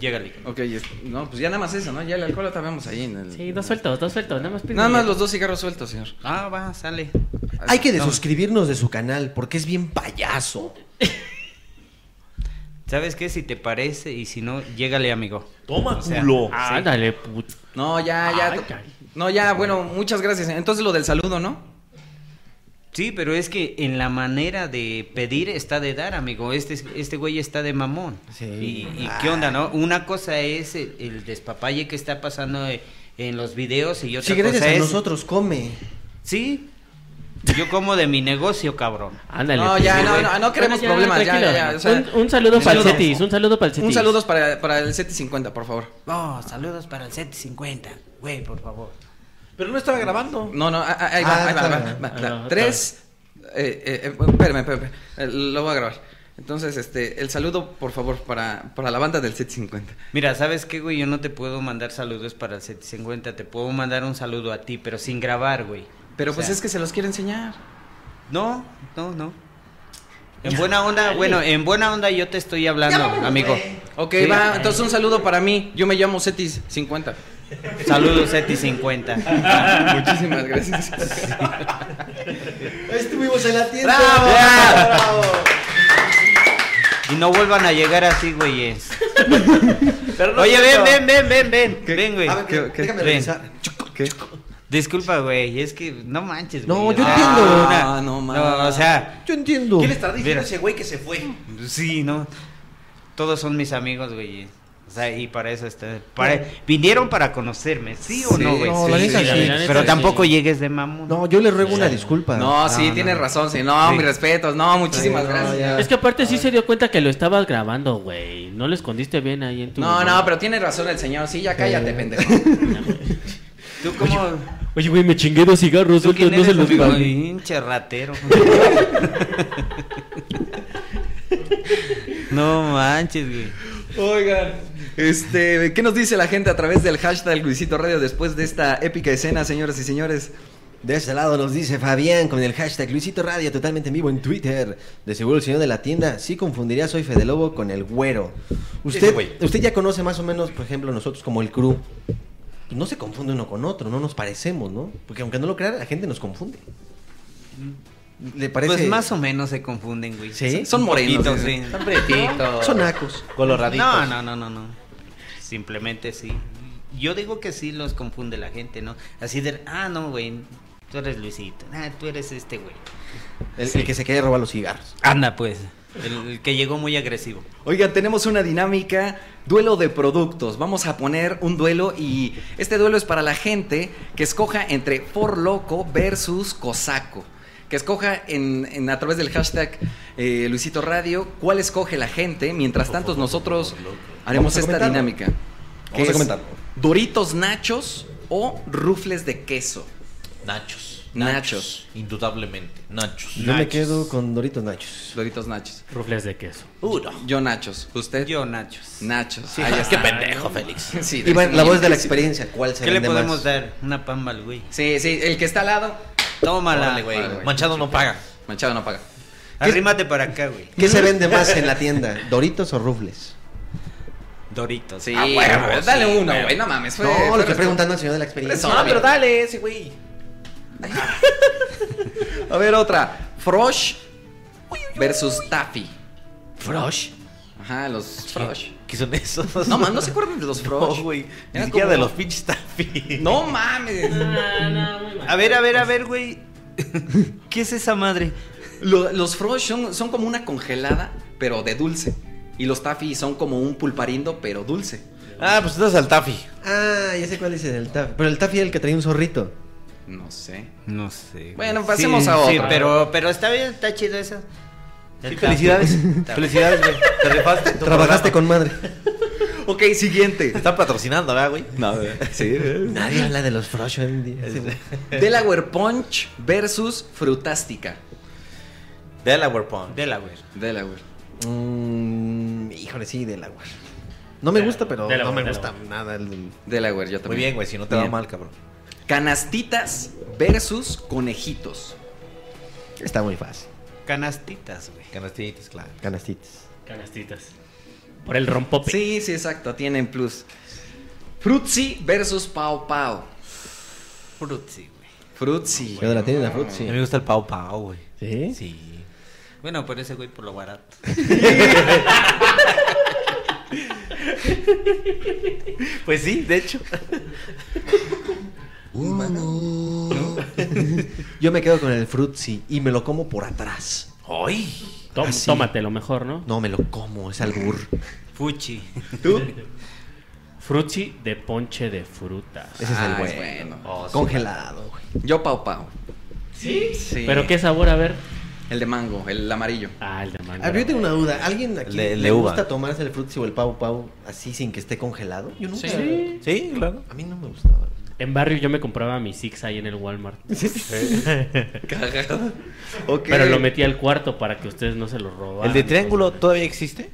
llégale. Ok, es- no, pues ya nada más eso, ¿no? Ya el alcohol lo vemos ahí en el. Sí, dos sueltos, dos sueltos, nada más Nada más los dos cigarros sueltos, señor. Ah, va, sale. Hay que No, desuscribirnos de su canal porque es bien payaso. ¿Sabes qué? Si te parece y si no, llégale, amigo. Toma, O sea, culo. sí. Ándale, No, ya, ya. no, ya, bueno, muchas gracias. Entonces lo del saludo, ¿no? Sí, pero es que en la manera de pedir está de dar, amigo. Este, es- este güey está de mamón. ¿Y, y qué onda, no? Una cosa es el, el despapalle que está pasando eh, en los videos y otra Si gracias cosa a es... nosotros, come. Sí, yo como de mi negocio, cabrón. Ándale, No, pues, ya, sí, no, güey. no, no queremos Bueno, ya, problemas. Ya, tranquilo. ya, ya, o sea, Un- un saludo para el Cetis, un saludo para el Un Cetis. saludo para, para el Cetis 50, por favor. No, saludos para el set 50. Güey, por favor. Pero no estaba grabando. No, no, ah, ah, ahí va, Ah, ahí va, está ahí bien. va, va, Ah, no, va. Tres. eh, eh, eh, espérame, espérame. eh, Lo voy a grabar. Entonces, este, el saludo, por favor, para, para la banda del Set 50. Mira, ¿sabes qué, güey? Yo no te puedo mandar saludos para el set 50. Te puedo mandar un saludo a ti, pero sin grabar, güey. Pero O pues sea, es que se los quiero enseñar. No, no, no. En buena onda, bueno, en buena onda yo te estoy hablando, amigo. Ok, Sí. va. Entonces, un saludo para mí. Yo me llamo Cetis 50. Saludos, Cetis 50. Muchísimas gracias. Estuvimos en la tienda. Y no vuelvan a llegar así, güeyes. Oye, ven, ven, ven, ven, ven. Ven, güey. déjame Ven. revisar. Disculpa, güey, es que no manches, güey. No, yo O sea, entiendo. una- Ah, no, ma. No, o sea, Yo entiendo. ¿Qué le estará diciendo Mira. a ese güey que se fue? sí, no. Todos son mis amigos, güey. O sea, y para eso está. para- vinieron para conocerme, ¿sí o Sí, no, güey? no, la neta sí. La neta Pero sí. tampoco llegues de mamón. No, yo le ruego una disculpa. No, sí, tienes razón. Sí, no, Sí. mis respetos. No, muchísimas gracias. Es que aparte sí se dio cuenta que lo estabas grabando, güey. No lo escondiste bien ahí en tu. No, no, pero tiene razón el señor. Sí, Eh. ya cállate, pendejo. ¿Tú cómo? Oye, güey, me chingué dos cigarros, ¿Tú sueltos, quién no se eres, los amigo? pagué. Pinche ratero. no manches, güey. Oigan, este, ¿qué nos dice la gente a través del hashtag Luisito Radio después de esta épica escena, señoras y señores? De este lado nos dice Fabián con el hashtag Luisito Radio totalmente en vivo en Twitter. De seguro el señor de la tienda sí confundiría Soy Fede Lobo con el güero. Ese Usted, güey. usted ya conoce más o menos, por ejemplo, nosotros como el crew. Pues No se confunde uno con otro, no nos parecemos, ¿no? Porque aunque no lo crean, la gente nos confunde. ¿Le parece? Pues más o menos se confunden, güey. ¿Sí? Son morenos. Poquito, sí. sí. Son pretitos. Son nacos. Coloraditos. Coloraditos. No, no, no, no, no. Simplemente sí. Yo digo que sí los confunde la gente, ¿no? Así de, ah, no, güey, tú eres Luisito. Ah, tú eres este, güey. El, Sí. el que se quiere robar los cigarros. Anda, pues. El, el que llegó muy agresivo. Oigan, tenemos una dinámica, duelo de productos. Vamos a poner un duelo y este duelo es para la gente que escoja entre For Loco versus Cosaco. Que escoja en, en- a través del hashtag eh, Luisito Radio cuál escoge la gente. Mientras tanto, nosotros haremos Vamos a esta comentarlo. dinámica. Vamos que a es comentarlo. Doritos Nachos o rufles de queso. Nachos. Nachos. Indudablemente, nachos. Yo me quedo con Doritos Nachos. Doritos Nachos. Rufles de queso. Yo Nachos. ¿Usted? Yo Nachos. Nachos. Sí, Ah, Ahí qué está. este pendejo, Félix. Sí, Iván, la voz de la experiencia, ¿cuál se ¿Qué le vende podemos más? dar? Una pamba al güey. Sí, sí, el que está al lado. Tómala. Órale, güey. Órale, güey. Manchado no paga. Manchado no paga. Arrímate para acá, güey. ¿Qué se vende más en la tienda? ¿Doritos o rufles? Doritos. Sí, Ah, huevo, güey, dale sí, uno, huevo. güey, no mames. No, lo que preguntando al señor de la experiencia. No, pero dale ese güey. A ver, otra. Frosh versus Taffy. ¿Frosh? Ajá, los Frosh. ¿Qué son esos? No, man, no se acuerdan de los Frosh. No, güey. Ni Era siquiera como- de los pinches Taffy. No mames. A ver, a ver, Pues, a ver, güey. ¿Qué es esa madre? los Frosh son, son como una congelada, pero de dulce. Y los Taffy son como un pulparindo, pero dulce. Ah, pues entonces al Taffy. Ah, ya sé cuál es el Taffy. Pero el Taffy era el que traía un zorrito. No sé. No sé. Bueno, güey. pasemos Sí, a Sí, otra. pero, pero está bien, está chido eso. Sí, felicidades. felicidades, güey. Te rifaste. en tu Trabajaste programa. con madre. Ok, siguiente. Te están patrocinando, ¿verdad, güey? No, sí. Nadie habla de los Frosh hoy en día. Delaware Punch versus Frutástica. Delaware Punch. Delaware. Delaware. Mm, híjole, sí, Delaware. No me gusta, pero no me Delaware, gusta nada el del- Delaware, yo también. bien, güey, si no te va mal, cabrón. Canastitas versus conejitos. Está muy fácil. Canastitas, güey. Canastitas, claro. Canastitas. Canastitas. Por el rompope. Sí, sí, exacto, tienen plus. Frutzi versus Pau Pau. Frutzi, güey. Frutzi. ¿Dónde la tienen la Frutzi? A mí me gusta el Pau Pau, güey. ¿Sí? Sí. Bueno, por ese güey, por lo barato. Pues sí, de hecho. Yo me quedo con el Frutzi y me lo como por atrás. ¡Ay! Tó- tómatelo mejor, ¿no? No, me lo como, es albur. Fuchi. ¿Tú? Fruchi de ponche de frutas. Ese es el Ah, bueno. es bueno. Oh, sí. Congelado, güey. Yo Pau Pau. ¿Sí? Sí. ¿Pero qué sabor? A ver. El de mango, el amarillo. Ah, el de mango. A ver, yo tengo una duda. ¿Alguien aquí Le- le, le uva. gusta tomarse el Frutzi o el Pau Pau así sin que esté congelado? Yo nunca. Sí. Sí, claro. A mí no me gustaba. En barrio yo me compraba mi Six ahí en el Walmart. Cagado. Ok. Pero lo metí al cuarto para que ustedes no se lo Ah, robaran. ¿El de triángulo todavía existe?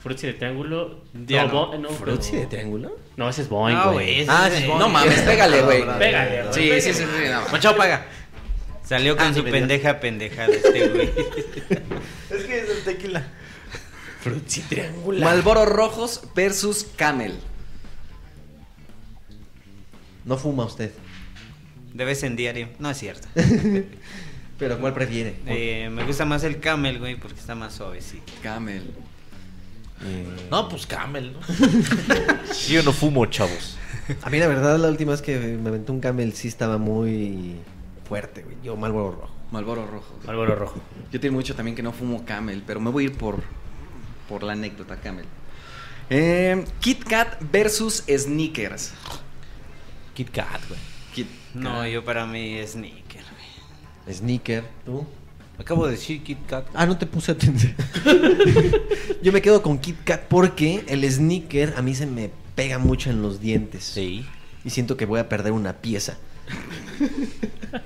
Frutti de triángulo. Ya no. Bo- ¿Frutti de triángulo? No, ese es Boeing, No, güey. güey, ese Ah, es- ese es Boing. No mames, pégale, güey. Pégale, güey. Sí, Pégale. sí, sí, sí, nada más. Machado paga. Salió con Ah, su ni me pendeja pendejada este güey. Es que es el tequila. Frutzi triangular. Malboro rojos versus Camel. No fuma usted. De vez en diario. No es cierto. Pero ¿cuál prefiere? Eh, me gusta más el camel, güey, porque está más suavecito. Camel. Eh, No, pues Camel, ¿no? Yo no fumo, chavos. A mí, la verdad, la última vez que me aventó un camel sí estaba muy fuerte, güey. Yo, Malboro Rojo. Malboro rojo. Malboro rojo. Yo tengo mucho también que no fumo Camel, pero me voy a ir por, por la anécdota Camel. Eh, Kit Kat versus Sneakers. Kit Kat, güey. Kit No, yo para mí es sneaker, güey. Sneaker, tú. Acabo de decir Kit Kat. Ah, no te puse atención. Yo me quedo con Kit Kat porque el sneaker a mí se me pega mucho en los dientes. Sí. Y siento que voy a perder una pieza.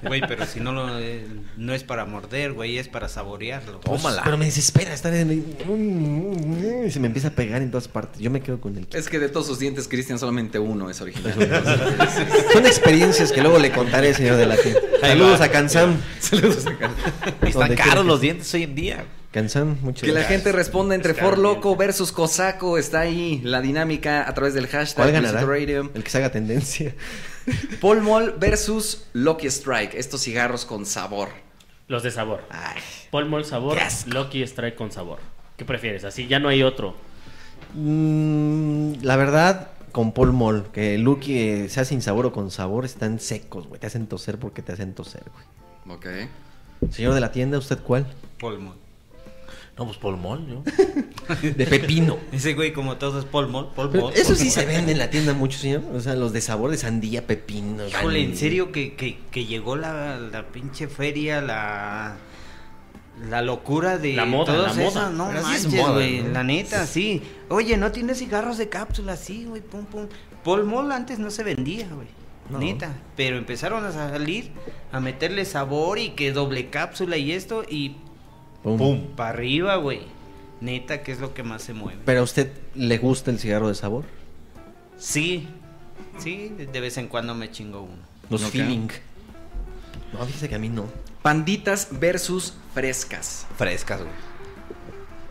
Güey, pero si no lo eh, no es para morder, güey, es para saborearlo. Pues, Pero me desespera estar en el- y Se me empieza a pegar en todas partes. Yo me quedo con el Kit Es que de todos sus dientes, Cristian, solamente uno es original. Kat. Son experiencias que luego le contaré, señor de la tienda. Saludos a Kansam. Saludos a Cansam. Y están Donde caros quiera los que- dientes hoy en día. Kansam, muchas Que la gracias. gente responda entre Está For bien. Loco versus Cosaco. Está ahí la dinámica a través del ¿Cuál hashtag ganará? Luisito Radio. El que se haga tendencia. Paul Mall versus Lucky Strike. Estos cigarros con sabor. Los de sabor. Paul Mall sabor, Loki Strike con sabor. ¿Qué prefieres? Así ya no hay otro. Mm, la verdad, con Paul Mall, que Lucky eh, sea sin sabor o con sabor, están secos, güey. Te hacen toser porque te hacen toser, güey. Ok. Señor de la tienda, ¿usted cuál? Polmol. No, pues polmol, yo. De pepino. Ese güey, como todos, es polmol. Pero polmol eso sí se vende en la tienda mucho, señor. O sea, los de sabor de sandía, pepino. Híjole, en vainilla. serio que, que- que llegó la, la pinche feria, la, la locura de La moda, todas la moda. esas, no Pero sí es manches, moda, güey, ¿no? la neta, sí. Oye, no tienes cigarros de cápsula, sí, güey, pum, pum. Polmol antes no se vendía, güey, No. neta, pero empezaron a salir, a meterle sabor y que doble cápsula y esto y Pum. para arriba, güey. Neta, que es lo que más se mueve. Pero a usted le gusta el cigarro de sabor. Sí, sí, de vez en cuando me chingo uno. Los Ok. feeling. No, fíjese que a mí no. Panditas versus frescas. Frescas, güey.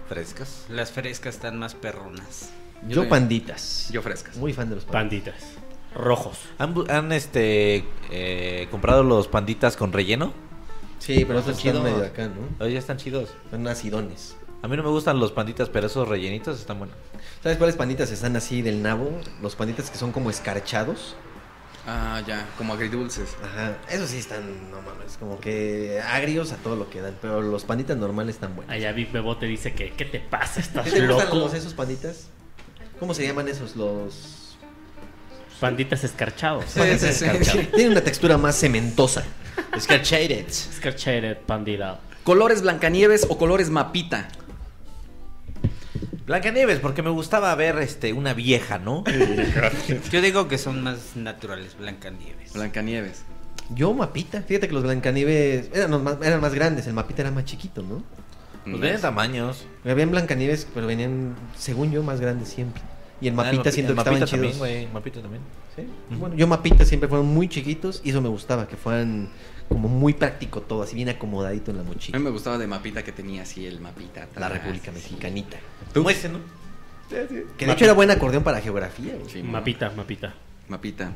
Frescas. Las frescas están más perronas. Yo, panditas. Yo frescas. Muy fan de los panditas. Panditas. Rojos. ¿Han, bu- han, este, eh, comprado los panditas con relleno? Sí, pero esos están medio acá, ¿no? Oye, están chidos. Son acidones. A mí no me gustan los panditas, pero esos rellenitos están buenos. ¿Sabes cuáles panditas están así del nabo? Los panditas que son como escarchados. Ah, ya, como agridulces. Ajá. Esos sí están, no mames, como que agrios a todo lo que dan. Pero los panditas normales están buenos. Allá Big Bebote dice que, ¿qué te pasa? Estás ¿Qué te gustan loco. los- esos panditas? ¿Cómo se llaman esos? Los. Panditas escarchados. Panditas escarchados. Tienen una textura más cementosa. Escarchated. Escarchated, pandida. ¿Colores Blancanieves o colores Mapita? Blancanieves, porque me gustaba ver este, una vieja, ¿no? Yo digo que son más naturales, Blancanieves. Blancanieves. Yo, mapita. Fíjate que los Blancanieves eran, los más, eran más grandes. El mapita era más chiquito, ¿no? Pues venían tamaños. Habían Blancanieves, pero venían, según yo, más grandes siempre. Y el Ah, mapita mapi- siento el que mapita estaban chidos. también, güey, el mapita también. Sí. Bueno, yo mapitas siempre fueron muy chiquitos y eso me gustaba, que fueran como muy práctico todo, así bien acomodadito en la A mochila. mí me gustaba de Mapita que tenía así el mapita. La República Mexicanita. ¿Tú? Ese, ¿no? Que de hecho era buen acordeón para geografía. güey. Mapita, mapita. Mapita.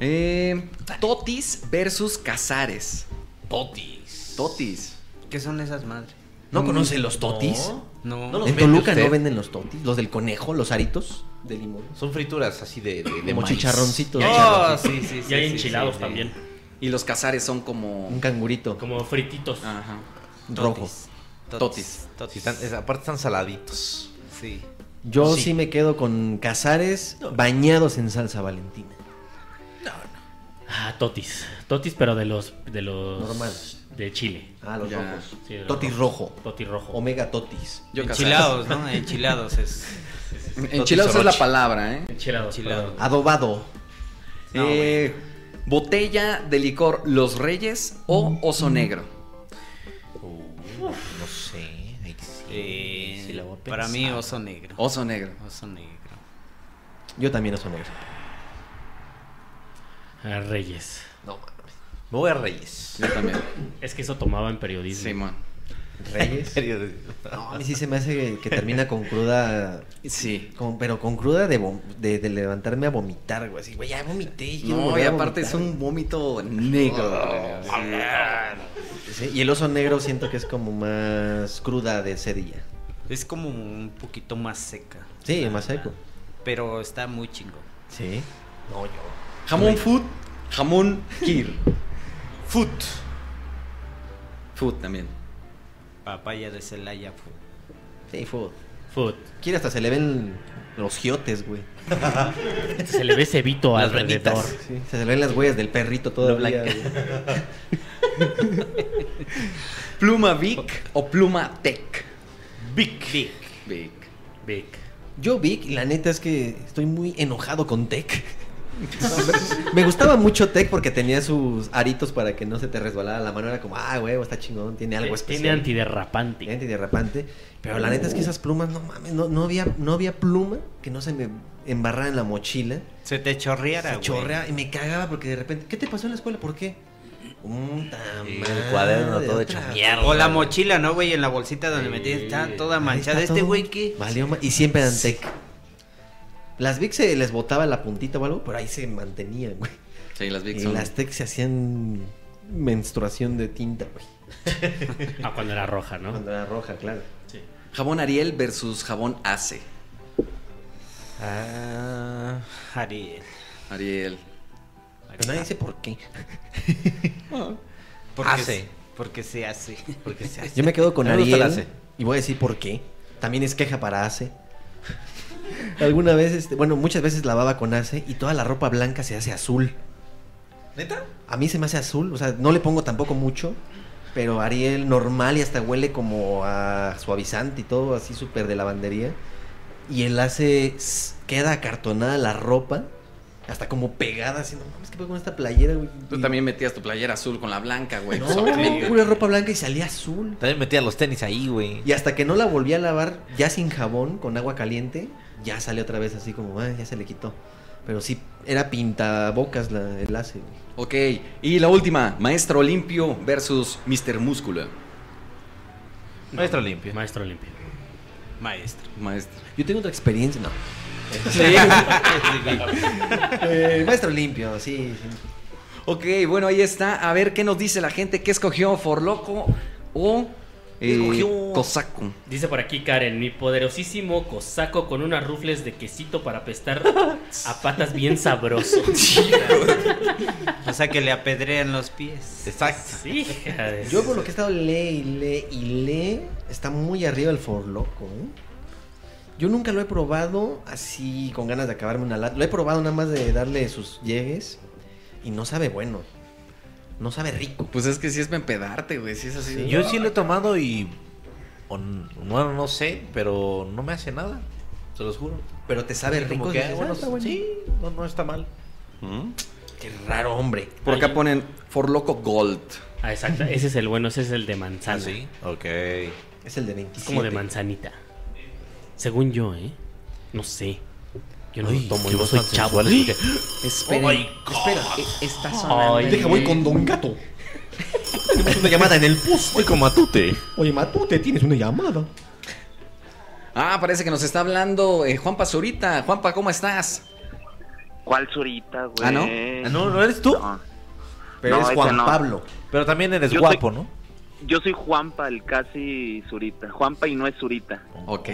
Eh, totis versus Casares. Totis. Totis. ¿Qué son esas madres? ¿No conoce los totis? No. No los en vende Toluca usted. no venden los totis, los del conejo, los aritos de limón. Son frituras así de, de, Ah, Como chicharroncitos. Oh, sí, sí, sí. Y hay sí, enchilados sí, sí. también. Y los Casares son como. Un cangurito. Como frititos. Ajá. Rojo. Totis. Sí, están- es- aparte están saladitos. Sí. Yo sí. me quedo con cazares bañados en salsa valentina. Ah, totis. Totis, pero de los. De los Normal. De Chile. Ah, los Ya. rojos. Sí, de los totis rojos. rojo. Totis rojo. Omega totis. Enchilados, ¿no? Enchilados es. Enchilados es la palabra, ¿eh? Enchilados. Enchilados. Adobado. Eh, botella de licor Los Reyes o Oso Mm. Negro. No sé. ahí sí. Eh, Sí la voy a para pensar. mí, oso negro. Oso Negro. Oso negro. Yo también oso negro. A Reyes. No, Me voy a Reyes. Yo también. Es que eso tomaba en periodismo. Sí, man. Reyes. Periodismo. No, a mí sí se me hace que, que termina con cruda. Sí. con- pero con cruda de, vom- de, de levantarme a vomitar, güey. Así, güey, ya vomité. quiero No, y volver a aparte es vomitar. un vómito negro. Sí, y el oso negro siento que es como más cruda de ese día. Es como un poquito más seca. Ah, Sí, más seco. Pero está muy chingo. Sí. No, yo. Jamón food, jamón kir. Food. Food también. Papaya de Celaya. fu- Sí, food. Food. Quiere hasta se le ven los giotes, güey. Se le ve cebito Las alrededor. venitas. Sí, se le ven las huellas del perrito todavía. blanca. güey. Pluma Vic o pluma Tech. Vic. Vic. Vic. Vic. Yo, Vic, la neta es que estoy muy enojado con Tech. Me gustaba mucho Tech porque tenía sus aritos para que no se te resbalara la mano. Era como, ah, huevo, está chingón, tiene algo Eh, Tiene especial. antiderrapante. Tiene antiderrapante. Pero Uh. la neta es que esas plumas, no mames, no, no había, no había pluma que no se me embarrara en la mochila. Se te chorreara, Se güey. chorrea y me cagaba porque de repente, ¿qué te pasó en la escuela? ¿Por qué? Puta madre, otra vez. O la mochila, ¿no, güey? En la bolsita donde metías está toda manchada. este Está todo- güey que. Valió ma- Y siempre eran tech. Las Vic se les botaba la puntita o algo, pero ahí se mantenían, güey. Sí, las Vic Y son. las tech se hacían menstruación de tinta, güey. Ah, cuando era roja, ¿no? Cuando era roja, claro. Jabón Ariel versus jabón Ace. Ah, Ariel. Ariel. Pero nadie dice por qué. Porque Hace. se- Porque se hace. Porque se hace. Yo me quedo con A mí me gusta Ariel la y voy a decir por qué. También es queja para Ace. Alguna vez, este, bueno, muchas veces lavaba con Ace y toda la ropa blanca se hace azul. ¿Neta? A mí se me hace azul, o sea, no le pongo tampoco mucho, pero Ariel normal y hasta huele como a suavizante y todo, así súper de lavandería. Y él hace, s- queda acartonada la ropa, hasta como pegada, así, no mames, ¿qué pasa con esta playera, güey? Tú Y- también metías tu playera azul con la blanca, güey. No, solamente. pura ropa blanca y salía azul. También metía los tenis ahí, güey. Y hasta que no la volví a lavar ya sin jabón, con agua caliente, ya sale otra vez así como, "Ay, ya se le quitó. Pero sí, era pintabocas la, el ace, güey. Ok, y la última, Maestro Limpio versus Mr. Músculo. Maestro limpio. Maestro limpio. Maestro. Maestro. Yo tengo otra experiencia, no. Sí. Eh, maestro limpio, sí. sí. Ok, bueno, ahí está. A ver qué nos dice la gente. ¿Qué escogió? ¿Forloco o eh, Escogió- Cosaco? Dice por aquí Karen, mi poderosísimo cosaco con unas rufles de quesito para apestar a patas bien sabroso. O sea, que le apedrean los pies. Exacto. Sí. Yo por lo que he estado lee y lee y lee, está muy arriba el forloco, ¿eh? Yo nunca lo he probado así con ganas de acabarme una lata. Lo he probado nada más de darle sus llegues y no sabe bueno. No sabe rico. Pues es que si es para empedarte, güey. Si es así. de- Yo sí lo he tomado y. o n- bueno, no sé, pero no me hace nada. Se los juro. Pero te sabe Así como rico, que, dices, ah, bueno, "Ah, está bueno". Sí, no, no está mal. ¿Mm? Qué raro, hombre. Por acá ponen Forloco Gold. Ah, exacto. Ese es el bueno, ese es el de manzana. Ah, sí. Ok. Es el de Es 27. como de manzanita. Según yo, ¿eh? No sé. Yo no Ay, lo tomo, qué yo voz soy tan chavo. sensual escuché. Esperen, Oh my espera, e- está sonando. Ay, el- deja, voy con Don Gato. Tenemos una llamada en el post. Oye, Matute. Oye, Matute, tienes una llamada. Ah, parece que nos está hablando eh, Juanpa Zurita. Juanpa, ¿cómo estás? ¿Cuál Zurita, güey? Ah, ¿no? Ah, no, ¿no eres tú? Pero No, eres ese Juan no. Pablo. Pero también eres Yo guapo, ¿no? Yo soy Juanpa, el casi Zurita. Juanpa y no es Zurita. Ok,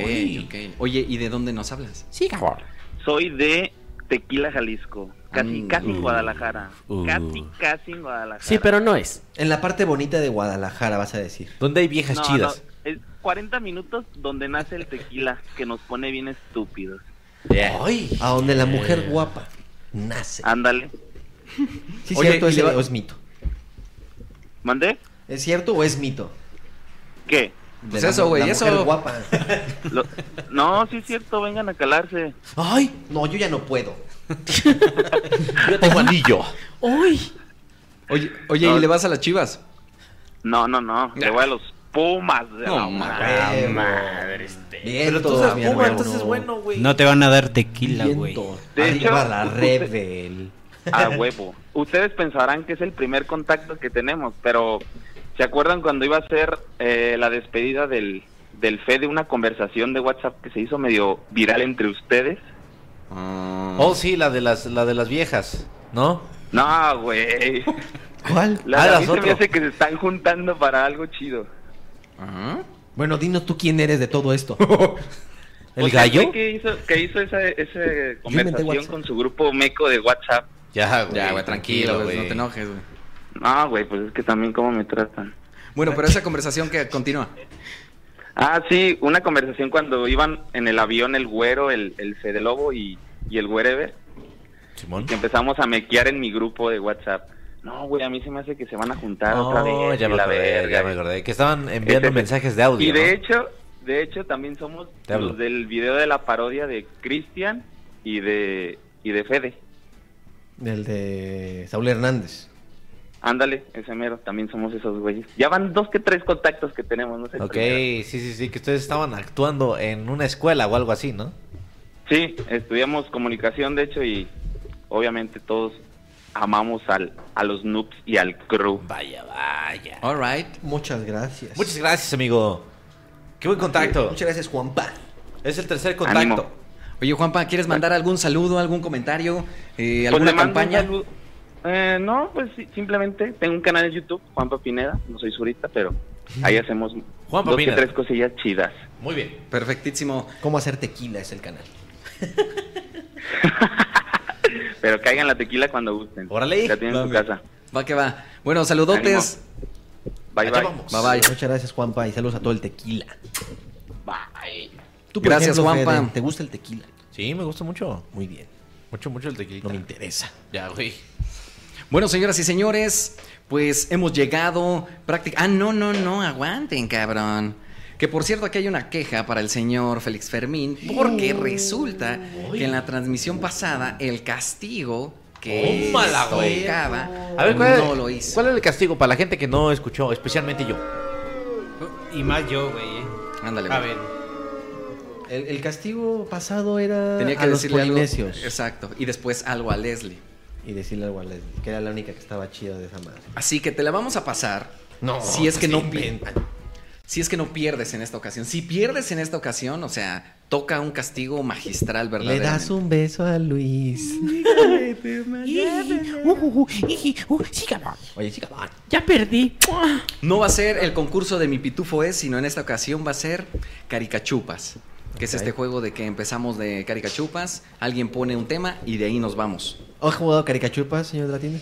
ok. Oye, ¿y de dónde nos hablas? Siga. Soy de Tequila, Jalisco. Casi, Mm. casi en Uh. Guadalajara. Uh. Casi, casi en Guadalajara. no es. En la parte bonita de Guadalajara, vas a decir. ¿Dónde hay No, no, es 40 minutos donde nace el tequila, que nos pone bien estúpidos. Ay, a donde la Eh. mujer Yeah. guapa nace. Ándale. Sí, Oye, cierto, y es, le va- o es mito. ¿Mandé? ¿Es cierto o es mito? ¿Qué? Pues De la- la mujer guapa. Lo- No, sí es cierto, vengan a calarse. Ay, no, yo ya no puedo. Yo tengo anillo. ¡Uy! Oye, oye No. ¿y le vas a las chivas? No, no, no. Le voy a los Pumas. de la No, madre. mames. madre, este. Pero tú seas Puma, entonces es bueno, güey. No te van a dar tequila, güey. De Arriba hecho, Ah, la usted- rebel. A huevo. Ustedes pensarán que es el primer contacto que tenemos, pero ¿se acuerdan cuando iba a ser eh, la despedida del, del Fe de una conversación de WhatsApp que se hizo medio viral entre ustedes? Ah. Oh, sí, la de las, la de las viejas, ¿no? No, güey. ¿Cuál? La, Ah, a las mí se me otro. hace que se están juntando para algo chido. Ah. ¿Mm? Bueno, dinos tú quién eres de todo esto. O sea, güey Pues, Que hizo, que hizo esa, esa conversación WhatsApp. con su grupo meco de WhatsApp. Ya, güey. Ya, güey, tranquilo, güey. No te enojes, güey. No, güey, pues es que también cómo me tratan. Bueno, pero esa conversación que continúa. Ah, sí, una conversación cuando iban en el avión el güero, el, el Fede Lobo y, y el Wherever. Simón. Que empezamos a mequear en mi grupo de WhatsApp. No, güey, a mí se me hace que se van a juntar otra Oh, vez. ya y me la acordé, verga. ya me acordé. Que estaban enviando Ese- mensajes de audio. Y de ¿no? hecho, de hecho también somos Te hablo. los del video de la parodia de Cristian y de y de Fede. El de Saúl Hernández. Ándale, ese mero, también somos esos güeyes. Ya van dos que tres contactos que tenemos, no sé. Ok, sí, sí, sí, que ustedes estaban actuando en una escuela o algo así, ¿no? Sí, estudiamos comunicación, de hecho, y obviamente todos amamos al, a los noobs y al crew. Vaya, vaya. All right. Muchas gracias. Muchas gracias, amigo. Qué buen contacto. Muchas gracias, Juanpa. Es el tercer contacto. Contacto. Oye, Juanpa, ¿quieres mandar algún saludo, algún comentario, eh, Pues alguna le mando un campaña? saludo. Eh, no, pues sí, simplemente tengo un canal en YouTube, Juanpa Pineda, no soy zurita, pero ahí hacemos Juanpa dos que Pineda. tres cosillas chidas. Muy bien. Perfectísimo. ¿Cómo hacer tequila es el canal? Pero caigan la tequila cuando gusten. Órale. Ya tienen en su Dame. casa. Va que va. Bueno, saludotes. Bye, bye. Bye, bye. Muchas gracias, Juanpa, y saludos a todo el tequila. Bye. Tú, por Gracias, ejemplo, Juanpa. Fede, ¿Te gusta el tequila? Sí, me gusta mucho. Muy bien. Mucho, mucho el tequila. No me interesa. Ya, güey. Bueno, señoras y señores, pues hemos llegado prácticamente... Ah, no, no, no, aguanten, cabrón. Que por cierto, aquí hay una queja para el señor Félix Fermín, porque resulta que en la transmisión pasada el castigo que Tómala, güey. tocaba A ver, ¿cuál, no es, lo ¿cuál es el castigo para la gente que no escuchó? Especialmente yo. Y más yo, güey, eh. Ándale, A güey. ver. El, el castigo pasado era Tenía que a los decirle algo. polinesios. Exacto. Y después algo a Leslie. Y decirle algo a Leslie, que era la única que estaba chida de esa madre. Así que te la vamos a pasar. si es que no pi- inventan. Si es que no pierdes en esta ocasión. Si pierdes en esta ocasión, o sea, toca un castigo magistral, ¿verdad? Le das un beso a Luis. Oye, chica, va. Ya perdí. No va a ser el concurso de mi pitufo es, sino en esta ocasión va a ser Caricachupas, que es este juego de que empezamos de Caricachupas, alguien pone un tema y de ahí nos vamos. ¿Has jugado caricachupas, señor de la tienda?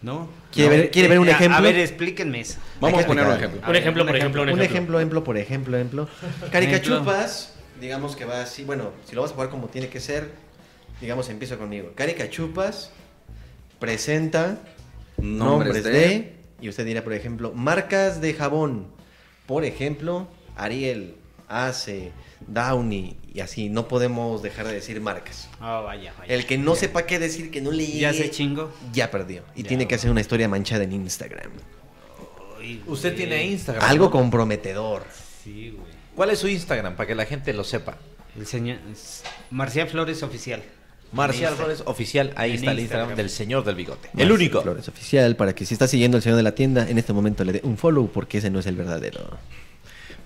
No. ¿Quiere, No. ver, quiere ver un Eh, a- ejemplo? A ver, explíquenme eso. Hay que explicar. A ver, Un ejemplo, ejemplo, por ejemplo, ejemplo. Caricachupas, digamos que va así. Bueno, si lo vas a jugar como tiene que ser, digamos, empiezo conmigo. Caricachupas presenta Nombres nombres, de- de... Y usted dirá, por ejemplo, marcas de jabón. Por ejemplo, Ariel, Ace, Downey, y así. No podemos dejar de decir marcas. Ah, vaya, vaya. El que no Ya. sepa qué decir, que no le Ya llegue, se chingó. Ya perdió. Y tiene que hacer una historia manchada en Instagram. Usted tiene Instagram. Algo ¿no? comprometedor. Sí, güey. ¿Cuál es su Instagram para que la gente lo sepa? El señor. es Marcial Flores Oficial. Marcial En Flores Instagram. Oficial, ahí En está el Instagram del señor del bigote. El único. Flores oficial para que si está siguiendo el señor de la tienda, en este momento le dé un follow porque ese no es el verdadero.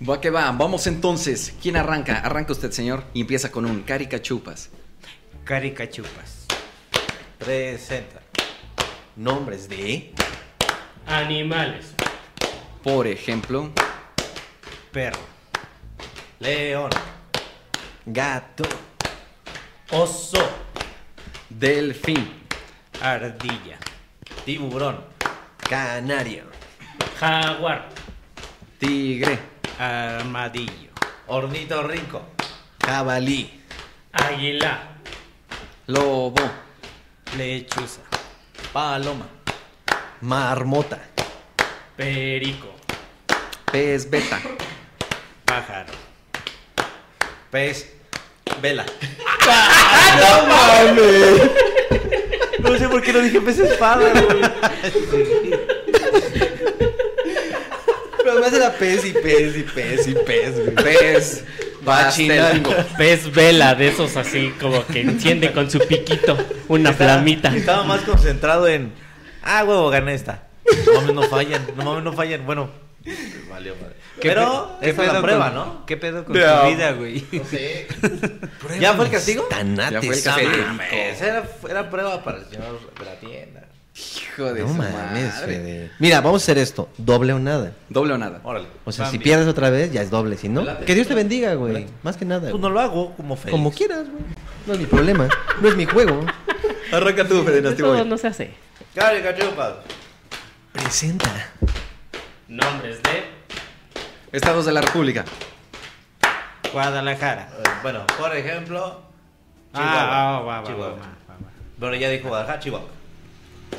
Va que va, vamos entonces. ¿Quién arranca? Arranca usted, señor, y empieza con un Caricachupas. Caricachupas. Presenta. Nombres de. Animales. Por ejemplo, Perro. León. Gato. Oso. Delfín. Ardilla. Tiburón. Canario. Jaguar. Tigre. Armadillo. Hornito rico. Jabalí. Águila. Lobo. Lechuza. Paloma. Marmota. Perico. Pez beta. Pájaro. Pez. Vela. ¡Ah, No sé por qué no dije pez espada, Pero además era pez y pez y pez y pez, güey. Pez. Bachinango. Pez vela de esos así como que enciende con su piquito una flamita. Estaba más concentrado en. Ah, huevo, gané esta. No mames, no fallan. No mames, no fallan. Bueno. Pues Valió, madre. Pero ¿qué esta es pedo la prueba, con- ¿no? ¿Qué pedo con No. tu vida, güey? No sé. ¿Ya fue el castigo? Tanates. Ya fue el castigo. No mames, Era, era prueba para el señor de la tienda. Hijo de No su mames, madre. Fede. Mira, vamos a hacer esto. Doble o nada. Doble o nada. Órale. O sea, si pierdes otra vez, ya es doble. Si no, Adelante. que Dios te bendiga, güey. Más que nada. Pues no güey. lo hago como Félix. Como quieras, güey. No es mi problema. No es mi juego. Arranca tú, Fede, De todo no se hace. Caricachupas. Presenta. Nombres ¿Eh? de Estados de la República. Guadalajara. Eh, Bueno, por ejemplo. Ah, ah, va, va, va, Chihuahua. va, va, va. Bueno, ya dijo Guadalajara, Chihuahua.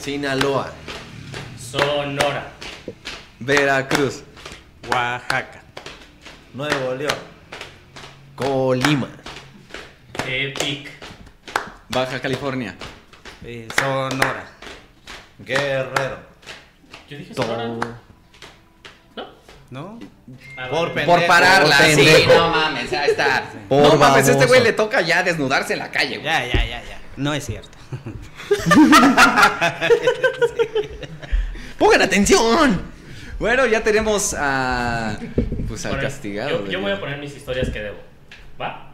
Sinaloa. Sonora. Veracruz. Oaxaca. Nuevo León. Colima. Epic. Baja California. eh, Sonora. Guerrero. Yo dije ¿No? Por Por pendejo, pararla, por sí, pendejo. no mames, ahí está. Por no mames, baboso. este güey le toca ya desnudarse en la calle, güey. Ya, ya, ya, ya. No es cierto. ¡Pongan atención! Bueno, ya tenemos a. Pues al Bueno, castigado. Yo, yo güey. voy a poner mis historias que debo. ¿Va?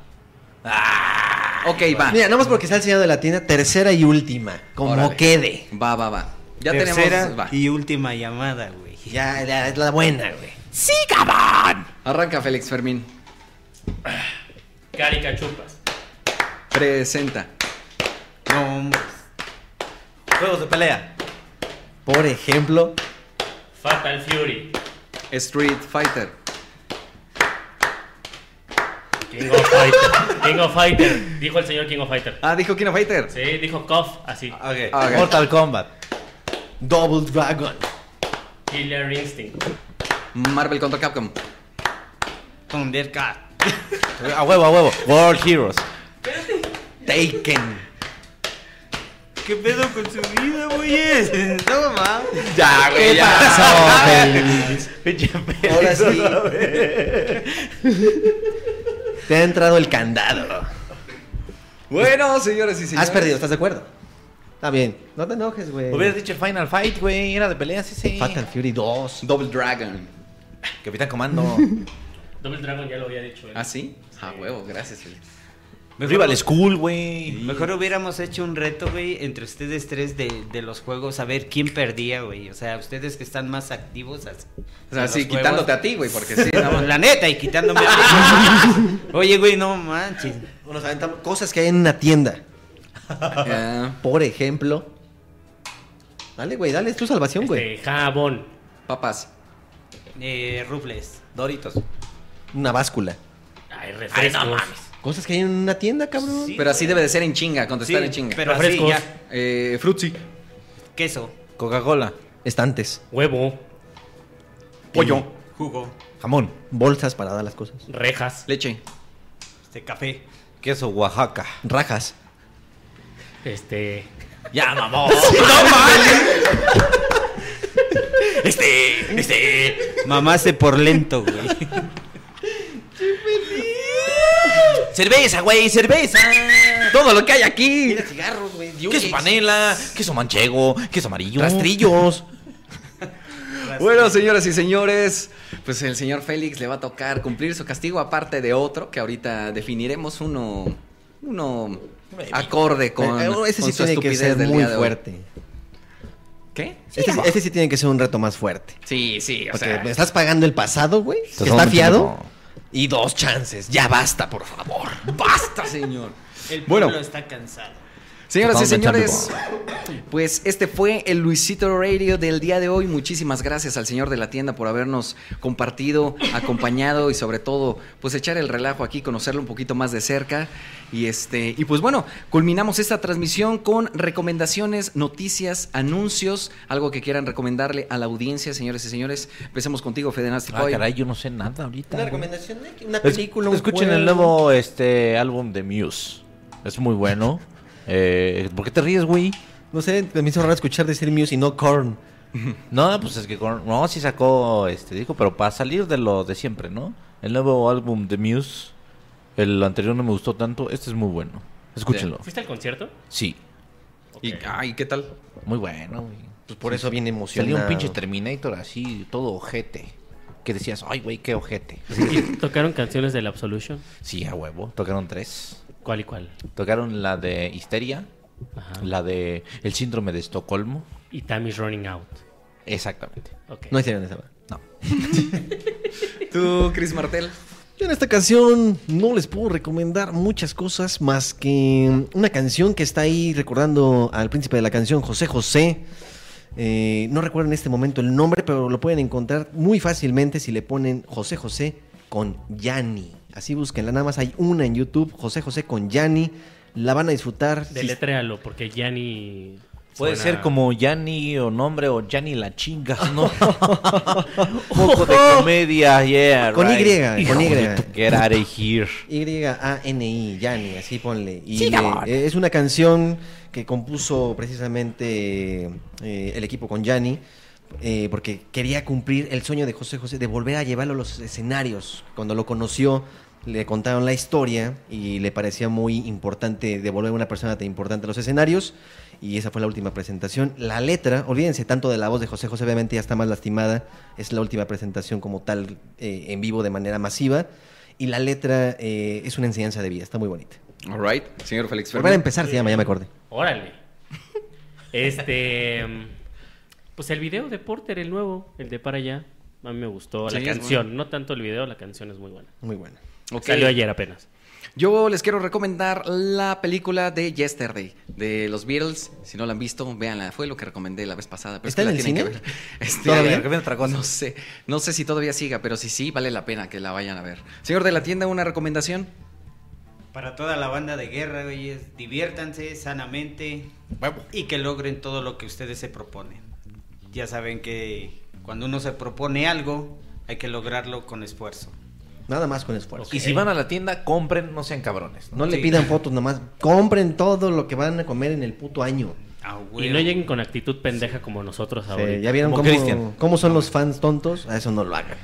Ok, va. Mira, nada más porque está el señor de la tienda, tercera y última. Como Órale. quede. Eh, Va, va, va. Ya Tercera tenemos. Va. y última llamada, güey. Ya, ya, es la buena, güey. ¡Sí, cabrón! Arranca Félix Fermín. Caricachupas. Presenta. Nombres. Juegos de pelea. Por ejemplo, Fatal Fury. Street Fighter. King of Fighter. King of Fighter. Dijo el señor King of Fighter. Ah, dijo Kino Fighter. Sí, dijo Kof, así. Ok. Ah, ok. Mortal Kombat. Double Dragon. Killer Instinct. Marvel contra Capcom. Thundercat. A huevo, a huevo. World Heroes. Taken. ¿Qué pedo con su vida, güey? No mames. Ya, güey, ya. Ahora sí. Te ha entrado el candado. Bueno, señoras y señores. Has perdido, ¿estás de acuerdo? Está bien. No te enojes, güey. Hubieras dicho Final Fight, güey. Era de pelea, sí, sí. Fatal Fury 2. Double Dragon. Capitán Comando. Double Dragon ya lo había dicho. él. ¿Ah, sí? Ah, huevo, gracias, Félix. Rival School, güey. Mejor hubiéramos hecho un reto, güey, entre ustedes tres de, de los juegos, a ver quién perdía, güey. O sea, ustedes que están más activos. as- O sea, en sí, los quitándote juegos. a ti, güey, porque sí, nada más. La neta, y quitándome a mí. Oye, güey, no manches. Nos aventamos cosas que hay en una tienda. Ah. Por ejemplo. Dale, güey, dale, es tu salvación, güey. jabón. Papas. Eh, rufles. Doritos. Una báscula. Ay, refrescos. Cosas que hay en una tienda, cabrón. pero así debe de ser en chinga, contestar Sí, en chinga. pero así Refrescos. ya. Eh, frutzi. Queso. Coca-Cola. Estantes. Huevo. Pollo. Jugo. Jamón. Bolsas para dar las cosas. Rejas. Leche. Este café. Queso Oaxaca. Rajas. Este. Ah, Ya, mamón. Este, este. Mamaste por lento, güey. Cerveza, güey, cerveza. Todo lo que hay aquí. Mira, cigarros, güey. Queso panela, queso manchego, queso amarillo. Rastrillos. Bueno, señoras y señores, pues el señor Félix le va a tocar cumplir su castigo aparte de otro que ahorita definiremos uno uno acorde con, Eh, eh, ese con sí tiene que ser del muy día de hoy. fuerte. ¿Qué? Este, sí- este sí tiene que ser un reto más fuerte. Sí, sí, o Porque sea, me estás pagando el pasado, güey. que Está Totalmente fiado. no. Y dos chances. Ya basta, por favor. basta, señor. El pueblo Bueno. está cansado. Señoras y Totalmente señores, pues este fue el Luisito Radio del día de hoy. Muchísimas gracias al señor de la tienda por habernos compartido, acompañado y sobre todo, pues echar el relajo aquí, conocerlo un poquito más de cerca. Y este, y pues bueno, culminamos esta transmisión con recomendaciones, noticias, anuncios, algo que quieran recomendarle a la audiencia, señores y señores. Empecemos contigo, Fede Nasty Ah, Boy. caray, yo no sé nada ahorita. ¿eh? Una güey. recomendación de una Es- película. un escuchen juego. el nuevo este álbum de Muse. Es muy bueno. Eh, ¿Por qué te ríes, güey? No sé, me hizo raro escuchar decir Muse y no Korn. No, pues es que con- no, sí sacó este disco, pero para salir de lo de siempre, ¿no? El nuevo álbum de Muse, el anterior no me gustó tanto, este es muy bueno. Escúchenlo. ¿Fuiste al concierto? Sí, Y, ah, ay, ¿qué tal? muy bueno. güey. Pues por eso viene Salió un emocionado. pinche Terminator así, todo ojete. Que decías, ay, güey, qué ojete. ¿Tocaron canciones del Absolution? Sí, a huevo. Tocaron tres. ¿Cuál y cuál? Tocaron la de Histeria, la de El Síndrome de Estocolmo. Y Time is Running Out. Exactamente. Ok. No hicieron esa. ¿verdad? Tú, Chris Martel. Yo en esta canción no les puedo recomendar muchas cosas más que una canción que está ahí recordando al príncipe de la canción, José José. Eh, no recuerdo en este momento el nombre, pero lo pueden encontrar muy fácilmente si le ponen José José con Yanni. Así búsquenla, nada más hay una en YouTube, José José con Yanni. La van a disfrutar. Si- Deletréalo, porque Yanni. Puede suena- ser como Yanni o nombre o Yanni la chinga, ¿no? Un poco de comedia, yeah. Con right. Y, con Y. de tu- Get out of here. Y-A-N-I, Yanni, así ponle. Y Sí, cabrón. eh, es una canción que compuso precisamente eh, el equipo con Yanni. eh, porque quería cumplir el sueño de José José de volver a llevarlo a los escenarios. Cuando lo conoció, le contaron la historia y le parecía muy importante devolver a una persona tan importante a los escenarios. Y esa fue la última presentación. La letra, olvídense tanto de la voz de José José, obviamente ya está más lastimada. Es la última presentación como tal eh, en vivo de manera masiva. Y la letra eh, es una enseñanza de vida, está muy bonita. All right, señor Félix. Volver a Fernández. empezar se llama, ya me acordé. Órale. Este. mm, Pues el video de Porter, el nuevo, el de para allá. A mí me gustó Sí, la es canción, no tanto el video, la canción es muy buena. Muy buena. Ok. Salió ayer apenas. Yo les quiero recomendar la película de Yesterday de los Beatles. Si no la han visto, véanla. Fue lo que recomendé la vez pasada. Pero es ¿Está que en la el tienen cine? que ver. Este, ¿Todavía? No sé, no sé si todavía siga, pero si sí, vale la pena que la vayan a ver. Señor de la tienda, una recomendación. Para toda la banda de guerra, güey, es diviértanse sanamente y que logren todo lo que ustedes se proponen. Ya saben que cuando uno se propone algo, hay que lograrlo con esfuerzo. Nada más con esfuerzo. Y si van a la tienda, compren, no sean cabrones. No le Sí. pidan fotos nomás, compren todo lo que van a comer en el puto año. Y no lleguen con actitud pendeja como nosotros O sea, ahorita. Ah, ya vieron Como cómo, Cristian. cómo son los fans tontos, a eso no lo hagan.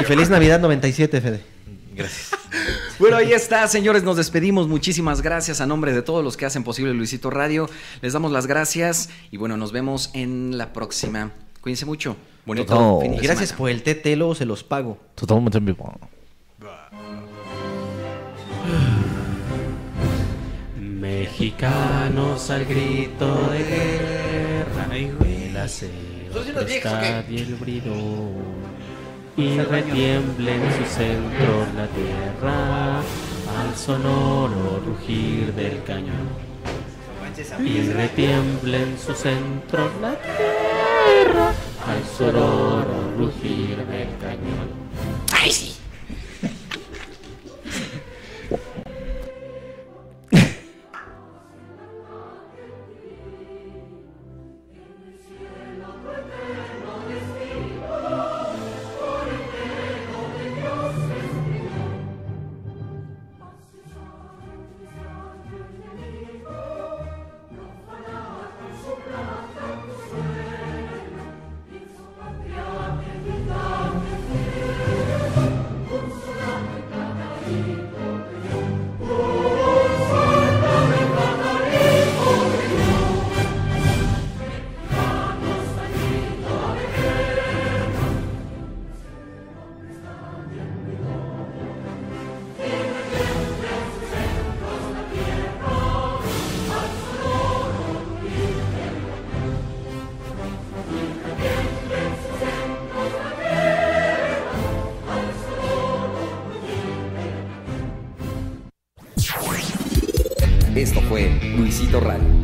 y feliz Navidad 97, Fede. Bueno, ahí está, señores. Nos despedimos. Muchísimas gracias a nombre de todos los que hacen posible Luisito Radio. Les damos las gracias y bueno, nos vemos en la próxima. Cuídense mucho. Bonito. Total. fin de Y gracias semana. por el té, te lo se los pago. Totalmente en vivo. Mexicanos al grito de guerra. El acero Son unos viejos, está y el bridón. Y retiembla en su centro la tierra al sonoro rugir del cañón. Y retiembla en su centro la tierra al sonoro rugir del cañón. ¡Ay, sí! Esto fue Luisito Radio.